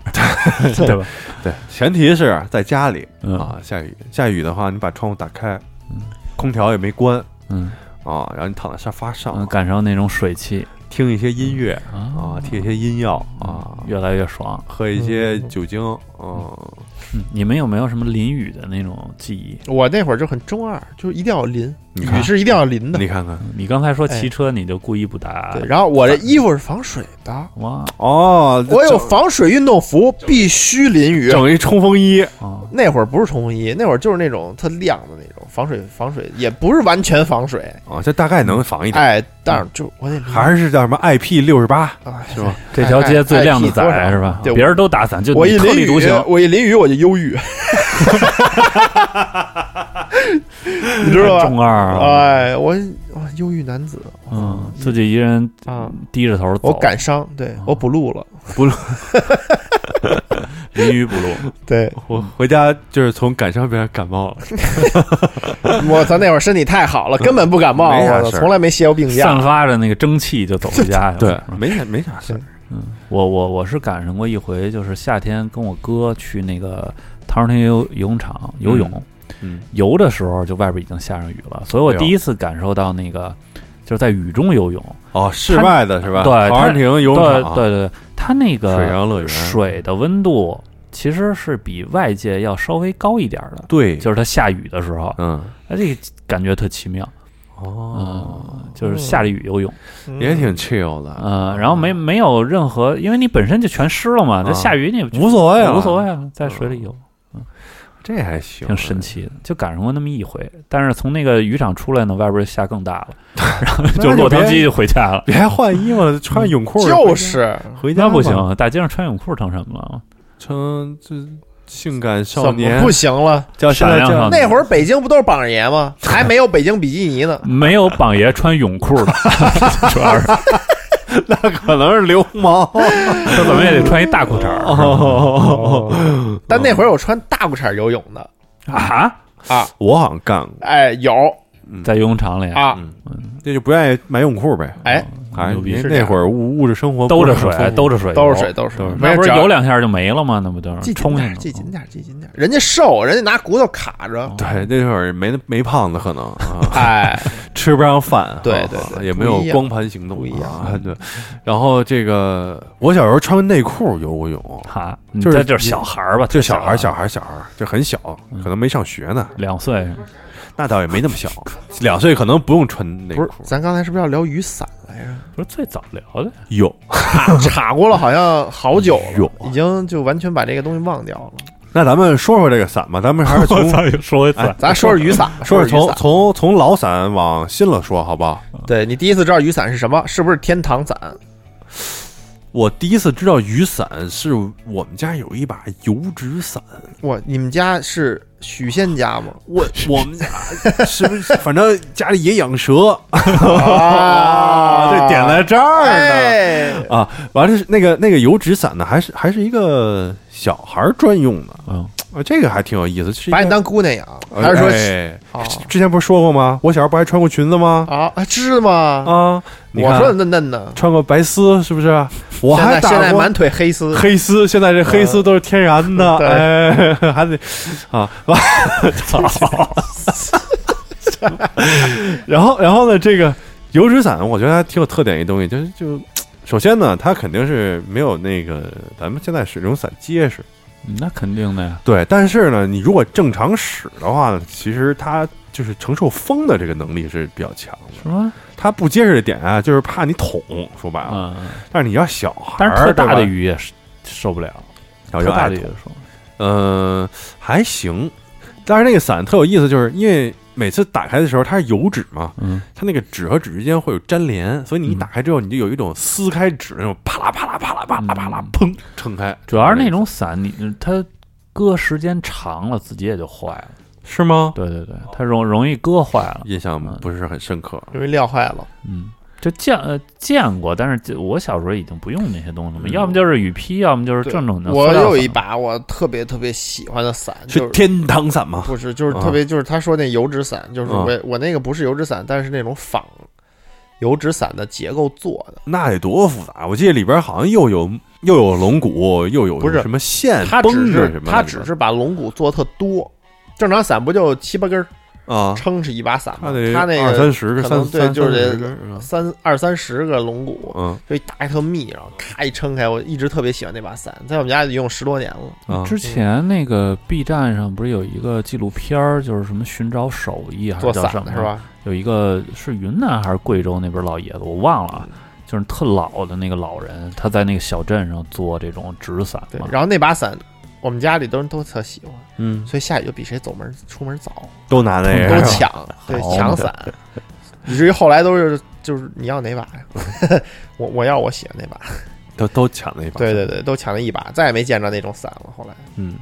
Speaker 3: 对吧？
Speaker 1: 对，前提是在家里
Speaker 3: 嗯
Speaker 1: 啊，下雨下雨的话，你把窗户打开，
Speaker 2: 嗯
Speaker 1: 空调也没关
Speaker 3: 嗯
Speaker 1: 啊，然后你躺在沙发上
Speaker 3: 嗯，感受那种水汽
Speaker 1: 听一些音乐
Speaker 3: 啊
Speaker 1: 啊，听一些音药啊，
Speaker 3: 嗯越来越爽。
Speaker 1: 喝一些酒精，嗯，
Speaker 3: 嗯你们有没有什么淋雨的那种记忆？
Speaker 2: 我那会儿就很中二，就是一定要淋，
Speaker 1: 你
Speaker 2: 雨
Speaker 1: 看
Speaker 2: 是一定要淋的。
Speaker 1: 你看看
Speaker 3: 嗯你刚才说骑车，你就故意不打
Speaker 2: 哎对，然后我这衣服是防水的，
Speaker 3: 哇
Speaker 1: 哦，
Speaker 2: 我有
Speaker 1: 整
Speaker 2: 防水运动服，必须淋雨。
Speaker 1: 整一冲锋衣，
Speaker 3: 啊！
Speaker 2: 那会儿不是冲锋衣，那会儿就是那种特亮的那种防水，防水也不是完全防水，
Speaker 1: 啊，这大概能防一点，
Speaker 2: 哎，但是就我得淋
Speaker 1: 还是叫什么 IP 六十八
Speaker 2: 哎
Speaker 1: 是吧？
Speaker 3: 这条街最亮的
Speaker 2: 哎哎哎
Speaker 3: 仔是吧？
Speaker 2: 对我
Speaker 3: 别人都打伞，就
Speaker 2: 我一
Speaker 3: 你特
Speaker 2: 淋
Speaker 3: 立独
Speaker 2: 雨
Speaker 3: 行。，
Speaker 2: 我一淋雨我就忧
Speaker 3: *laughs*
Speaker 2: 郁，你知道吧？
Speaker 3: 中二啊，
Speaker 2: 哎，我我忧郁男子
Speaker 3: 嗯，自己一人
Speaker 2: 啊，
Speaker 3: 低着嗯头走，
Speaker 2: 我感伤，对我不录了，
Speaker 3: 淋雨不露。
Speaker 2: 对
Speaker 1: 我嗯回家就是从感伤变成感冒了，
Speaker 2: 我咱那会儿身体太好
Speaker 3: 嗯
Speaker 2: 了，根本不感冒，
Speaker 1: 没啥
Speaker 2: 我
Speaker 1: 事儿
Speaker 2: 从来没歇过病假
Speaker 3: 散。发着那个蒸汽就走回家去了。
Speaker 1: 对，没啥没啥事儿，
Speaker 3: 我我我是赶上过一回，就是夏天跟我哥去那个唐人街游游泳场游泳，
Speaker 1: 嗯
Speaker 3: 游的时候就外边已经下上雨了，所以我
Speaker 1: 哎呦
Speaker 3: 第一次感受到那个就是在雨中游泳。
Speaker 1: 哦，室外的是吧？
Speaker 3: 对
Speaker 1: 陶然亭游
Speaker 3: 对
Speaker 1: 泳场，
Speaker 3: 对对，它那
Speaker 1: 水
Speaker 3: 个
Speaker 1: 上乐园，
Speaker 3: 水的温度其实是比外界要稍微高一点儿的，
Speaker 1: 对，
Speaker 3: 就是它下雨的时候，
Speaker 1: 嗯，
Speaker 3: 哎，这个感觉特奇妙。
Speaker 1: 哦，
Speaker 3: 嗯，就是下着雨游泳，
Speaker 2: 嗯
Speaker 1: 也挺 chill 的，
Speaker 3: 嗯，然后没没有任何，因为你本身就全湿了嘛，那
Speaker 1: 啊
Speaker 3: 下雨你也
Speaker 1: 无所谓了，
Speaker 3: 嗯无所谓，了，在水里游。
Speaker 1: 这还行，
Speaker 3: 挺神奇的，就赶上过那么一回。但是从那个渔场出来呢，外边下更大了，然后就
Speaker 1: 那就
Speaker 3: 落汤
Speaker 1: 别
Speaker 3: 鸡就回家了。
Speaker 1: 别换衣服了，穿泳裤
Speaker 2: 就是
Speaker 1: 回家
Speaker 3: 那
Speaker 1: 吧
Speaker 3: 不，行，大街上穿泳裤成什么了？
Speaker 1: 成这性感少
Speaker 2: 怎么
Speaker 1: 年
Speaker 2: 不行啊了？
Speaker 1: 叫现在
Speaker 3: 闪亮
Speaker 1: 叫
Speaker 3: 少年
Speaker 2: 那会儿北京不都是榜爷吗？还没有北京比基尼呢。
Speaker 3: 没有榜爷穿泳裤的，主要是
Speaker 1: 那可能是流氓。
Speaker 3: 他怎么也得穿一大裤衩儿
Speaker 1: 哦
Speaker 2: 哦
Speaker 3: 嗯
Speaker 2: 但那会儿有穿大裤衩游泳的，
Speaker 3: 啊，
Speaker 1: *laughs* 我好像干过，
Speaker 2: 哎，有
Speaker 3: 在游泳场里
Speaker 2: 啊，
Speaker 1: 这就不愿意买泳裤呗。
Speaker 2: 哎，
Speaker 1: 哎，
Speaker 3: 牛逼
Speaker 1: 你
Speaker 2: 是这
Speaker 1: 那
Speaker 2: 样
Speaker 1: 会儿物物质生活
Speaker 3: 兜着
Speaker 1: 不是
Speaker 3: 水
Speaker 1: 很丰，富
Speaker 3: 兜着水，
Speaker 2: 都是水，，都是水，没
Speaker 3: 那
Speaker 2: 事，
Speaker 3: 不
Speaker 2: 只
Speaker 3: 是
Speaker 2: 要嗯
Speaker 3: 游两下就没了吗？那不就
Speaker 2: 记
Speaker 3: 是
Speaker 2: 紧
Speaker 3: 冲
Speaker 2: 点儿，
Speaker 3: 下
Speaker 2: 记
Speaker 3: 去
Speaker 2: 紧
Speaker 3: 了吗？
Speaker 2: 点儿，记紧点儿。哦人家瘦，人家拿骨头卡着，
Speaker 1: 对，那会儿没没胖子，可能啊，
Speaker 2: *laughs* 哎，
Speaker 1: 吃不上饭，
Speaker 2: 对
Speaker 1: 啊
Speaker 2: 对对
Speaker 1: 也
Speaker 2: 不
Speaker 1: 没有
Speaker 2: 一样
Speaker 1: 光盘行动，
Speaker 2: 不一样
Speaker 1: 啊。对，然后这个我小时候穿内裤游过泳，
Speaker 3: 哈，你
Speaker 1: 就是
Speaker 3: 这就是小孩儿吧？
Speaker 1: 就小孩儿，
Speaker 3: 小
Speaker 1: 小孩儿，小孩儿，就很小，
Speaker 2: 嗯
Speaker 1: 可能没上学呢，
Speaker 3: 两岁，
Speaker 1: 嗯那倒也没那么小，两岁可能不用穿内
Speaker 2: 不是
Speaker 1: 裤，，
Speaker 2: 咱刚才是不是要聊雨伞来着？
Speaker 3: 不是最早聊的
Speaker 1: 有
Speaker 2: *laughs* 查过了，好像好久
Speaker 1: 有
Speaker 2: 了，已经就完全把这个东西忘掉了。
Speaker 1: 那咱们说说这个伞吧，咱们还是 *laughs* 从
Speaker 3: 操，又说一次
Speaker 1: 哎
Speaker 2: 咱说说雨伞吧，
Speaker 1: 说
Speaker 2: 说
Speaker 1: 是从
Speaker 2: 雨伞。
Speaker 1: 从从老伞往新了说，好不好？
Speaker 2: 对你第一次知道雨伞是什么，是不是天堂伞？
Speaker 1: 我第一次知道雨伞是我们家有一把油纸伞，
Speaker 2: 哇，你们家是许仙家 *laughs* 吗？
Speaker 1: 我我们家是不是 *laughs* 反正家里也养蛇
Speaker 2: 啊
Speaker 1: 哦这点在这儿呢。
Speaker 2: 哎，
Speaker 1: 啊，完了是那个那个油纸伞呢，还是还是一个小孩儿专用的
Speaker 3: 嗯，
Speaker 1: 啊，这个还挺有意思。是一
Speaker 2: 把你
Speaker 1: 个
Speaker 2: 当姑娘养，还是说
Speaker 1: 哎
Speaker 2: 啊
Speaker 1: 之前不是说过吗？我小时候不还穿过裙子吗？
Speaker 2: 啊啊是吗？
Speaker 1: 啊，你
Speaker 2: 我
Speaker 1: 看
Speaker 2: 说的嫩嫩的，
Speaker 1: 穿过白丝是不是？我
Speaker 2: 现
Speaker 1: 还
Speaker 2: 在
Speaker 1: 打
Speaker 2: 现在
Speaker 1: 过
Speaker 2: 满腿黑丝，
Speaker 1: 黑丝，现在这黑丝都是天然的，
Speaker 2: 对
Speaker 1: 哎， *laughs* 还得啊，完，然后然后呢，这个油纸伞，我觉得还挺有特点一东西，就是就首先呢，它肯定是没有那个咱们现在使这种伞结实，
Speaker 3: 那肯定的呀。
Speaker 1: 对，但是呢，你如果正常使的话呢，其实它就是承受风的这个能力是比较强的。
Speaker 3: 什么？
Speaker 1: 它不结实的点啊，就是怕你捅，说白了，
Speaker 3: 嗯，
Speaker 1: 但是你要小啊孩
Speaker 3: 但
Speaker 1: 儿，
Speaker 3: 是特大的
Speaker 1: 对吧，
Speaker 3: 雨也是受不了，
Speaker 1: 小
Speaker 3: 特
Speaker 1: 就爱
Speaker 3: 大的
Speaker 1: 捅
Speaker 3: 雨也受不了。
Speaker 1: 嗯，还行。但是那个伞特有意思，就是因为每次打开的时候它是油纸嘛，
Speaker 3: 嗯，
Speaker 1: 它那个纸和纸之间会有粘连，所以你一
Speaker 3: 嗯
Speaker 1: 打开之后，你就有一种撕开纸那种啪啦啪啦啪啦啪啦啪啦
Speaker 3: 嗯，
Speaker 1: 砰撑开。
Speaker 3: 主要是那种伞，你它搁时间长了，自己也就坏了。
Speaker 1: 是吗？
Speaker 3: 对对对，它容容易搁坏了。
Speaker 1: 印象不是很深刻。
Speaker 2: 因为撂坏了。
Speaker 3: 嗯，就见呃见过，但是就我小时候已经不用那些东西了，
Speaker 1: 嗯
Speaker 3: 要么就是雨披，要么就是
Speaker 2: 对
Speaker 3: 正种的。
Speaker 2: 我
Speaker 3: 塑料伞
Speaker 2: 有一把我特别特别喜欢的伞，
Speaker 1: 是
Speaker 2: 就是
Speaker 1: 天堂伞吗？
Speaker 2: 不是就是
Speaker 1: 啊
Speaker 2: 特别就是他说那油纸伞，就是
Speaker 1: 啊
Speaker 2: 我我那个不是油纸伞，但是那种仿油纸伞的结构做的。
Speaker 1: 那得多复杂！我记得里边好像又有又有龙骨，又有
Speaker 2: 不是
Speaker 1: 什么线
Speaker 2: 它
Speaker 1: 哎绷
Speaker 2: 只
Speaker 1: 着什
Speaker 2: 是
Speaker 1: 么的。
Speaker 2: 它只是把龙骨做特多，正常伞不就七八根儿
Speaker 1: 啊，
Speaker 2: 撑是一把伞吗？
Speaker 1: 得
Speaker 2: 它那
Speaker 1: 二
Speaker 2: 个
Speaker 1: 三十个，
Speaker 2: 可能
Speaker 1: 三
Speaker 2: 对
Speaker 1: 三
Speaker 2: 就是
Speaker 1: 三十
Speaker 2: 得
Speaker 1: 根儿是吧
Speaker 2: 三二三十个龙骨，
Speaker 1: 嗯
Speaker 2: 就一打开特密，然后咔一撑开，我一直特别喜欢那把伞，在我们家里用十多年了。
Speaker 1: 啊，
Speaker 3: 之前那个 B 站上不是有一个纪录片儿，就是什么寻找手艺啊还是
Speaker 2: 做
Speaker 3: 叫
Speaker 2: 伞
Speaker 3: 什么
Speaker 2: 的是？吧？
Speaker 3: 有一个是云南还是贵州那边老爷子，我忘
Speaker 2: 嗯
Speaker 3: 了啊，就是特老的那个老人，他在那个小镇上做这种纸伞
Speaker 2: 对
Speaker 3: 嘛，。
Speaker 2: 然后那把伞，我们家里都人都特喜欢，
Speaker 1: 嗯，
Speaker 2: 所以下雨就比谁走门出门早，
Speaker 1: 都拿那个
Speaker 2: 都
Speaker 1: 是吧
Speaker 2: 抢，对，
Speaker 3: 好
Speaker 2: 抢伞，以至于后来都是就是你要哪把呀？ *laughs* 我我要我喜欢那把，
Speaker 1: 都都抢了一把。
Speaker 2: 对对，对，都抢了一把，再也没见着那种伞了。后来
Speaker 1: 嗯，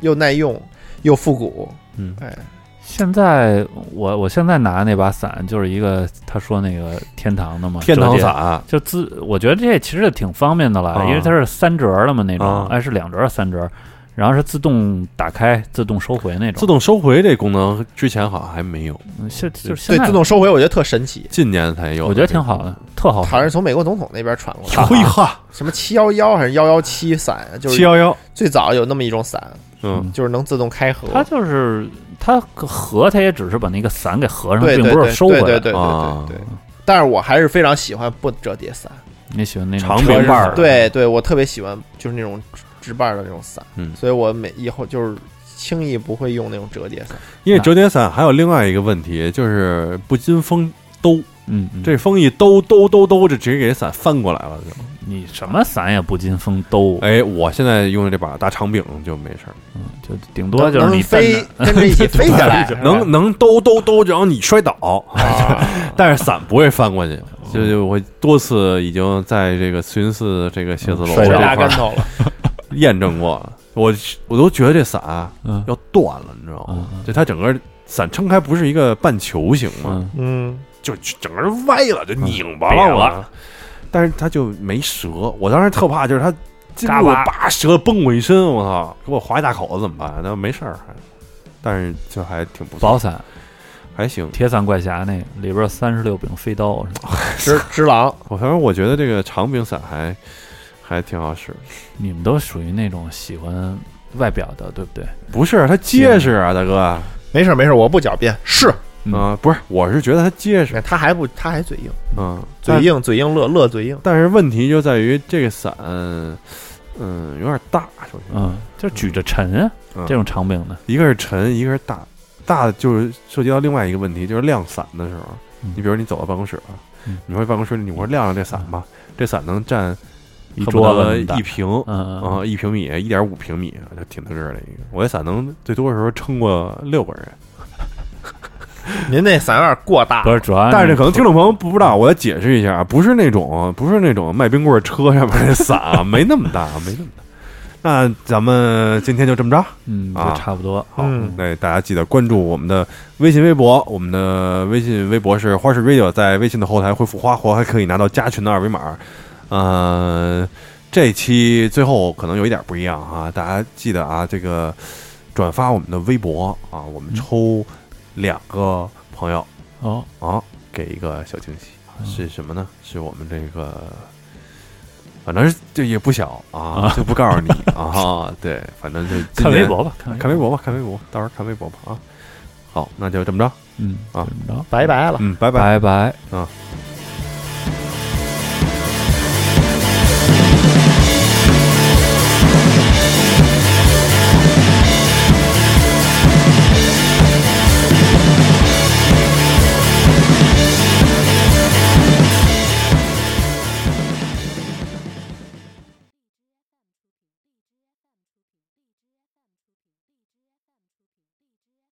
Speaker 2: 又耐用又复古，
Speaker 1: 嗯
Speaker 2: 哎，
Speaker 3: 现在我我现在拿的那把伞就是一个他说那个天堂的嘛，
Speaker 1: 天堂
Speaker 3: 折叠
Speaker 1: 伞，
Speaker 3: 就自我觉得这其实挺方便的了，
Speaker 1: 啊
Speaker 3: 因为它是三折的嘛那种，
Speaker 1: 啊
Speaker 3: 哎是两折三折，然后是自动打开、自动收回那种。
Speaker 1: 自动收回这功能之前好像还没有，
Speaker 3: 嗯现就是现
Speaker 2: 对，
Speaker 3: 在
Speaker 2: 自动收回我觉得特神奇，
Speaker 1: 近年才有。
Speaker 3: 我觉得挺好的，特
Speaker 2: 好
Speaker 3: 好
Speaker 2: 像
Speaker 3: 玩
Speaker 2: 是。从美国总统那边传过来
Speaker 1: 这个。嘿哈，
Speaker 2: 什么七幺幺还是幺幺七伞啊，就
Speaker 1: 七
Speaker 2: 是
Speaker 1: 幺幺，
Speaker 2: 最早有那么一种伞，
Speaker 1: 嗯，
Speaker 2: 就是能自动开合。
Speaker 3: 它就是它合，它也只是把那个伞给合上，
Speaker 2: 对
Speaker 3: 并
Speaker 2: 对对
Speaker 3: 不
Speaker 2: 对
Speaker 3: 是收回
Speaker 2: 对
Speaker 3: 来。
Speaker 2: 对对
Speaker 1: 啊
Speaker 2: 对对。但是我还是非常喜欢不折叠伞，
Speaker 3: 你喜欢那种
Speaker 1: 长
Speaker 3: 车
Speaker 1: 柄
Speaker 3: 上
Speaker 1: 把儿的
Speaker 2: 对对，我特别喜欢就是那种直把儿的那种伞，
Speaker 1: 嗯
Speaker 2: 所以我每以后就是轻易不会用那种折叠伞。
Speaker 1: 因为折叠伞还有另外一个问题，就是不经风兜，
Speaker 3: 嗯，嗯
Speaker 1: 这风一兜兜兜兜，就直接给伞翻过来了。就，
Speaker 3: 你什么伞也不经风兜，
Speaker 1: 哎，我现在用的这把大长柄就没事儿，
Speaker 3: 就顶多就是
Speaker 2: 能
Speaker 3: 你
Speaker 2: 飞
Speaker 3: 站着
Speaker 2: 跟着一起飞起来，是吧
Speaker 1: *laughs* 能能兜兜兜，只要你摔倒，
Speaker 2: 啊，
Speaker 1: *laughs* 但是伞不会翻过去。就就我多次已经在这个慈云寺这个写字楼
Speaker 3: 摔
Speaker 1: 这
Speaker 2: 摔
Speaker 3: 着
Speaker 2: 大
Speaker 1: 块
Speaker 2: 跟
Speaker 1: 儿
Speaker 2: 头了。
Speaker 1: 验证过了，我我都觉得这伞啊
Speaker 3: 嗯
Speaker 1: 要断了，你知道吗
Speaker 3: 嗯？嗯
Speaker 1: 就它整个伞撑开不是一个半球形嘛，
Speaker 2: *laughs*
Speaker 3: 嗯，
Speaker 2: 嗯，
Speaker 1: 就整个人歪了，就拧巴
Speaker 3: 瘪
Speaker 1: 了我。
Speaker 3: 了
Speaker 1: 但是他就没折。我当时特怕就是他进
Speaker 3: 嘎
Speaker 1: 入
Speaker 3: 巴
Speaker 1: 叭折崩我一身，我操，给我划一大口子怎么办？那没事儿，但是就还挺不错，
Speaker 3: 宝伞、
Speaker 1: 还行。
Speaker 3: 铁伞怪侠那个里边三十六柄飞刀是吧，
Speaker 2: 只只狼
Speaker 1: 我反正我觉得这个长柄伞还还挺好使，
Speaker 3: 你们都属于那种喜欢外表的，对不对？
Speaker 1: 不是它结实啊，大哥啊、
Speaker 2: 没事儿没事儿，我不狡辩，是
Speaker 3: 嗯，哎
Speaker 1: 不是，我是觉得它结实，
Speaker 2: 他还不他还嘴硬，
Speaker 1: 嗯，
Speaker 2: 嘴
Speaker 1: 但
Speaker 2: 硬嘴硬乐乐嘴硬，
Speaker 1: 但是问题就在于这个伞，嗯，有点大，首先，
Speaker 3: 嗯，就举着沉啊，
Speaker 1: 嗯
Speaker 3: 这种长柄的，
Speaker 1: 一个是沉，一个是大，大就是涉及到另外一个问题，就是晾伞的时候，
Speaker 3: 嗯
Speaker 1: 你比如你走到办公室啊，
Speaker 3: 嗯
Speaker 1: 你回办公室，你我晾晾这伞吧，这伞能占
Speaker 3: 一
Speaker 1: 恨不
Speaker 3: 桌子
Speaker 1: 得
Speaker 3: 那么大
Speaker 1: 一平
Speaker 3: 嗯
Speaker 1: 啊、一平米，一点五平米，啊就挺大个儿的一个。我这伞能最多的时候撑过六个人，
Speaker 2: 您那伞有点过大
Speaker 3: 不，是主要，
Speaker 1: 但是这可能听众朋友不知道，我来解释一下啊，不是那种不是那种卖冰棍儿车上面那伞啊，没那么大，没那么大。那咱们今天就这么着。
Speaker 3: 嗯，就
Speaker 1: 啊
Speaker 3: 差不多。
Speaker 1: 好
Speaker 2: 嗯，
Speaker 1: 那大家记得关注我们的微信、微博，我们的微信、微博是花式 radio，在微信的后台回复“花活”，还可以拿到加群的二维码。呃，这期最后可能有一点不一样啊，大家记得啊，这个转发我们的微博啊，我们抽两个朋友
Speaker 3: 哦，
Speaker 1: 啊，给一个小惊喜，
Speaker 3: 嗯
Speaker 1: 是什么呢？是我们这个。反正这也不小啊，
Speaker 3: *laughs*
Speaker 1: 就不告诉你啊。对，反正就今
Speaker 3: 看微
Speaker 1: 年
Speaker 3: 博吧，看
Speaker 1: 看微，博吧，看微博，到时候看微博吧啊。好，那就这么着，
Speaker 3: 嗯，
Speaker 1: 啊
Speaker 3: 怎么着？
Speaker 2: 拜拜了。
Speaker 1: 嗯，拜拜。
Speaker 3: 拜拜。
Speaker 1: 啊